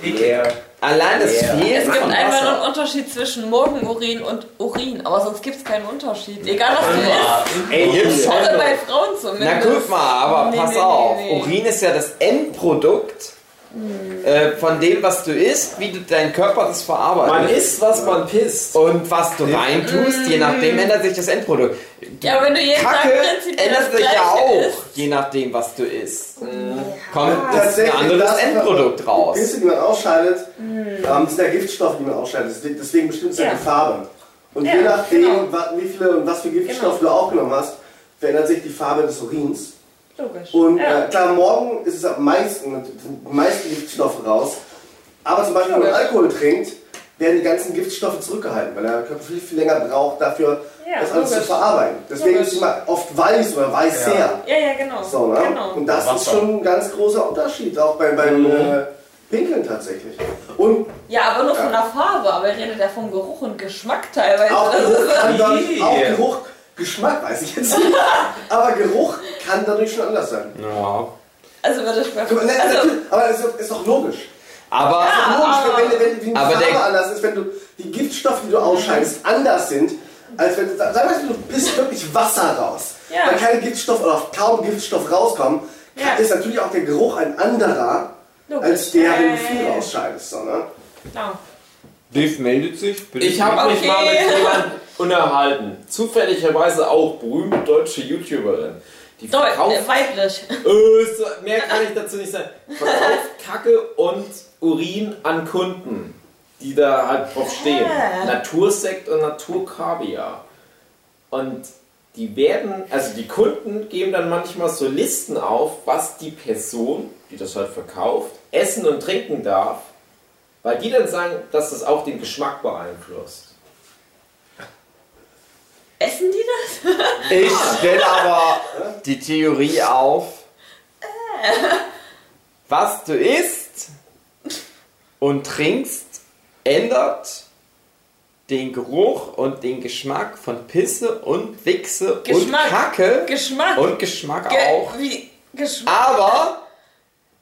Speaker 8: eklig.
Speaker 1: Allein das
Speaker 2: Yeah.
Speaker 1: Fehlen
Speaker 6: Es gibt
Speaker 1: von
Speaker 6: einfach nur
Speaker 1: Wasser.
Speaker 6: einen Unterschied zwischen Morgenurin und Urin, aber sonst gibt es keinen Unterschied. Egal was du isst.
Speaker 8: Ja.
Speaker 1: Ey, gibt's schon.
Speaker 6: Also bei Frauen
Speaker 1: Na
Speaker 6: zumindest.
Speaker 1: guck mal, aber
Speaker 6: Nee,
Speaker 1: pass
Speaker 6: nee, nee,
Speaker 1: auf.
Speaker 6: nee.
Speaker 1: Urin ist ja das Endprodukt äh, von dem, was du isst, wie du dein Körper das
Speaker 2: Man
Speaker 1: verarbeitet.
Speaker 2: isst, was man pisst.
Speaker 1: Und was du reintust, je nachdem ändert sich das Endprodukt.
Speaker 6: Mhm. Ja, aber wenn du jeden
Speaker 1: Kacke
Speaker 6: Tag prinzipiell das
Speaker 1: ändert sich
Speaker 6: Gleiche
Speaker 1: ja auch,
Speaker 6: isst.
Speaker 1: je nachdem, was du isst. Kommt das ein
Speaker 7: Tatsächlich,
Speaker 1: anderes
Speaker 7: das-
Speaker 1: Endprodukt
Speaker 7: Die Pisse,
Speaker 1: raus.
Speaker 7: die man ausscheidet, ähm, sind ja Giftstoffe, die man ausscheidet. Deswegen- Deswegen bestimmt es ja die Farbe. Und
Speaker 6: Ja,
Speaker 7: je nachdem,
Speaker 6: genau.
Speaker 7: wa- wie viele und was für Giftstoffe du aufgenommen hast, verändert sich die Farbe des Urins.
Speaker 6: Logisch.
Speaker 7: Und
Speaker 6: Ja.
Speaker 7: äh, klar, morgen ist es am meisten, sind die meisten Giftstoffe raus. Aber zum Beispiel, wenn man Alkohol trinkt, werden die ganzen Giftstoffe zurückgehalten, weil der Körper viel, viel länger braucht dafür,
Speaker 6: Ja,
Speaker 7: das alles zu
Speaker 6: logisch.
Speaker 7: verarbeiten. Deswegen
Speaker 6: Logisch.
Speaker 7: ist es immer oft weiß oder weiß sehr.
Speaker 6: Ja, ja, genau.
Speaker 7: So, ne?
Speaker 6: genau.
Speaker 7: Und das ist schon ein ganz großer Unterschied, auch beim, beim äh, Pinkeln tatsächlich. Und
Speaker 6: Ja, aber nur von der Farbe, aber ihr redet ja vom Geruch und Geschmack teilweise.
Speaker 7: auch
Speaker 6: Das
Speaker 7: Geruch
Speaker 6: ist,
Speaker 7: kann dann,
Speaker 8: Ih.
Speaker 7: auch Geruch, Geschmack weiß ich jetzt nicht, aber Geruch kann dadurch schon anders sein.
Speaker 1: Ja.
Speaker 6: also würde ich mal.
Speaker 7: Guck mal, ne,
Speaker 6: Also,
Speaker 7: natürlich, aber es ist doch- ist doch logisch.
Speaker 1: Aber
Speaker 7: Logisch, wenn, wenn, wenn die
Speaker 1: Aber
Speaker 7: Farbe
Speaker 1: der-
Speaker 7: anders ist, wenn du die Giftstoffe, die du ausscheidest, anders sind, als wenn du, sag mal, du pisst wirklich Wasser raus,
Speaker 6: Ja.
Speaker 7: weil keine Giftstoffe oder kaum Giftstoff rauskommen,
Speaker 6: Ja.
Speaker 7: ist natürlich auch der Geruch ein anderer,
Speaker 6: Logisch.
Speaker 7: als der, wenn du
Speaker 6: Ja,
Speaker 7: viel
Speaker 6: ja, ja.
Speaker 7: rausscheidest. So, ne?
Speaker 6: genau.
Speaker 1: Dave meldet sich. bitte.
Speaker 2: Ich habe mich
Speaker 6: Okay.
Speaker 2: mal mit jemandem unterhalten. Zufälligerweise auch berühmte deutsche YouTuberin. Die
Speaker 6: So,
Speaker 2: verkauft
Speaker 6: äh, weiblich.
Speaker 2: Äh, so, mehr kann ich dazu nicht sagen. Verkauft Kacke und Urin an Kunden, die da halt drauf stehen.
Speaker 6: Ah.
Speaker 2: Natursekt und Naturkaviar. Und die werden, also die Kunden geben dann manchmal so Listen auf, was die Person, die das halt verkauft, essen und trinken darf, weil die dann sagen, dass das auch den Geschmack beeinflusst.
Speaker 6: Essen die das?
Speaker 1: Ich stelle aber die Theorie auf, was du isst und trinkst, ändert den Geruch und den Geschmack von Pisse und Wichse
Speaker 6: Geschmack.
Speaker 1: und Kacke
Speaker 6: Geschmack.
Speaker 1: und Geschmack
Speaker 6: Ge-
Speaker 1: auch.
Speaker 6: Wie? Geschmack.
Speaker 1: Aber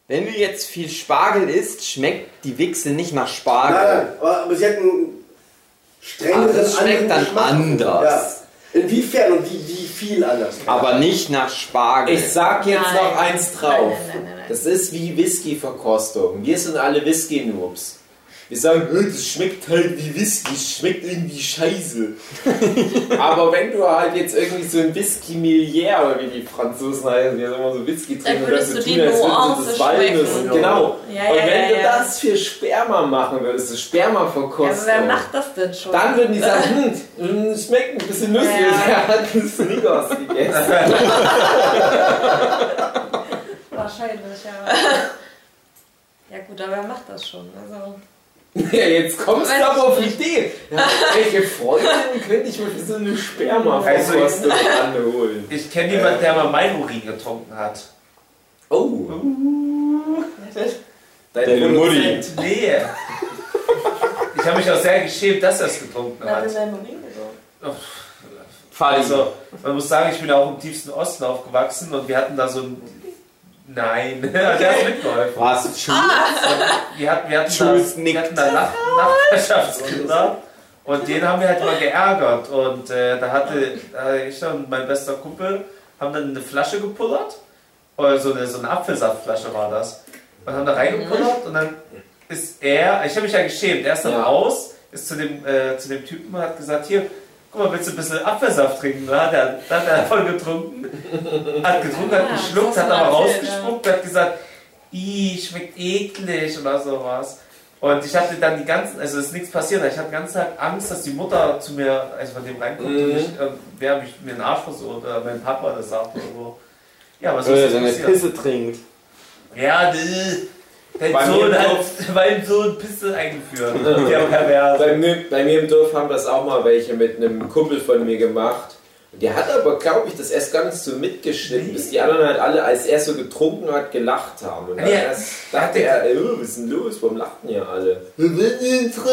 Speaker 1: wenn du jetzt viel Spargel isst, schmeckt die Wichse nicht nach
Speaker 7: Nein,
Speaker 1: Spargel.
Speaker 7: nein, Äh, aber, aber sie hat einen strengeren,
Speaker 1: Aber das schmeckt
Speaker 7: anderen
Speaker 1: dann
Speaker 7: Geschmack.
Speaker 1: anders.
Speaker 7: Ja. Inwiefern und wie, wie viel anders?
Speaker 1: Aber nicht nach Spargel.
Speaker 2: Ich sag jetzt
Speaker 6: Nein.
Speaker 2: noch eins drauf.
Speaker 6: Nein, nein, nein, nein.
Speaker 2: Das ist wie Whisky-Verkostung. Wir sind alle Whisky-Noobs. Wir sagen, "Äh, das schmeckt halt wie Whisky, es schmeckt irgendwie scheiße. Aber wenn du halt jetzt irgendwie so ein Whisky-Millier oder wie die Franzosen heißen, die immer so Whisky
Speaker 6: Dann
Speaker 2: trinken,
Speaker 6: würdest
Speaker 2: dann
Speaker 6: du die
Speaker 2: als würden sie
Speaker 6: Nuance
Speaker 2: das Walnuss-
Speaker 6: schmecken.
Speaker 2: Genau.
Speaker 6: Ja, ja,
Speaker 2: Und wenn
Speaker 6: ja,
Speaker 2: du
Speaker 6: ja.
Speaker 2: das für Sperma machen würdest, das
Speaker 6: Ja, aber
Speaker 2: Sperma-Verkostung,
Speaker 6: wer macht das denn schon?
Speaker 2: dann würden die sagen, hm, hm, schmeckt ein bisschen nussig,
Speaker 6: Ja.
Speaker 2: er hat einen Snickers gegessen.
Speaker 6: Wahrscheinlich, ja. Ja gut, aber wer macht das schon? Also,
Speaker 2: Ja, jetzt kommst
Speaker 6: Weiß
Speaker 2: du aber
Speaker 6: ich
Speaker 2: auf
Speaker 6: nicht.
Speaker 2: Ideen. Ja, welche Freundin könnte ich mir für so eine
Speaker 8: Also ich-
Speaker 2: Sperma-Verkostung anholen?
Speaker 8: Ich kenne jemanden, der mal mein Urin getrunken hat.
Speaker 2: Oh.
Speaker 8: Dein
Speaker 1: Deine
Speaker 8: Produzent, Nee. Ich habe mich auch sehr geschämt, dass er es getrunken
Speaker 6: Na,
Speaker 8: hat.
Speaker 6: dann werden wir nicht gegangen.
Speaker 8: Also, man muss sagen, ich bin auch im tiefsten Osten aufgewachsen und wir hatten da so ein. Nein, der hat mitgeholfen.
Speaker 1: Was?
Speaker 8: Wir hatten, wir hatten,
Speaker 1: Jules
Speaker 8: da,
Speaker 1: nickt.
Speaker 8: wir hatten da Nach Nachbarschaftskinder und den haben wir halt mal geärgert. Und äh, da hatte äh, ich und mein bester Kumpel haben dann eine Flasche gepullert. Oder so eine, so eine Apfelsaftflasche war das. Und haben da reingepullert und dann ist er, ich habe mich ja geschämt, er ist dann raus, ist zu dem, äh, zu dem Typen und hat gesagt, hier, guck mal, willst du ein bisschen Apfelsaft trinken? Da hat er, da hat er voll getrunken, hat getrunken, hat
Speaker 6: Ah, das
Speaker 8: geschluckt,
Speaker 6: hast
Speaker 8: hat
Speaker 6: du
Speaker 8: aber
Speaker 6: mal erzählt,
Speaker 8: rausgespuckt, hat gesagt, ih, schmeckt eklig oder sowas. Und ich hatte dann die ganzen, also es ist nichts passiert, ich hatte den ganzen Tag Angst, dass die Mutter zu mir, also von dem reinkommt und ich, äh, wer mich, mir einen Arsch versucht oder mein Papa das sagt oder so. Ja, was
Speaker 1: Oder
Speaker 8: ist
Speaker 1: seine
Speaker 8: passiert?
Speaker 1: Pisse trinkt.
Speaker 8: Ja, d- dein
Speaker 2: Bei mir
Speaker 8: Sohn
Speaker 2: im
Speaker 8: hat meinem Sohn Pisse eingeführt. Der pervers.
Speaker 2: Bei mir, bei mir im Dorf haben das auch mal welche mit einem Kumpel von mir gemacht. Und Der hat aber, glaube ich, das erst gar nicht so mitgeschnitten, bis die anderen halt alle, als er so getrunken hat, gelacht haben. Und dann
Speaker 8: Ja.
Speaker 2: erst dachte er, "Äh, was ist denn los? Warum lachten hier alle?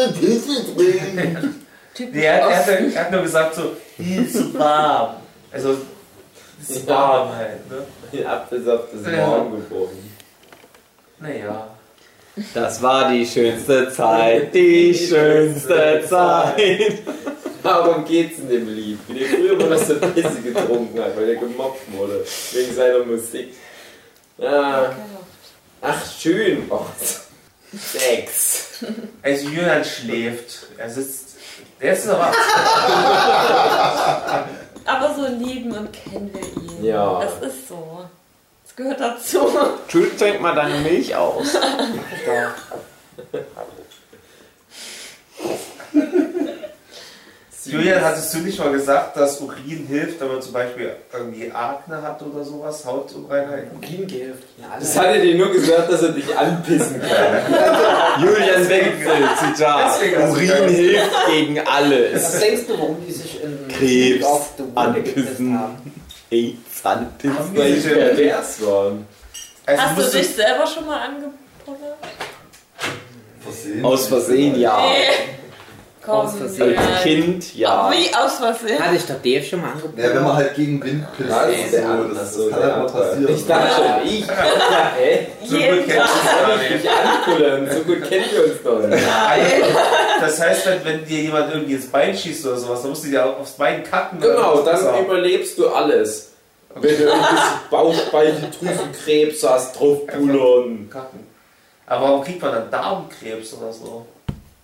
Speaker 8: Der, hat- er, hat, dann- er hat nur gesagt so, "Ih, ist so warm. Also, ist
Speaker 2: Ja.
Speaker 8: warm halt, ne?
Speaker 2: Den Apfelsaft ist
Speaker 8: Ja.
Speaker 2: morgen gebrochen.
Speaker 8: Naja.
Speaker 1: Das war die schönste Zeit, die schönste Zeit.
Speaker 2: Darum geht's in dem Lied. Wie der früher mal aus der Pisse getrunken hat, weil der gemobbt wurde. Wegen seiner Musik. Ja.
Speaker 6: Genau.
Speaker 2: Ach, schön. Oh. Sex.
Speaker 8: Also Julian schläft. Er sitzt. Der ist noch wach.
Speaker 6: Aber so lieben und kennen wir ihn.
Speaker 2: Ja.
Speaker 6: Das ist so. Das gehört dazu.
Speaker 1: Jules, trink mal deine Milch aus.
Speaker 8: Julian, hattest du nicht mal gesagt, dass Urin hilft, wenn man zum Beispiel irgendwie Akne hat oder sowas, Hautunreinheiten?
Speaker 1: Uringift.
Speaker 2: Das hat er dir nur gesagt, dass er dich anpissen kann.
Speaker 1: Julian Wenzel, Zitat.
Speaker 8: Deswegen hast du
Speaker 1: Urin
Speaker 8: keine-
Speaker 1: hilft gegen alles.
Speaker 5: Was denkst du, warum die sich in
Speaker 1: Krebs,
Speaker 5: auf die Wunde geknipst
Speaker 1: anpissen.
Speaker 5: haben?
Speaker 1: Ey,
Speaker 8: Haben
Speaker 1: Zahnpissen.
Speaker 8: wir
Speaker 2: Weil
Speaker 8: nicht
Speaker 2: ich pervers war.
Speaker 8: Also
Speaker 6: Hast du
Speaker 8: musst du-
Speaker 6: dich selber schon mal angepullert?
Speaker 1: Aus Versehen, ja.
Speaker 6: Nee. Komm,
Speaker 5: Aus Versehen.
Speaker 1: Als
Speaker 6: Julian.
Speaker 1: Kind,
Speaker 6: Auch
Speaker 1: ja.
Speaker 6: Wie aus Versehen?
Speaker 5: Hatte ich doch Dave schon mal angeguckt.
Speaker 7: Ja, wenn man halt gegen Wind pisst,
Speaker 2: Ja, das
Speaker 7: ey,
Speaker 2: ist der
Speaker 7: so,
Speaker 2: andere,
Speaker 7: das,
Speaker 2: so,
Speaker 7: das
Speaker 2: Also,
Speaker 7: kann
Speaker 2: der
Speaker 7: halt mal
Speaker 2: andere.
Speaker 7: passieren.
Speaker 2: Ich dachte schon, ich. Hä?
Speaker 8: So gut
Speaker 6: Jeden
Speaker 8: kennst du
Speaker 6: Tag.
Speaker 8: es gar nicht.
Speaker 2: Dich anpullern, so gut kennen wir uns doch nicht.
Speaker 8: Das heißt, wenn, wenn dir jemand irgendwie ins Bein schießt oder sowas, dann musst du dir auch aufs Bein kacken.
Speaker 2: Genau,
Speaker 8: das
Speaker 2: dann überlebst du alles. Wenn du irgendwelche Bauchspeicheldrüsenkrebs hast, draufpullern.
Speaker 8: kacken. Aber warum kriegt man dann Darmkrebs oder so?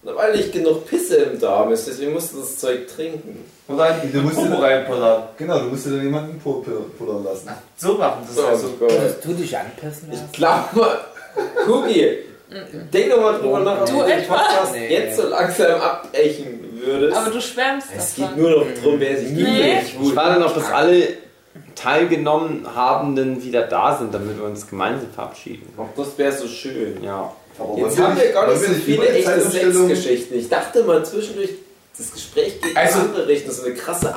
Speaker 2: Weil nicht genug Pisse im Darm ist, deswegen musst du das Zeug trinken.
Speaker 8: Oder in
Speaker 7: Du
Speaker 8: den
Speaker 7: musst
Speaker 8: Popo
Speaker 7: dir-
Speaker 8: reinpullern.
Speaker 7: Genau, du musst dir dann jemanden pu- pu- pullern lassen.
Speaker 8: So machen das ist
Speaker 2: So,
Speaker 8: also.
Speaker 2: Gott.
Speaker 5: Dass du dich anpissen
Speaker 2: Ich
Speaker 5: lässt?
Speaker 2: glaube, Cookie, denk doch mal drüber nach, ob
Speaker 6: Du
Speaker 2: du den
Speaker 6: etwa?
Speaker 2: Podcast
Speaker 5: Nee.
Speaker 2: jetzt so langsam abbrechen würdest.
Speaker 6: Aber du schwärmst
Speaker 2: es
Speaker 6: davon.
Speaker 2: geht nur noch darum, wer sich
Speaker 6: Nee.
Speaker 2: nicht
Speaker 1: Ich warte noch, bis alle teilgenommen Habenden wieder da sind, damit wir uns gemeinsam verabschieden.
Speaker 2: Ach, das wäre so schön.
Speaker 1: Ja.
Speaker 7: Aber
Speaker 2: Jetzt
Speaker 7: wollen
Speaker 2: haben wir gar nicht so
Speaker 7: wollen wir
Speaker 2: viele
Speaker 7: überall
Speaker 2: echte
Speaker 7: Zeitumstellungen-
Speaker 2: Sexgeschichten. Ich dachte mal zwischendurch, das Gespräch geht in eine
Speaker 8: Also-
Speaker 2: andere Richtung, so eine krasse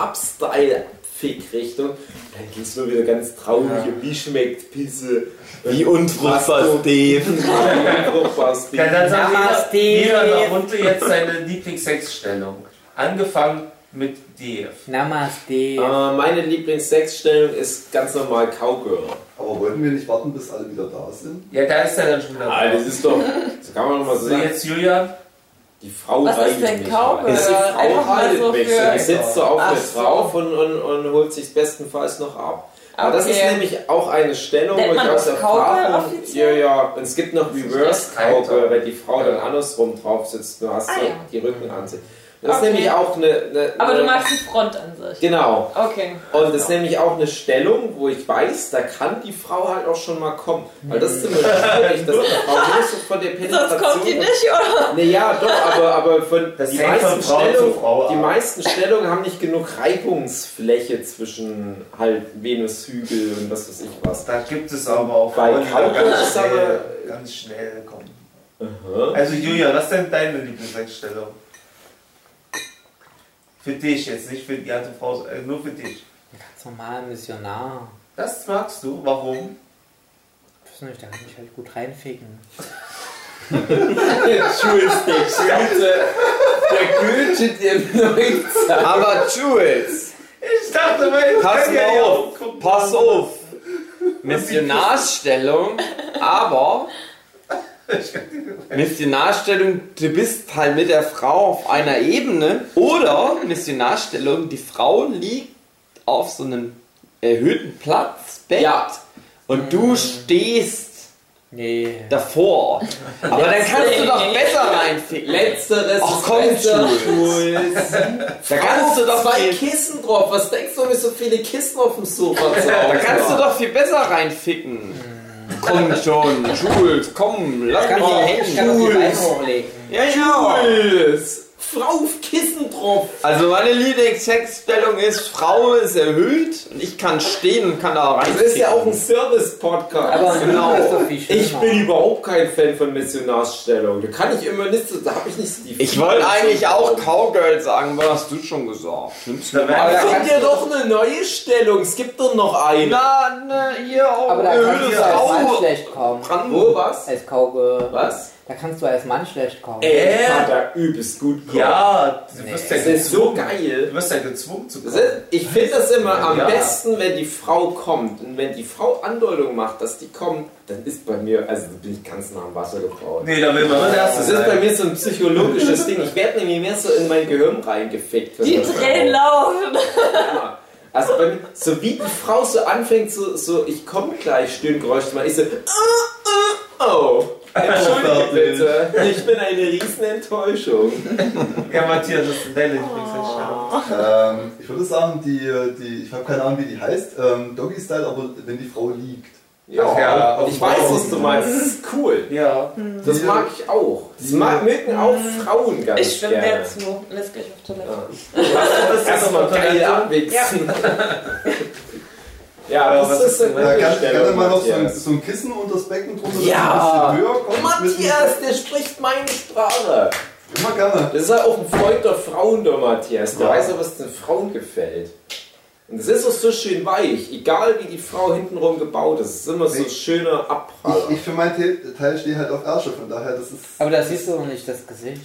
Speaker 2: Upstyle-Fick-Richtung. Dann ging es nur wieder ganz traurig um wie schmeckt Pisse.
Speaker 1: Wie unfruchtbar ist Dave.
Speaker 2: Unfruchtbares
Speaker 8: Ja, dann sagt
Speaker 5: Namaste.
Speaker 8: jeder, jeder darunter jetzt seine Lieblingssexstellung. Angefangen mit DF.
Speaker 5: Namaste.
Speaker 2: Äh, meine Lieblingssexstellung ist ganz normal Cowgirl.
Speaker 7: Aber wollten wir nicht warten, bis alle wieder da sind?
Speaker 8: Ja, da ist er dann schon wieder.
Speaker 2: Ah, das ist doch, das kann man doch mal so
Speaker 8: so,
Speaker 2: sagen.
Speaker 8: jetzt Julian.
Speaker 2: Die Frau
Speaker 6: Was ist
Speaker 2: reitet
Speaker 6: denn
Speaker 2: mich
Speaker 6: Cowgirl?
Speaker 2: halt. Die Frau
Speaker 6: Einfach mal
Speaker 2: reitet
Speaker 6: so
Speaker 2: mich.
Speaker 6: für-
Speaker 2: Die sitzt so auf
Speaker 6: Ach
Speaker 2: mir
Speaker 6: so.
Speaker 2: drauf und, und, und holt sich bestenfalls noch ab. Aber das ist
Speaker 6: Okay.
Speaker 2: nämlich auch eine Stellung,
Speaker 6: Nennt
Speaker 2: wo ich
Speaker 6: man
Speaker 2: aus
Speaker 6: das Cowgirl
Speaker 2: Erfahrung. Ja,
Speaker 6: offiziell?
Speaker 2: ja. Und es gibt noch Reverse
Speaker 8: echt kalt,
Speaker 2: Cowgirl,
Speaker 8: aber-
Speaker 2: wenn die Frau dann andersrum drauf sitzt. Du hast
Speaker 6: Ah,
Speaker 2: so
Speaker 6: ja.
Speaker 2: die Rückenansicht. Das
Speaker 6: Okay.
Speaker 2: ist nämlich auch eine. eine
Speaker 6: Aber
Speaker 2: eine,
Speaker 6: du magst die Front an sich.
Speaker 2: Genau.
Speaker 6: Okay.
Speaker 2: Und das
Speaker 8: Genau.
Speaker 2: ist nämlich auch eine Stellung, wo ich weiß, da kann die Frau halt auch schon mal kommen. Weil das ist immer schwierig, dass die Frau nicht so von der Penetration.
Speaker 6: Sonst kommt die nicht, oder?
Speaker 2: Naja, doch, aber, aber von
Speaker 8: Das
Speaker 2: die,
Speaker 8: hängt von
Speaker 2: meisten
Speaker 8: Frau zu
Speaker 2: Stellungen,
Speaker 8: Frau ab.
Speaker 2: die meisten Stellungen haben nicht genug Reibungsfläche zwischen halt Venushügel und was weiß ich was.
Speaker 8: Da gibt es aber auch
Speaker 2: Bei
Speaker 8: Frauen, die da
Speaker 2: Cowgirl
Speaker 8: ganz
Speaker 2: ist aber-
Speaker 8: schnell, ganz schnell kommen. Also Julian, was ist denn deine Lieblingssexstellung? Für dich jetzt, nicht für die andere Frau, äh, nur für dich.
Speaker 5: Ganz normal Missionar.
Speaker 8: Das magst du, warum?
Speaker 5: Ich weiß nicht, da kann ich halt gut reinficken.
Speaker 2: Jules, der Gute, der Goethe, der Neuzeit.
Speaker 1: Aber Jules,
Speaker 8: Ich dachte, weil ich
Speaker 1: Pass
Speaker 8: kann ja
Speaker 1: mal
Speaker 8: hier
Speaker 1: auf.
Speaker 8: aufgucken.
Speaker 1: pass auf. Missionarstellung, aber Missionarstellung, du bist halt mit der Frau auf einer Ebene. Oder Missionarstellung, die Frau liegt auf so einem erhöhten Platz, Bett.
Speaker 2: Ja. Mhm.
Speaker 1: Und du stehst
Speaker 5: Nee.
Speaker 1: davor. Aber dann kannst du doch besser reinficken.
Speaker 2: Letzteres
Speaker 1: Ach komm,
Speaker 2: ist besser.
Speaker 1: Jules. Da kannst du doch
Speaker 2: zwei
Speaker 1: viel-
Speaker 2: Kissen drauf. Was denkst du, wenn ich so viele Kissen auf dem Sofa zu
Speaker 1: Da
Speaker 2: Hause
Speaker 1: kannst du
Speaker 2: habe?
Speaker 1: doch viel besser reinficken. Komm schon, Jules, komm, lass
Speaker 5: Ich kann
Speaker 1: mal
Speaker 5: auch die Hände, ich kann auch die Beine hochlegen.
Speaker 1: Ja, Jules!
Speaker 2: Frau auf Kissen drauf.
Speaker 1: Also meine Lieblingssexstellung ist, Frau ist erhöht und ich kann stehen und kann da rein.
Speaker 2: Das Also ist ja auch ein Service-Podcast.
Speaker 5: Aber ein
Speaker 1: Genau.
Speaker 5: Mann ist doch viel
Speaker 2: Ich
Speaker 5: schöner.
Speaker 2: bin überhaupt kein Fan von Missionarsstellung. Da kann ich immer nicht, so- da habe ich nicht so die.
Speaker 1: Ich wollte eigentlich auch Cowgirl sagen, aber hast du schon gesagt. Nimmst du
Speaker 8: Da
Speaker 1: mal.
Speaker 8: wär-
Speaker 2: Aber find dir doch eine neue Stellung. Es gibt doch noch eine.
Speaker 1: Na, ne, hier auch.
Speaker 5: Aber da kannst du als Mann
Speaker 1: Frau.
Speaker 5: schlecht kommen.
Speaker 2: Wo
Speaker 1: Brandenburg.
Speaker 2: was?
Speaker 5: Als Kauge.
Speaker 2: Was?
Speaker 5: Da kannst du als Mann schlecht kommen.
Speaker 2: Äh, da übelst gut. Kommen.
Speaker 8: Ja, du wirst ja
Speaker 2: das ist so
Speaker 8: gezwungen. Du
Speaker 2: geil.
Speaker 8: wirst ja gezwungen zu
Speaker 2: Das
Speaker 8: kommen.
Speaker 2: ist, ich finde das immer am
Speaker 8: Ja.
Speaker 2: besten, wenn die Frau kommt und wenn die Frau Andeutung macht, dass die kommt, dann ist bei mir, also da bin ich ganz nah am Wasser gebraut.
Speaker 8: Nee, da will man als erstes
Speaker 2: Das ist bei
Speaker 8: sein.
Speaker 2: mir so ein psychologisches Ding. Ich werde nämlich mehr so in mein Gehirn reingefickt. wenn
Speaker 6: Die
Speaker 2: das
Speaker 6: Tränen laufen.
Speaker 2: Ja. Also bei mir, so wie die Frau so anfängt, so, so ich komme gleich, Stöhngeräusche zu machen, ich so, oh, oh, oh. Entschuldige bitte, ich bin eine riesen Enttäuschung.
Speaker 8: Ja, Matthias, das ist deine Lieblingsentscheidung.
Speaker 9: Ähm, ich würde sagen, die, die, ich habe keine Ahnung, wie die heißt, ähm, Doggy Style, aber wenn die Frau liegt.
Speaker 2: Ja,
Speaker 8: ja, auf
Speaker 2: ich
Speaker 8: dem
Speaker 2: weiß,
Speaker 8: Bauch.
Speaker 2: was du meinst, das ist cool.
Speaker 8: Ja.
Speaker 2: Das mag ich auch. Das mag, mögen auch Frauen ganz
Speaker 6: Ich schwimme
Speaker 2: gerne.
Speaker 6: jetzt nur. Lass gleich auf Toilette.
Speaker 8: Das ist
Speaker 2: Erstmal
Speaker 8: doch
Speaker 2: geil
Speaker 8: geil.
Speaker 2: abwichsen. Ja,
Speaker 8: Ja,
Speaker 2: das
Speaker 8: was
Speaker 2: ist eine
Speaker 9: Da
Speaker 2: gute
Speaker 9: kann, kann
Speaker 2: Stellung,
Speaker 9: dann mal noch so ein,
Speaker 2: Matthias.
Speaker 9: so ein Kissen unter das Becken drunter, dass
Speaker 2: Ja.
Speaker 9: ein bisschen höher kommt.
Speaker 2: Matthias, der spricht meine Sprache.
Speaker 9: Mit, immer gerne.
Speaker 2: Das ist ja auch ein Freund der Frauen, der Matthias. Der
Speaker 9: Ja.
Speaker 2: weiß ja, was den Frauen gefällt. Und es ist auch so schön weich, egal wie die Frau hintenrum gebaut ist. Es ist immer so ein schöner Abprall.
Speaker 9: Ich, ich für meinen Te- Teil stehe halt auf Ärsche, von daher, das ist...
Speaker 5: Aber da siehst du doch nicht das Gesicht.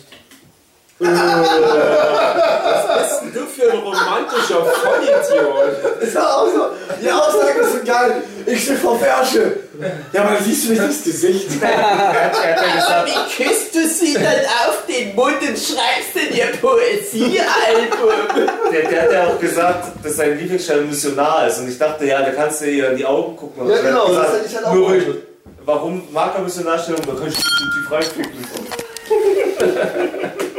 Speaker 2: Was bist denn du für ein romantischer Vollidiot?
Speaker 7: Ist ja auch so. Die Aussagen sind geil. Ich stehe vor Versche. Ja, aber siehst du nicht das Gesicht?
Speaker 2: Wie küsst du sie dann auf den Mund und schreibst in ihr Poesiealbum?
Speaker 8: Der, der hat ja auch gesagt, dass sein Lieblingsschein Missionar ist. Und ich dachte, ja, da kannst du ihr in die Augen gucken. Und
Speaker 9: Ja,
Speaker 8: er hat
Speaker 9: genau, das
Speaker 8: gesagt,
Speaker 9: hätte ich halt auch
Speaker 8: nur,
Speaker 9: gemacht.
Speaker 8: Warum mag er Missionarstellung? Weil er die Freificken.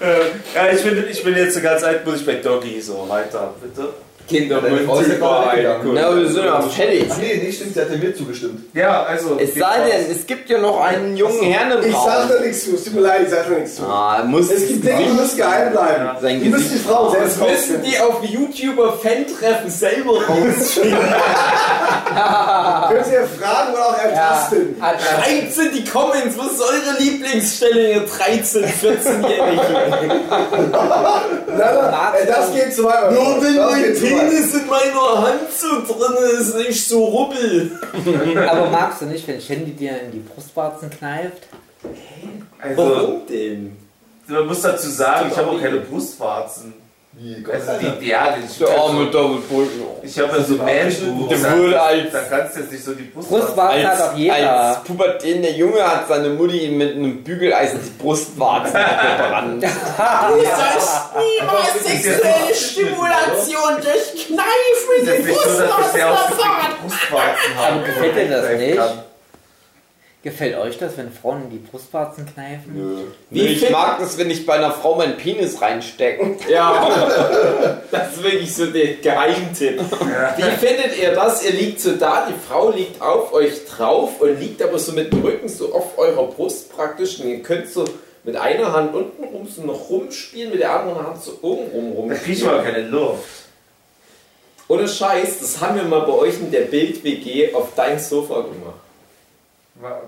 Speaker 8: Äh, ja, ich bin, ich bin jetzt so ganz alt, muss ich bei Doggy so weiter, bitte.
Speaker 2: Kinder,
Speaker 9: Die Frau ist ja gerade weggegangen.
Speaker 1: Na, wir sind ja fertig.
Speaker 9: Ach nee, nicht stimmt, sie hat ja mir zugestimmt.
Speaker 8: Ja, also.
Speaker 1: Es sei denn, es gibt ja noch einen jungen Herrn im
Speaker 7: Ich sag
Speaker 1: Raum.
Speaker 7: da nichts zu. Es tut mir leid, ich sag da nichts zu.
Speaker 1: Ah, muss
Speaker 7: Es gibt Dinge, die müssen geheim bleiben.
Speaker 8: Ja.
Speaker 1: sein
Speaker 7: Die müssen
Speaker 1: Gesicht.
Speaker 7: die Frau selbst
Speaker 2: Müssen
Speaker 7: rausfinden.
Speaker 2: die auf YouTuber-Fan-Treffen selber rausschicken?
Speaker 7: Können sie ja fragen oder auch ertasten.
Speaker 5: Hat, hat,
Speaker 2: 13 die Comments, was ist eure Lieblingsstelle, ihr 13, 14-Jährigen?
Speaker 7: Ey, Äh, das geht zu weit.
Speaker 2: Nur wenn
Speaker 7: Das
Speaker 2: mein
Speaker 7: geht zu weit.
Speaker 2: Penis in meiner Hand so drin ist, nicht so rubbel.
Speaker 5: aber magst du nicht, wenn Shandy dir in die Brustwarzen kneift?
Speaker 8: also
Speaker 2: Warum denn?
Speaker 8: man muss dazu sagen, ich habe auch keine Brustwarzen.
Speaker 9: Wie, Gott
Speaker 8: Also
Speaker 9: sei Dank.
Speaker 8: die, ja, die, ich
Speaker 1: Der arme
Speaker 8: habe
Speaker 1: David Bowie.
Speaker 8: ja so Man-Boobs.
Speaker 1: Der wurde als-
Speaker 8: Da kannst du jetzt nicht so die Brustwarzen.
Speaker 5: Brustwarzen hat doch jeder.
Speaker 1: als pubertierender Junge hat seine Mutti mit einem Bügeleisen die Brustwarzen gebrannt.
Speaker 2: Du sollst niemals
Speaker 8: sexuelle
Speaker 2: Stimulation durch Kneifen
Speaker 8: Das ist nicht so, dass ich sehr ausgeprägte Brustwarzen habe.
Speaker 5: Aber gefällt dir das
Speaker 8: Sein
Speaker 5: nicht?
Speaker 8: kann.
Speaker 5: Gefällt euch das, wenn Frauen in die Brustwarzen kneifen?
Speaker 1: Wie ich
Speaker 2: find-
Speaker 1: mag das, wenn ich bei einer Frau meinen Penis reinstecke.
Speaker 2: Ja, das ist wirklich so der Geheimtipp. Wie findet ihr das? Ihr liegt so da, die Frau liegt auf euch drauf und liegt aber so mit dem Rücken so auf eurer Brust praktisch und ihr könnt so mit einer Hand unten rum so noch rumspielen, mit der anderen Hand so oben rum
Speaker 8: Da
Speaker 2: rum.
Speaker 8: kriege ich mal keine Luft.
Speaker 2: Ohne Scheiß, das haben wir mal bei euch in der Bild-WG auf deinem Sofa gemacht.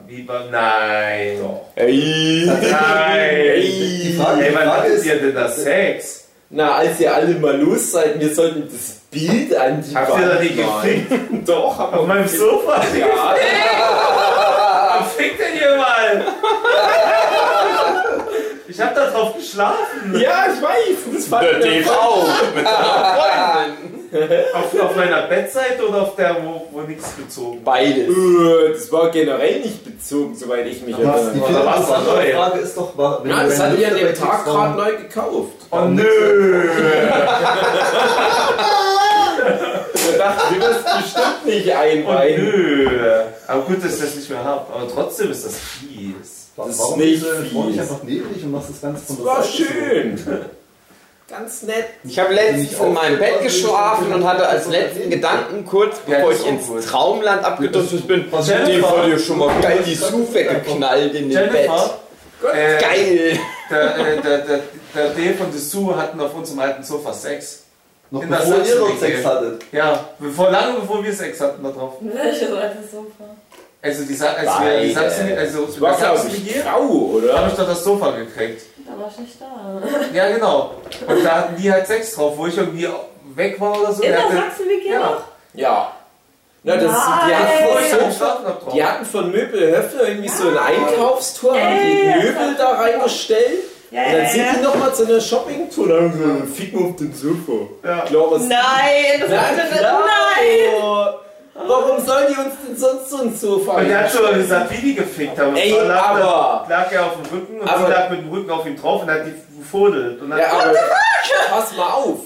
Speaker 8: Wie beim. Nein.
Speaker 1: Ey.
Speaker 8: Nein.
Speaker 9: Die Frage,
Speaker 8: Ey,
Speaker 9: die
Speaker 8: wann
Speaker 9: Frage
Speaker 8: hattet
Speaker 9: ist,
Speaker 8: ihr denn das Sex?
Speaker 2: Na, als ihr alle mal los seid, wir sollten das Bild an die
Speaker 8: Habt ihr
Speaker 2: Wand
Speaker 8: da nicht
Speaker 2: malen.
Speaker 8: gefickt?
Speaker 2: Doch, haben wir
Speaker 8: Auf meinem Sofa?
Speaker 2: Ja,
Speaker 8: Wann fickt denn ihr Zufall! Ich hab da drauf geschlafen.
Speaker 2: Ja, ich weiß. Das war
Speaker 8: Auf, auf meiner Bettseite oder auf der, wo, wo nichts gezogen
Speaker 1: Beides.
Speaker 2: Äh, Das war generell nicht bezogen, soweit ich mich
Speaker 9: Was die
Speaker 2: erinnere.
Speaker 9: viel
Speaker 8: was war
Speaker 9: andere
Speaker 8: neu?
Speaker 9: Frage ist doch, war, wenn
Speaker 2: Ja,
Speaker 9: du
Speaker 2: das
Speaker 9: eine
Speaker 2: hat ihr an dem
Speaker 9: Lüfterwelt
Speaker 2: Tag
Speaker 9: kriegst, warum-
Speaker 2: gerade neu gekauft.
Speaker 8: Oh nö!
Speaker 2: Wir dachten, wir wirst bestimmt nicht
Speaker 8: Oh
Speaker 2: einweihen.
Speaker 8: nö! Aber gut, dass ich das nicht mehr hab. Aber trotzdem ist das fies.
Speaker 9: Warum
Speaker 2: ist
Speaker 9: warum
Speaker 2: nicht
Speaker 9: diese- warum
Speaker 2: fies.
Speaker 9: nicht einfach neblig und machst das Ganze von
Speaker 2: Das
Speaker 9: der
Speaker 2: war
Speaker 9: Seite so?
Speaker 2: schön. Ganz nett.
Speaker 1: Ich habe letztens in meinem Bett geschlafen und hatte als letzten Gedanken, kurz bevor ich ins Traumland abgedriftet bin,
Speaker 9: Was
Speaker 1: die wurde hier schon mal geil die Sufe geknallt in dem Bett.
Speaker 8: Jennifer, äh,
Speaker 1: Geil!
Speaker 8: der, äh, der, der, der Dave und Sue hatten auf unserem alten Sofa Sex.
Speaker 9: Noch
Speaker 8: In der
Speaker 9: bevor ihr dort
Speaker 8: Sachsen-WG.
Speaker 9: Sex hattet.
Speaker 8: Ja, bevor, lange bevor wir Sex hatten da drauf.
Speaker 6: Welches altes halt Sofa?
Speaker 8: Also die Sa als wir die
Speaker 1: Beide.
Speaker 8: Sachsen, also
Speaker 2: Das war, glaube ich, grau, oder?
Speaker 8: habe ich doch das Sofa gekriegt.
Speaker 6: Da war ich nicht da.
Speaker 8: Ja, genau. Und da hatten die halt Sex drauf, wo ich irgendwie weg war oder so.
Speaker 6: In
Speaker 8: Der
Speaker 6: der
Speaker 8: hatte-
Speaker 6: Sachsen-WG
Speaker 8: ja.
Speaker 2: Ja. Na, das, die,
Speaker 6: Nein.
Speaker 8: Wo ich
Speaker 2: hatten
Speaker 8: dann
Speaker 2: von,
Speaker 8: geschlafen hab drauf.
Speaker 2: die hatten von Möbelhöfner irgendwie so eine Einkaufstour, haben die
Speaker 6: Ey.
Speaker 2: Möbel da reingestellt.
Speaker 6: Ja,
Speaker 2: Und dann sind die nochmal zu einer Shopping-Tour. Dann haben sie gesagt, ficken auf den Sofa.
Speaker 8: Ja.
Speaker 2: Klares
Speaker 6: Nein, das
Speaker 2: Na
Speaker 6: war
Speaker 2: klar.
Speaker 6: Nein!
Speaker 2: Warum sollen die uns denn sonst so ein Sofa
Speaker 8: Und er hat schon
Speaker 2: hinstellen?
Speaker 8: gesagt, wie die gefickt haben. Und
Speaker 2: Ey,
Speaker 8: zwar lag,
Speaker 2: aber-
Speaker 8: lag er auf dem Rücken und
Speaker 2: Aber-
Speaker 8: sie lag mit dem Rücken auf ihm drauf und hat die gefodelt. Und dann
Speaker 2: Ja, aber pass mal auf.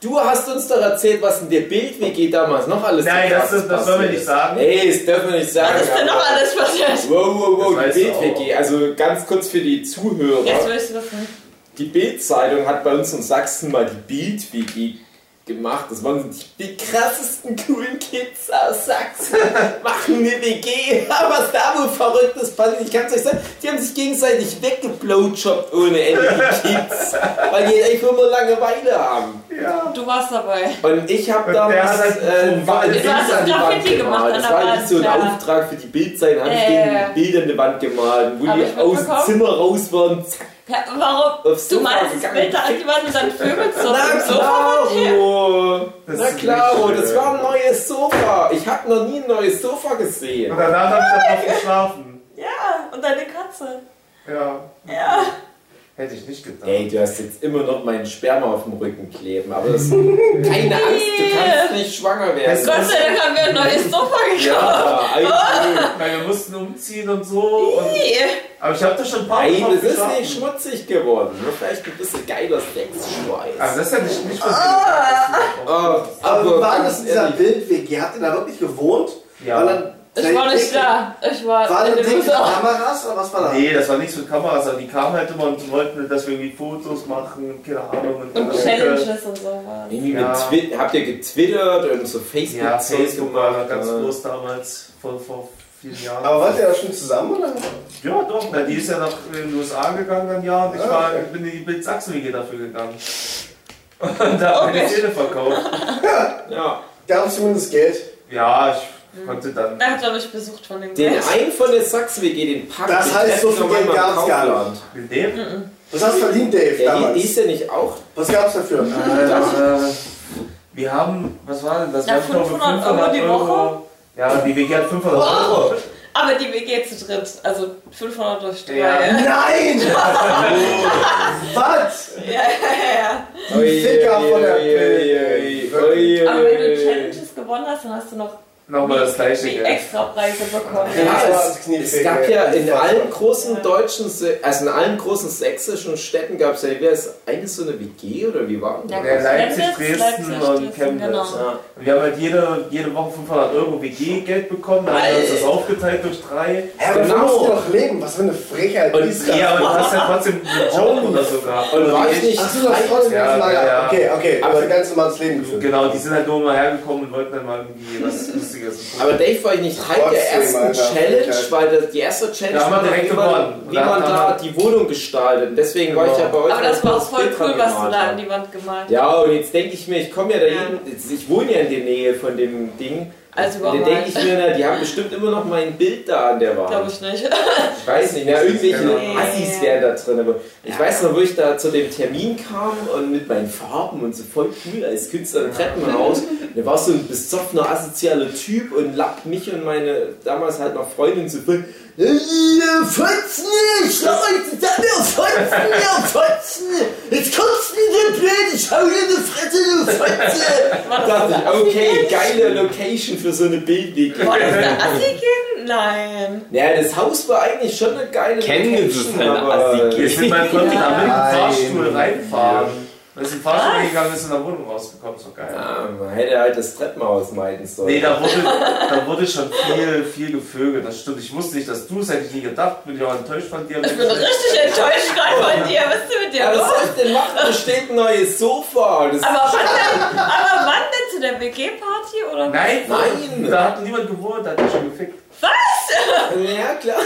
Speaker 2: Du hast uns doch erzählt, was in der Bild-WG damals noch alles
Speaker 8: Nein,
Speaker 2: so
Speaker 8: das
Speaker 2: krasses
Speaker 8: ist- das sollen wir
Speaker 2: passiert
Speaker 8: nicht
Speaker 2: ist.
Speaker 8: sagen.
Speaker 2: Nee, das dürfen wir nicht sagen.
Speaker 6: Was ist denn noch alles passiert?
Speaker 2: Wow, wow, wow,
Speaker 8: Das
Speaker 2: die
Speaker 8: weißt du
Speaker 2: Bild-WG. Also ganz kurz für die Zuhörer.
Speaker 6: Jetzt willst du das nicht.
Speaker 2: Die Bild-Zeitung hat bei uns in Sachsen mal die Bild-WG gemacht. Das waren die, die krassesten coolen Kids aus Sachsen. Machen eine WG. Was da wohl verrücktes passiert. Ich kann es euch sagen, die haben sich gegenseitig weggeblowjobbt ohne Ende, die Kids. Weil die einfach nur Langeweile haben.
Speaker 8: ja.
Speaker 6: Du warst dabei.
Speaker 2: Und ich habe
Speaker 8: Und
Speaker 2: damals
Speaker 8: der hat halt
Speaker 2: äh,
Speaker 8: so
Speaker 2: war-
Speaker 8: ein
Speaker 2: Dings
Speaker 6: Du hast
Speaker 2: an die
Speaker 6: das
Speaker 2: Wand
Speaker 6: Graffiti gemacht
Speaker 2: gemalt.
Speaker 6: an
Speaker 2: Das
Speaker 6: der
Speaker 2: war eigentlich so ein
Speaker 6: Wand, ja.
Speaker 2: Auftrag für die Bildzeit. habe ich
Speaker 6: Ja, ja, ja.
Speaker 2: denen Bilder an die Wand gemalt, wo
Speaker 6: Hab
Speaker 2: die
Speaker 6: ich
Speaker 2: aus dem
Speaker 6: mitbekommen.
Speaker 2: Zimmer raus waren. zack,
Speaker 6: Ja, warum?
Speaker 2: Aufs
Speaker 6: Du
Speaker 2: Sofa
Speaker 6: meinst das
Speaker 2: gegangen.
Speaker 6: Bild da an die Wand und dann vögelst du auf
Speaker 2: Na
Speaker 6: dem Sofa?
Speaker 2: klaro!
Speaker 8: Das
Speaker 2: Na
Speaker 8: ist
Speaker 2: klaro,
Speaker 8: richtig
Speaker 2: das
Speaker 8: schön.
Speaker 2: war ein neues Sofa. Ich habe noch nie ein neues Sofa gesehen.
Speaker 8: Und danach hab ich darauf geschlafen.
Speaker 6: Ja, und deine Katze.
Speaker 8: Ja.
Speaker 6: Ja.
Speaker 8: Hätte ich nicht gedacht.
Speaker 2: Ey, du hast jetzt immer noch meinen Sperma auf dem Rücken kleben, aber das keine Angst, du kannst nicht schwanger werden.
Speaker 6: Gott sei Dank haben wir ein neues Sofa gekauft.
Speaker 2: Ja, eigentlich.
Speaker 8: Weil wir mussten umziehen und so. Und,
Speaker 6: Ey,
Speaker 8: aber ich habe da schon ein paar Mal
Speaker 2: Nein,
Speaker 8: drauf
Speaker 2: es ist
Speaker 8: geschlafen.
Speaker 2: nicht schmutzig geworden. Nur Vielleicht ein bisschen geiler Sexschweiß.
Speaker 8: Aber Ah, das hätte ich nicht von dir gedacht.
Speaker 2: Oh,
Speaker 7: Aber
Speaker 9: Also
Speaker 7: wie war
Speaker 2: ganz
Speaker 7: das in dieser
Speaker 2: ehrlich,
Speaker 7: Bild-WG? Habt ihr da wirklich gewohnt?
Speaker 8: Ja.
Speaker 7: War dann-
Speaker 6: Ich war nicht da. Ich war
Speaker 7: Waren
Speaker 6: in
Speaker 7: da
Speaker 6: dem
Speaker 7: dicke
Speaker 6: Museum.
Speaker 7: Kameras oder was war da?
Speaker 8: Nee, das war nichts mit Kameras, aber die kamen halt immer und wollten, dass wir irgendwie Fotos machen und keine Ahnung. Und,
Speaker 6: Und Challenges und sowas.
Speaker 2: Irgendwie
Speaker 8: Ja.
Speaker 2: mit Twi- habt ihr getwittert und so Facebook,
Speaker 8: Ja, Facebook war ganz
Speaker 2: äh,
Speaker 8: groß damals, vor, vor vielen Jahren.
Speaker 7: Aber wart ihr da schon zusammen oder?
Speaker 8: Ja, doch, na, die ist ja nach äh, in den USA gegangen ein Jahr und ich
Speaker 7: Ah,
Speaker 8: war,
Speaker 7: okay.
Speaker 8: bin in die bild sachsen dafür gegangen. Und da habe ich die Seele verkauft.
Speaker 2: Ja.
Speaker 7: Gab es zumindest Geld.
Speaker 8: Ja, ich konnte dann.
Speaker 6: Er hat doch nicht besucht von dem
Speaker 2: Den
Speaker 6: Geld.
Speaker 2: einen von der Sachs-WG, den Pack.
Speaker 7: Das
Speaker 2: den
Speaker 7: heißt,
Speaker 2: treffen
Speaker 7: so viel
Speaker 2: wir
Speaker 7: Geld
Speaker 2: mal im
Speaker 7: gab's gar nicht.
Speaker 2: Kaufland.
Speaker 8: Mit dem?
Speaker 7: Was hast du verdient, Dave,
Speaker 2: Ja, die, die
Speaker 7: damals?
Speaker 2: ist ja nicht auch.
Speaker 7: Was gab's dafür?
Speaker 8: Äh, wir haben, was war denn das?
Speaker 6: Na,
Speaker 8: wir haben, glaub ich,
Speaker 6: 500 Euro die Woche?
Speaker 8: Ja, die WG hat 500 Euro.
Speaker 6: Aber die WG zu dritt. Also 500 durch drei.
Speaker 8: Ja.
Speaker 7: Nein! Was?
Speaker 2: Ui,
Speaker 7: Ficker
Speaker 2: ui,
Speaker 7: von der
Speaker 2: ui, ui, ui, ui,
Speaker 6: Aber wenn du
Speaker 2: ui.
Speaker 6: Challenges gewonnen hast, dann hast du noch
Speaker 8: Nochmal das gleiche
Speaker 6: die
Speaker 8: Geld.
Speaker 6: extra Preise bekommen.
Speaker 2: Ja,
Speaker 7: Das war das Knie
Speaker 2: es, es
Speaker 7: fehlt,
Speaker 2: gab
Speaker 7: ja.
Speaker 2: ja in
Speaker 7: Das war
Speaker 2: allen
Speaker 7: schon.
Speaker 2: großen
Speaker 6: Ja.
Speaker 2: deutschen, Se- also in allen großen sächsischen Städten gab es ja wie heißt das, eine so eine WG oder wie war das?
Speaker 6: Ja,
Speaker 8: Ja,
Speaker 6: Leipzig,
Speaker 8: Leipzig, Dresden
Speaker 6: Leipzig,
Speaker 8: und
Speaker 6: Dresden,
Speaker 8: Chemnitz.
Speaker 6: genau.
Speaker 2: Ja.
Speaker 8: Und Wir haben halt jede, jede Woche 500 Euro WG-Geld bekommen, dann haben wir uns das
Speaker 2: Alter.
Speaker 8: aufgeteilt durch drei.
Speaker 7: Hä, aber
Speaker 2: Genau.
Speaker 7: du musst ja noch leben. Was für eine Frechheit
Speaker 2: Und-
Speaker 7: ist das?
Speaker 8: Ja, aber du hast ja trotzdem einen Job oder so gehabt. Also
Speaker 2: Und war ich nicht
Speaker 7: Ach so, das ist trotzdem
Speaker 8: Ja,
Speaker 7: ganz
Speaker 8: ja,
Speaker 7: lange.
Speaker 8: ja.
Speaker 7: Okay, okay.
Speaker 2: Aber-
Speaker 7: Aber ein ganz normales Leben geführt.
Speaker 8: Genau, die sind halt nur mal hergekommen und wollten dann mal irgendwie was Lustiges.
Speaker 2: Aber Dave war ich nicht Teil der
Speaker 7: Trotzdem,
Speaker 2: ersten
Speaker 7: Alter.
Speaker 2: Challenge, weil das, die erste Challenge
Speaker 8: Da haben wir
Speaker 2: war,
Speaker 8: direkt
Speaker 2: wie man,
Speaker 8: gewonnen.
Speaker 2: wie
Speaker 8: Da
Speaker 2: man
Speaker 8: haben
Speaker 2: da
Speaker 8: wir-
Speaker 2: die Wohnung gestaltet. Und Deswegen war ich ja bei euch.
Speaker 6: Aber das
Speaker 2: als
Speaker 6: war auch voll
Speaker 2: Bild dran
Speaker 6: cool, was du
Speaker 2: gemalt
Speaker 6: da
Speaker 2: hab.
Speaker 6: an die Wand gemalt hast.
Speaker 2: Ja, und jetzt denke ich mir, ich komme ja da jeden, jetzt- ich wohne ja in der Nähe von dem Ding.
Speaker 6: Also
Speaker 2: Und dann
Speaker 6: überall.
Speaker 2: denke ich mir, na, die haben bestimmt immer noch mein Bild da an der
Speaker 6: Glaube
Speaker 2: Wand.
Speaker 6: ich nicht.
Speaker 2: Ich weiß nicht, na, irgendwelche
Speaker 8: Genau.
Speaker 2: Assis wären da drin. Aber ich weiß noch, wo ich da zu dem Termin kam und mit meinen Farben und so voll cool als Künstler im Treppenhaus. Der war so ein besoffener, asozialer Typ und lappt mich und meine damals halt noch Freundin zu voll. Äh, Ihr Fotzen, schau euch zusammen, ihr Fotzen, ihr Fotzen! Jetzt kommst du diese blöde Schaule in die Fresse, du Fotze! Dachte ich, okay, geile Location für so eine Bildidee.
Speaker 6: Boah, das ist eine Assi-Kind? Nein.
Speaker 2: Ja, das Haus war eigentlich schon eine geile
Speaker 1: Kennen Sie
Speaker 2: Location,
Speaker 1: eine
Speaker 2: aber...
Speaker 1: Assi-Gegend?
Speaker 8: Wir sind mal kurz
Speaker 6: Ja.
Speaker 8: damit in den
Speaker 3: Nein.
Speaker 8: Fahrstuhl reinfahren. Weil es in den Fahrstuhl gegangen ist und der Wohnung rausgekommen, so geil.
Speaker 2: Ja, man hätte halt das Treppenhaus meiden sollen.
Speaker 8: Nee, da wurde, da wurde schon viel, viel gevögelt, das stimmt. Ich wusste nicht, dass du es hätte ich nie gedacht. Bin ich auch enttäuscht von dir.
Speaker 6: Ich bin richtig enttäuscht gerade von dir. Was ist denn mit dir
Speaker 2: ja, was
Speaker 6: los?
Speaker 2: soll ich denn machen? Da steht ein neues Sofa. Das
Speaker 6: Aber wann denn, aber wann denn zu der WG-Party oder
Speaker 8: Nein,
Speaker 2: Nein.
Speaker 8: Da hat niemand gewohnt, da hat er schon gefickt.
Speaker 2: ja, klar.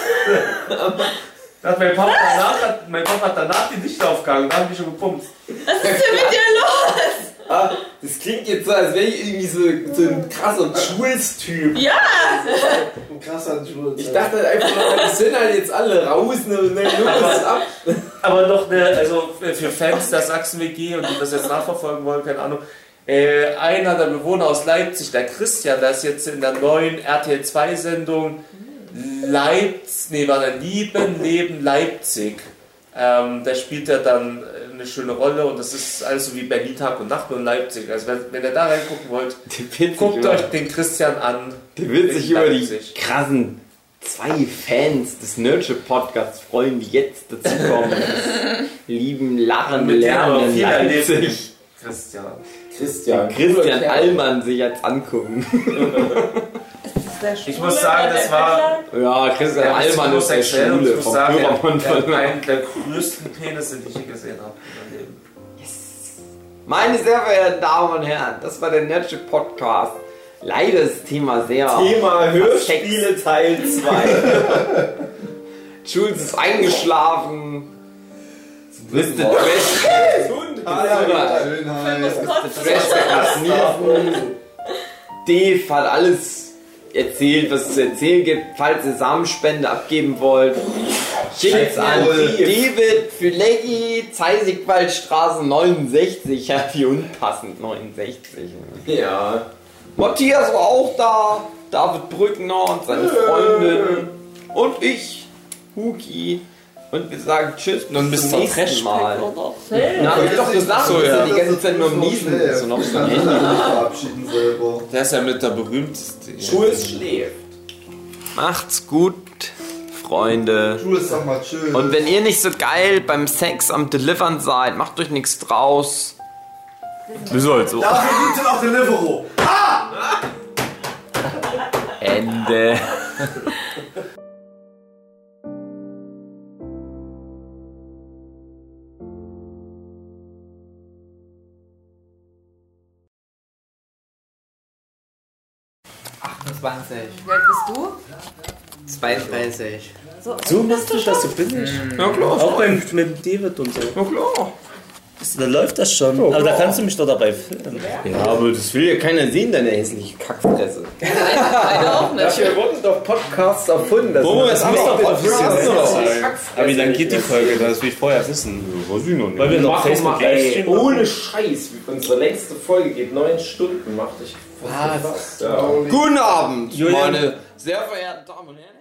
Speaker 8: Da hat mein, Papa danach, hat, mein Papa hat danach die Lichter aufgehangen, da haben die schon gepumpt.
Speaker 6: was ist denn mit dir los?
Speaker 2: Ah, das klingt jetzt so, als wäre ich irgendwie so, so ein krasser Jules-Typ.
Speaker 6: Ja,
Speaker 3: Ein krasser Jules.
Speaker 2: Ich dachte halt einfach, nur, die sind halt jetzt alle raus ne, und dann nimmt das ab.
Speaker 8: Aber noch eine, also für Fans der Sachsen-WG und die das jetzt nachverfolgen wollen, keine Ahnung. Äh, einer der Bewohner aus Leipzig, der Christian, der ist jetzt in der neuen RTL2-Sendung Leipzig, nee, war der Lieben, Leben, Leipzig. Ähm, da spielt er dann eine schöne Rolle und das ist alles so wie Berlin Tag und Nacht und Leipzig. Also wenn, wenn ihr da reingucken wollt,
Speaker 1: Der Witz
Speaker 8: guckt
Speaker 1: über-
Speaker 8: euch den Christian an.
Speaker 1: der Witz sich
Speaker 8: in
Speaker 1: über die
Speaker 8: Leipzig.
Speaker 1: krassen zwei Fans des Nerdship Podcasts freuen, die jetzt dazukommen. Das Lieben, Lachen,
Speaker 8: Mit denen haben
Speaker 1: Lernen,
Speaker 8: wir viel erlebt.
Speaker 1: Leipzig.
Speaker 8: Christian.
Speaker 2: Christian. cooler
Speaker 1: Christian
Speaker 2: Kerl.
Speaker 1: Allmann sich jetzt angucken.
Speaker 8: Ich muss sagen, das war-
Speaker 1: Ja, Christian
Speaker 8: Ja,
Speaker 1: Allmann ist der
Speaker 8: homosexuell und ich
Speaker 1: Schule
Speaker 8: muss
Speaker 1: vom
Speaker 8: sagen, er-
Speaker 1: Bürgermann
Speaker 8: er hat
Speaker 1: von
Speaker 8: einen der größten Penisse, die ich je gesehen habe in meinem Leben.
Speaker 1: Meine sehr verehrten Damen und Herren, das war der Nerdship Podcast. Leider ist das Thema sehr.
Speaker 2: Thema Hörspiele Teil 2.
Speaker 1: Jules ist eingeschlafen. Mr. Trash.
Speaker 2: Total.
Speaker 9: Schönheit.
Speaker 1: Trashbackers Nielsen. Dave hat alles erzählt, was es zu erzählen gibt. Falls ihr Samenspende abgeben wollt, schickt es an
Speaker 9: Jawohl.
Speaker 1: David Fülecki, Zeisigwaldstraße 69. Ja, wie unpassend 69.
Speaker 2: Ja.
Speaker 1: Matthias war auch da, David Brückner und seine
Speaker 9: Äh.
Speaker 1: Freundin und ich, Huki. Und wir sagen Tschüss und bis zum nächsten Mal. Na, ich doch gesagt,
Speaker 9: So,
Speaker 1: wir
Speaker 9: ja.
Speaker 1: sind die ganze Zeit nur am Niesen. So noch so ein
Speaker 9: Ich kann
Speaker 1: Handy.
Speaker 9: mich nicht verabschieden selber.
Speaker 4: Der ist ja mit der berühmtesten.
Speaker 2: Jules schläft.
Speaker 1: Macht's gut, Freunde.
Speaker 9: Jules, sag mal tschüss.
Speaker 1: Und wenn ihr nicht so geil beim Sex am Delivern seid, macht euch nichts draus. Wir sollen so.
Speaker 3: Dafür gibt es auch Deliveroo.
Speaker 1: Ah! Ende.
Speaker 6: Wie alt bist du?
Speaker 5: 22.
Speaker 6: So,
Speaker 4: Du machst du das so business.
Speaker 1: Na klar,
Speaker 4: Auch beim, mit David und so.
Speaker 1: na klar.
Speaker 4: Da läuft das schon. Aber da kannst du mich doch dabei filmen.
Speaker 1: Ja, aber das will ja keiner sehen, deine hässliche Kackfresse.
Speaker 6: Meine auch nicht.
Speaker 2: Dafür wurden doch Podcasts erfunden. Das
Speaker 4: Oh, das
Speaker 2: das
Speaker 4: muss
Speaker 2: muss
Speaker 4: doch professionell sein.
Speaker 2: sein.
Speaker 4: Aber wie lange geht die Folge? Das will ich vorher wissen.
Speaker 1: Weiß ich noch nicht.
Speaker 4: Weil wir noch
Speaker 2: Mach mal, ey,
Speaker 4: Facebook-Livestream
Speaker 2: ohne Scheiß. Unsere längste Folge geht 9 Stunden. Macht dich fast. Ja.
Speaker 1: Guten Abend,
Speaker 4: Julian.
Speaker 1: meine sehr verehrten Damen und Herren.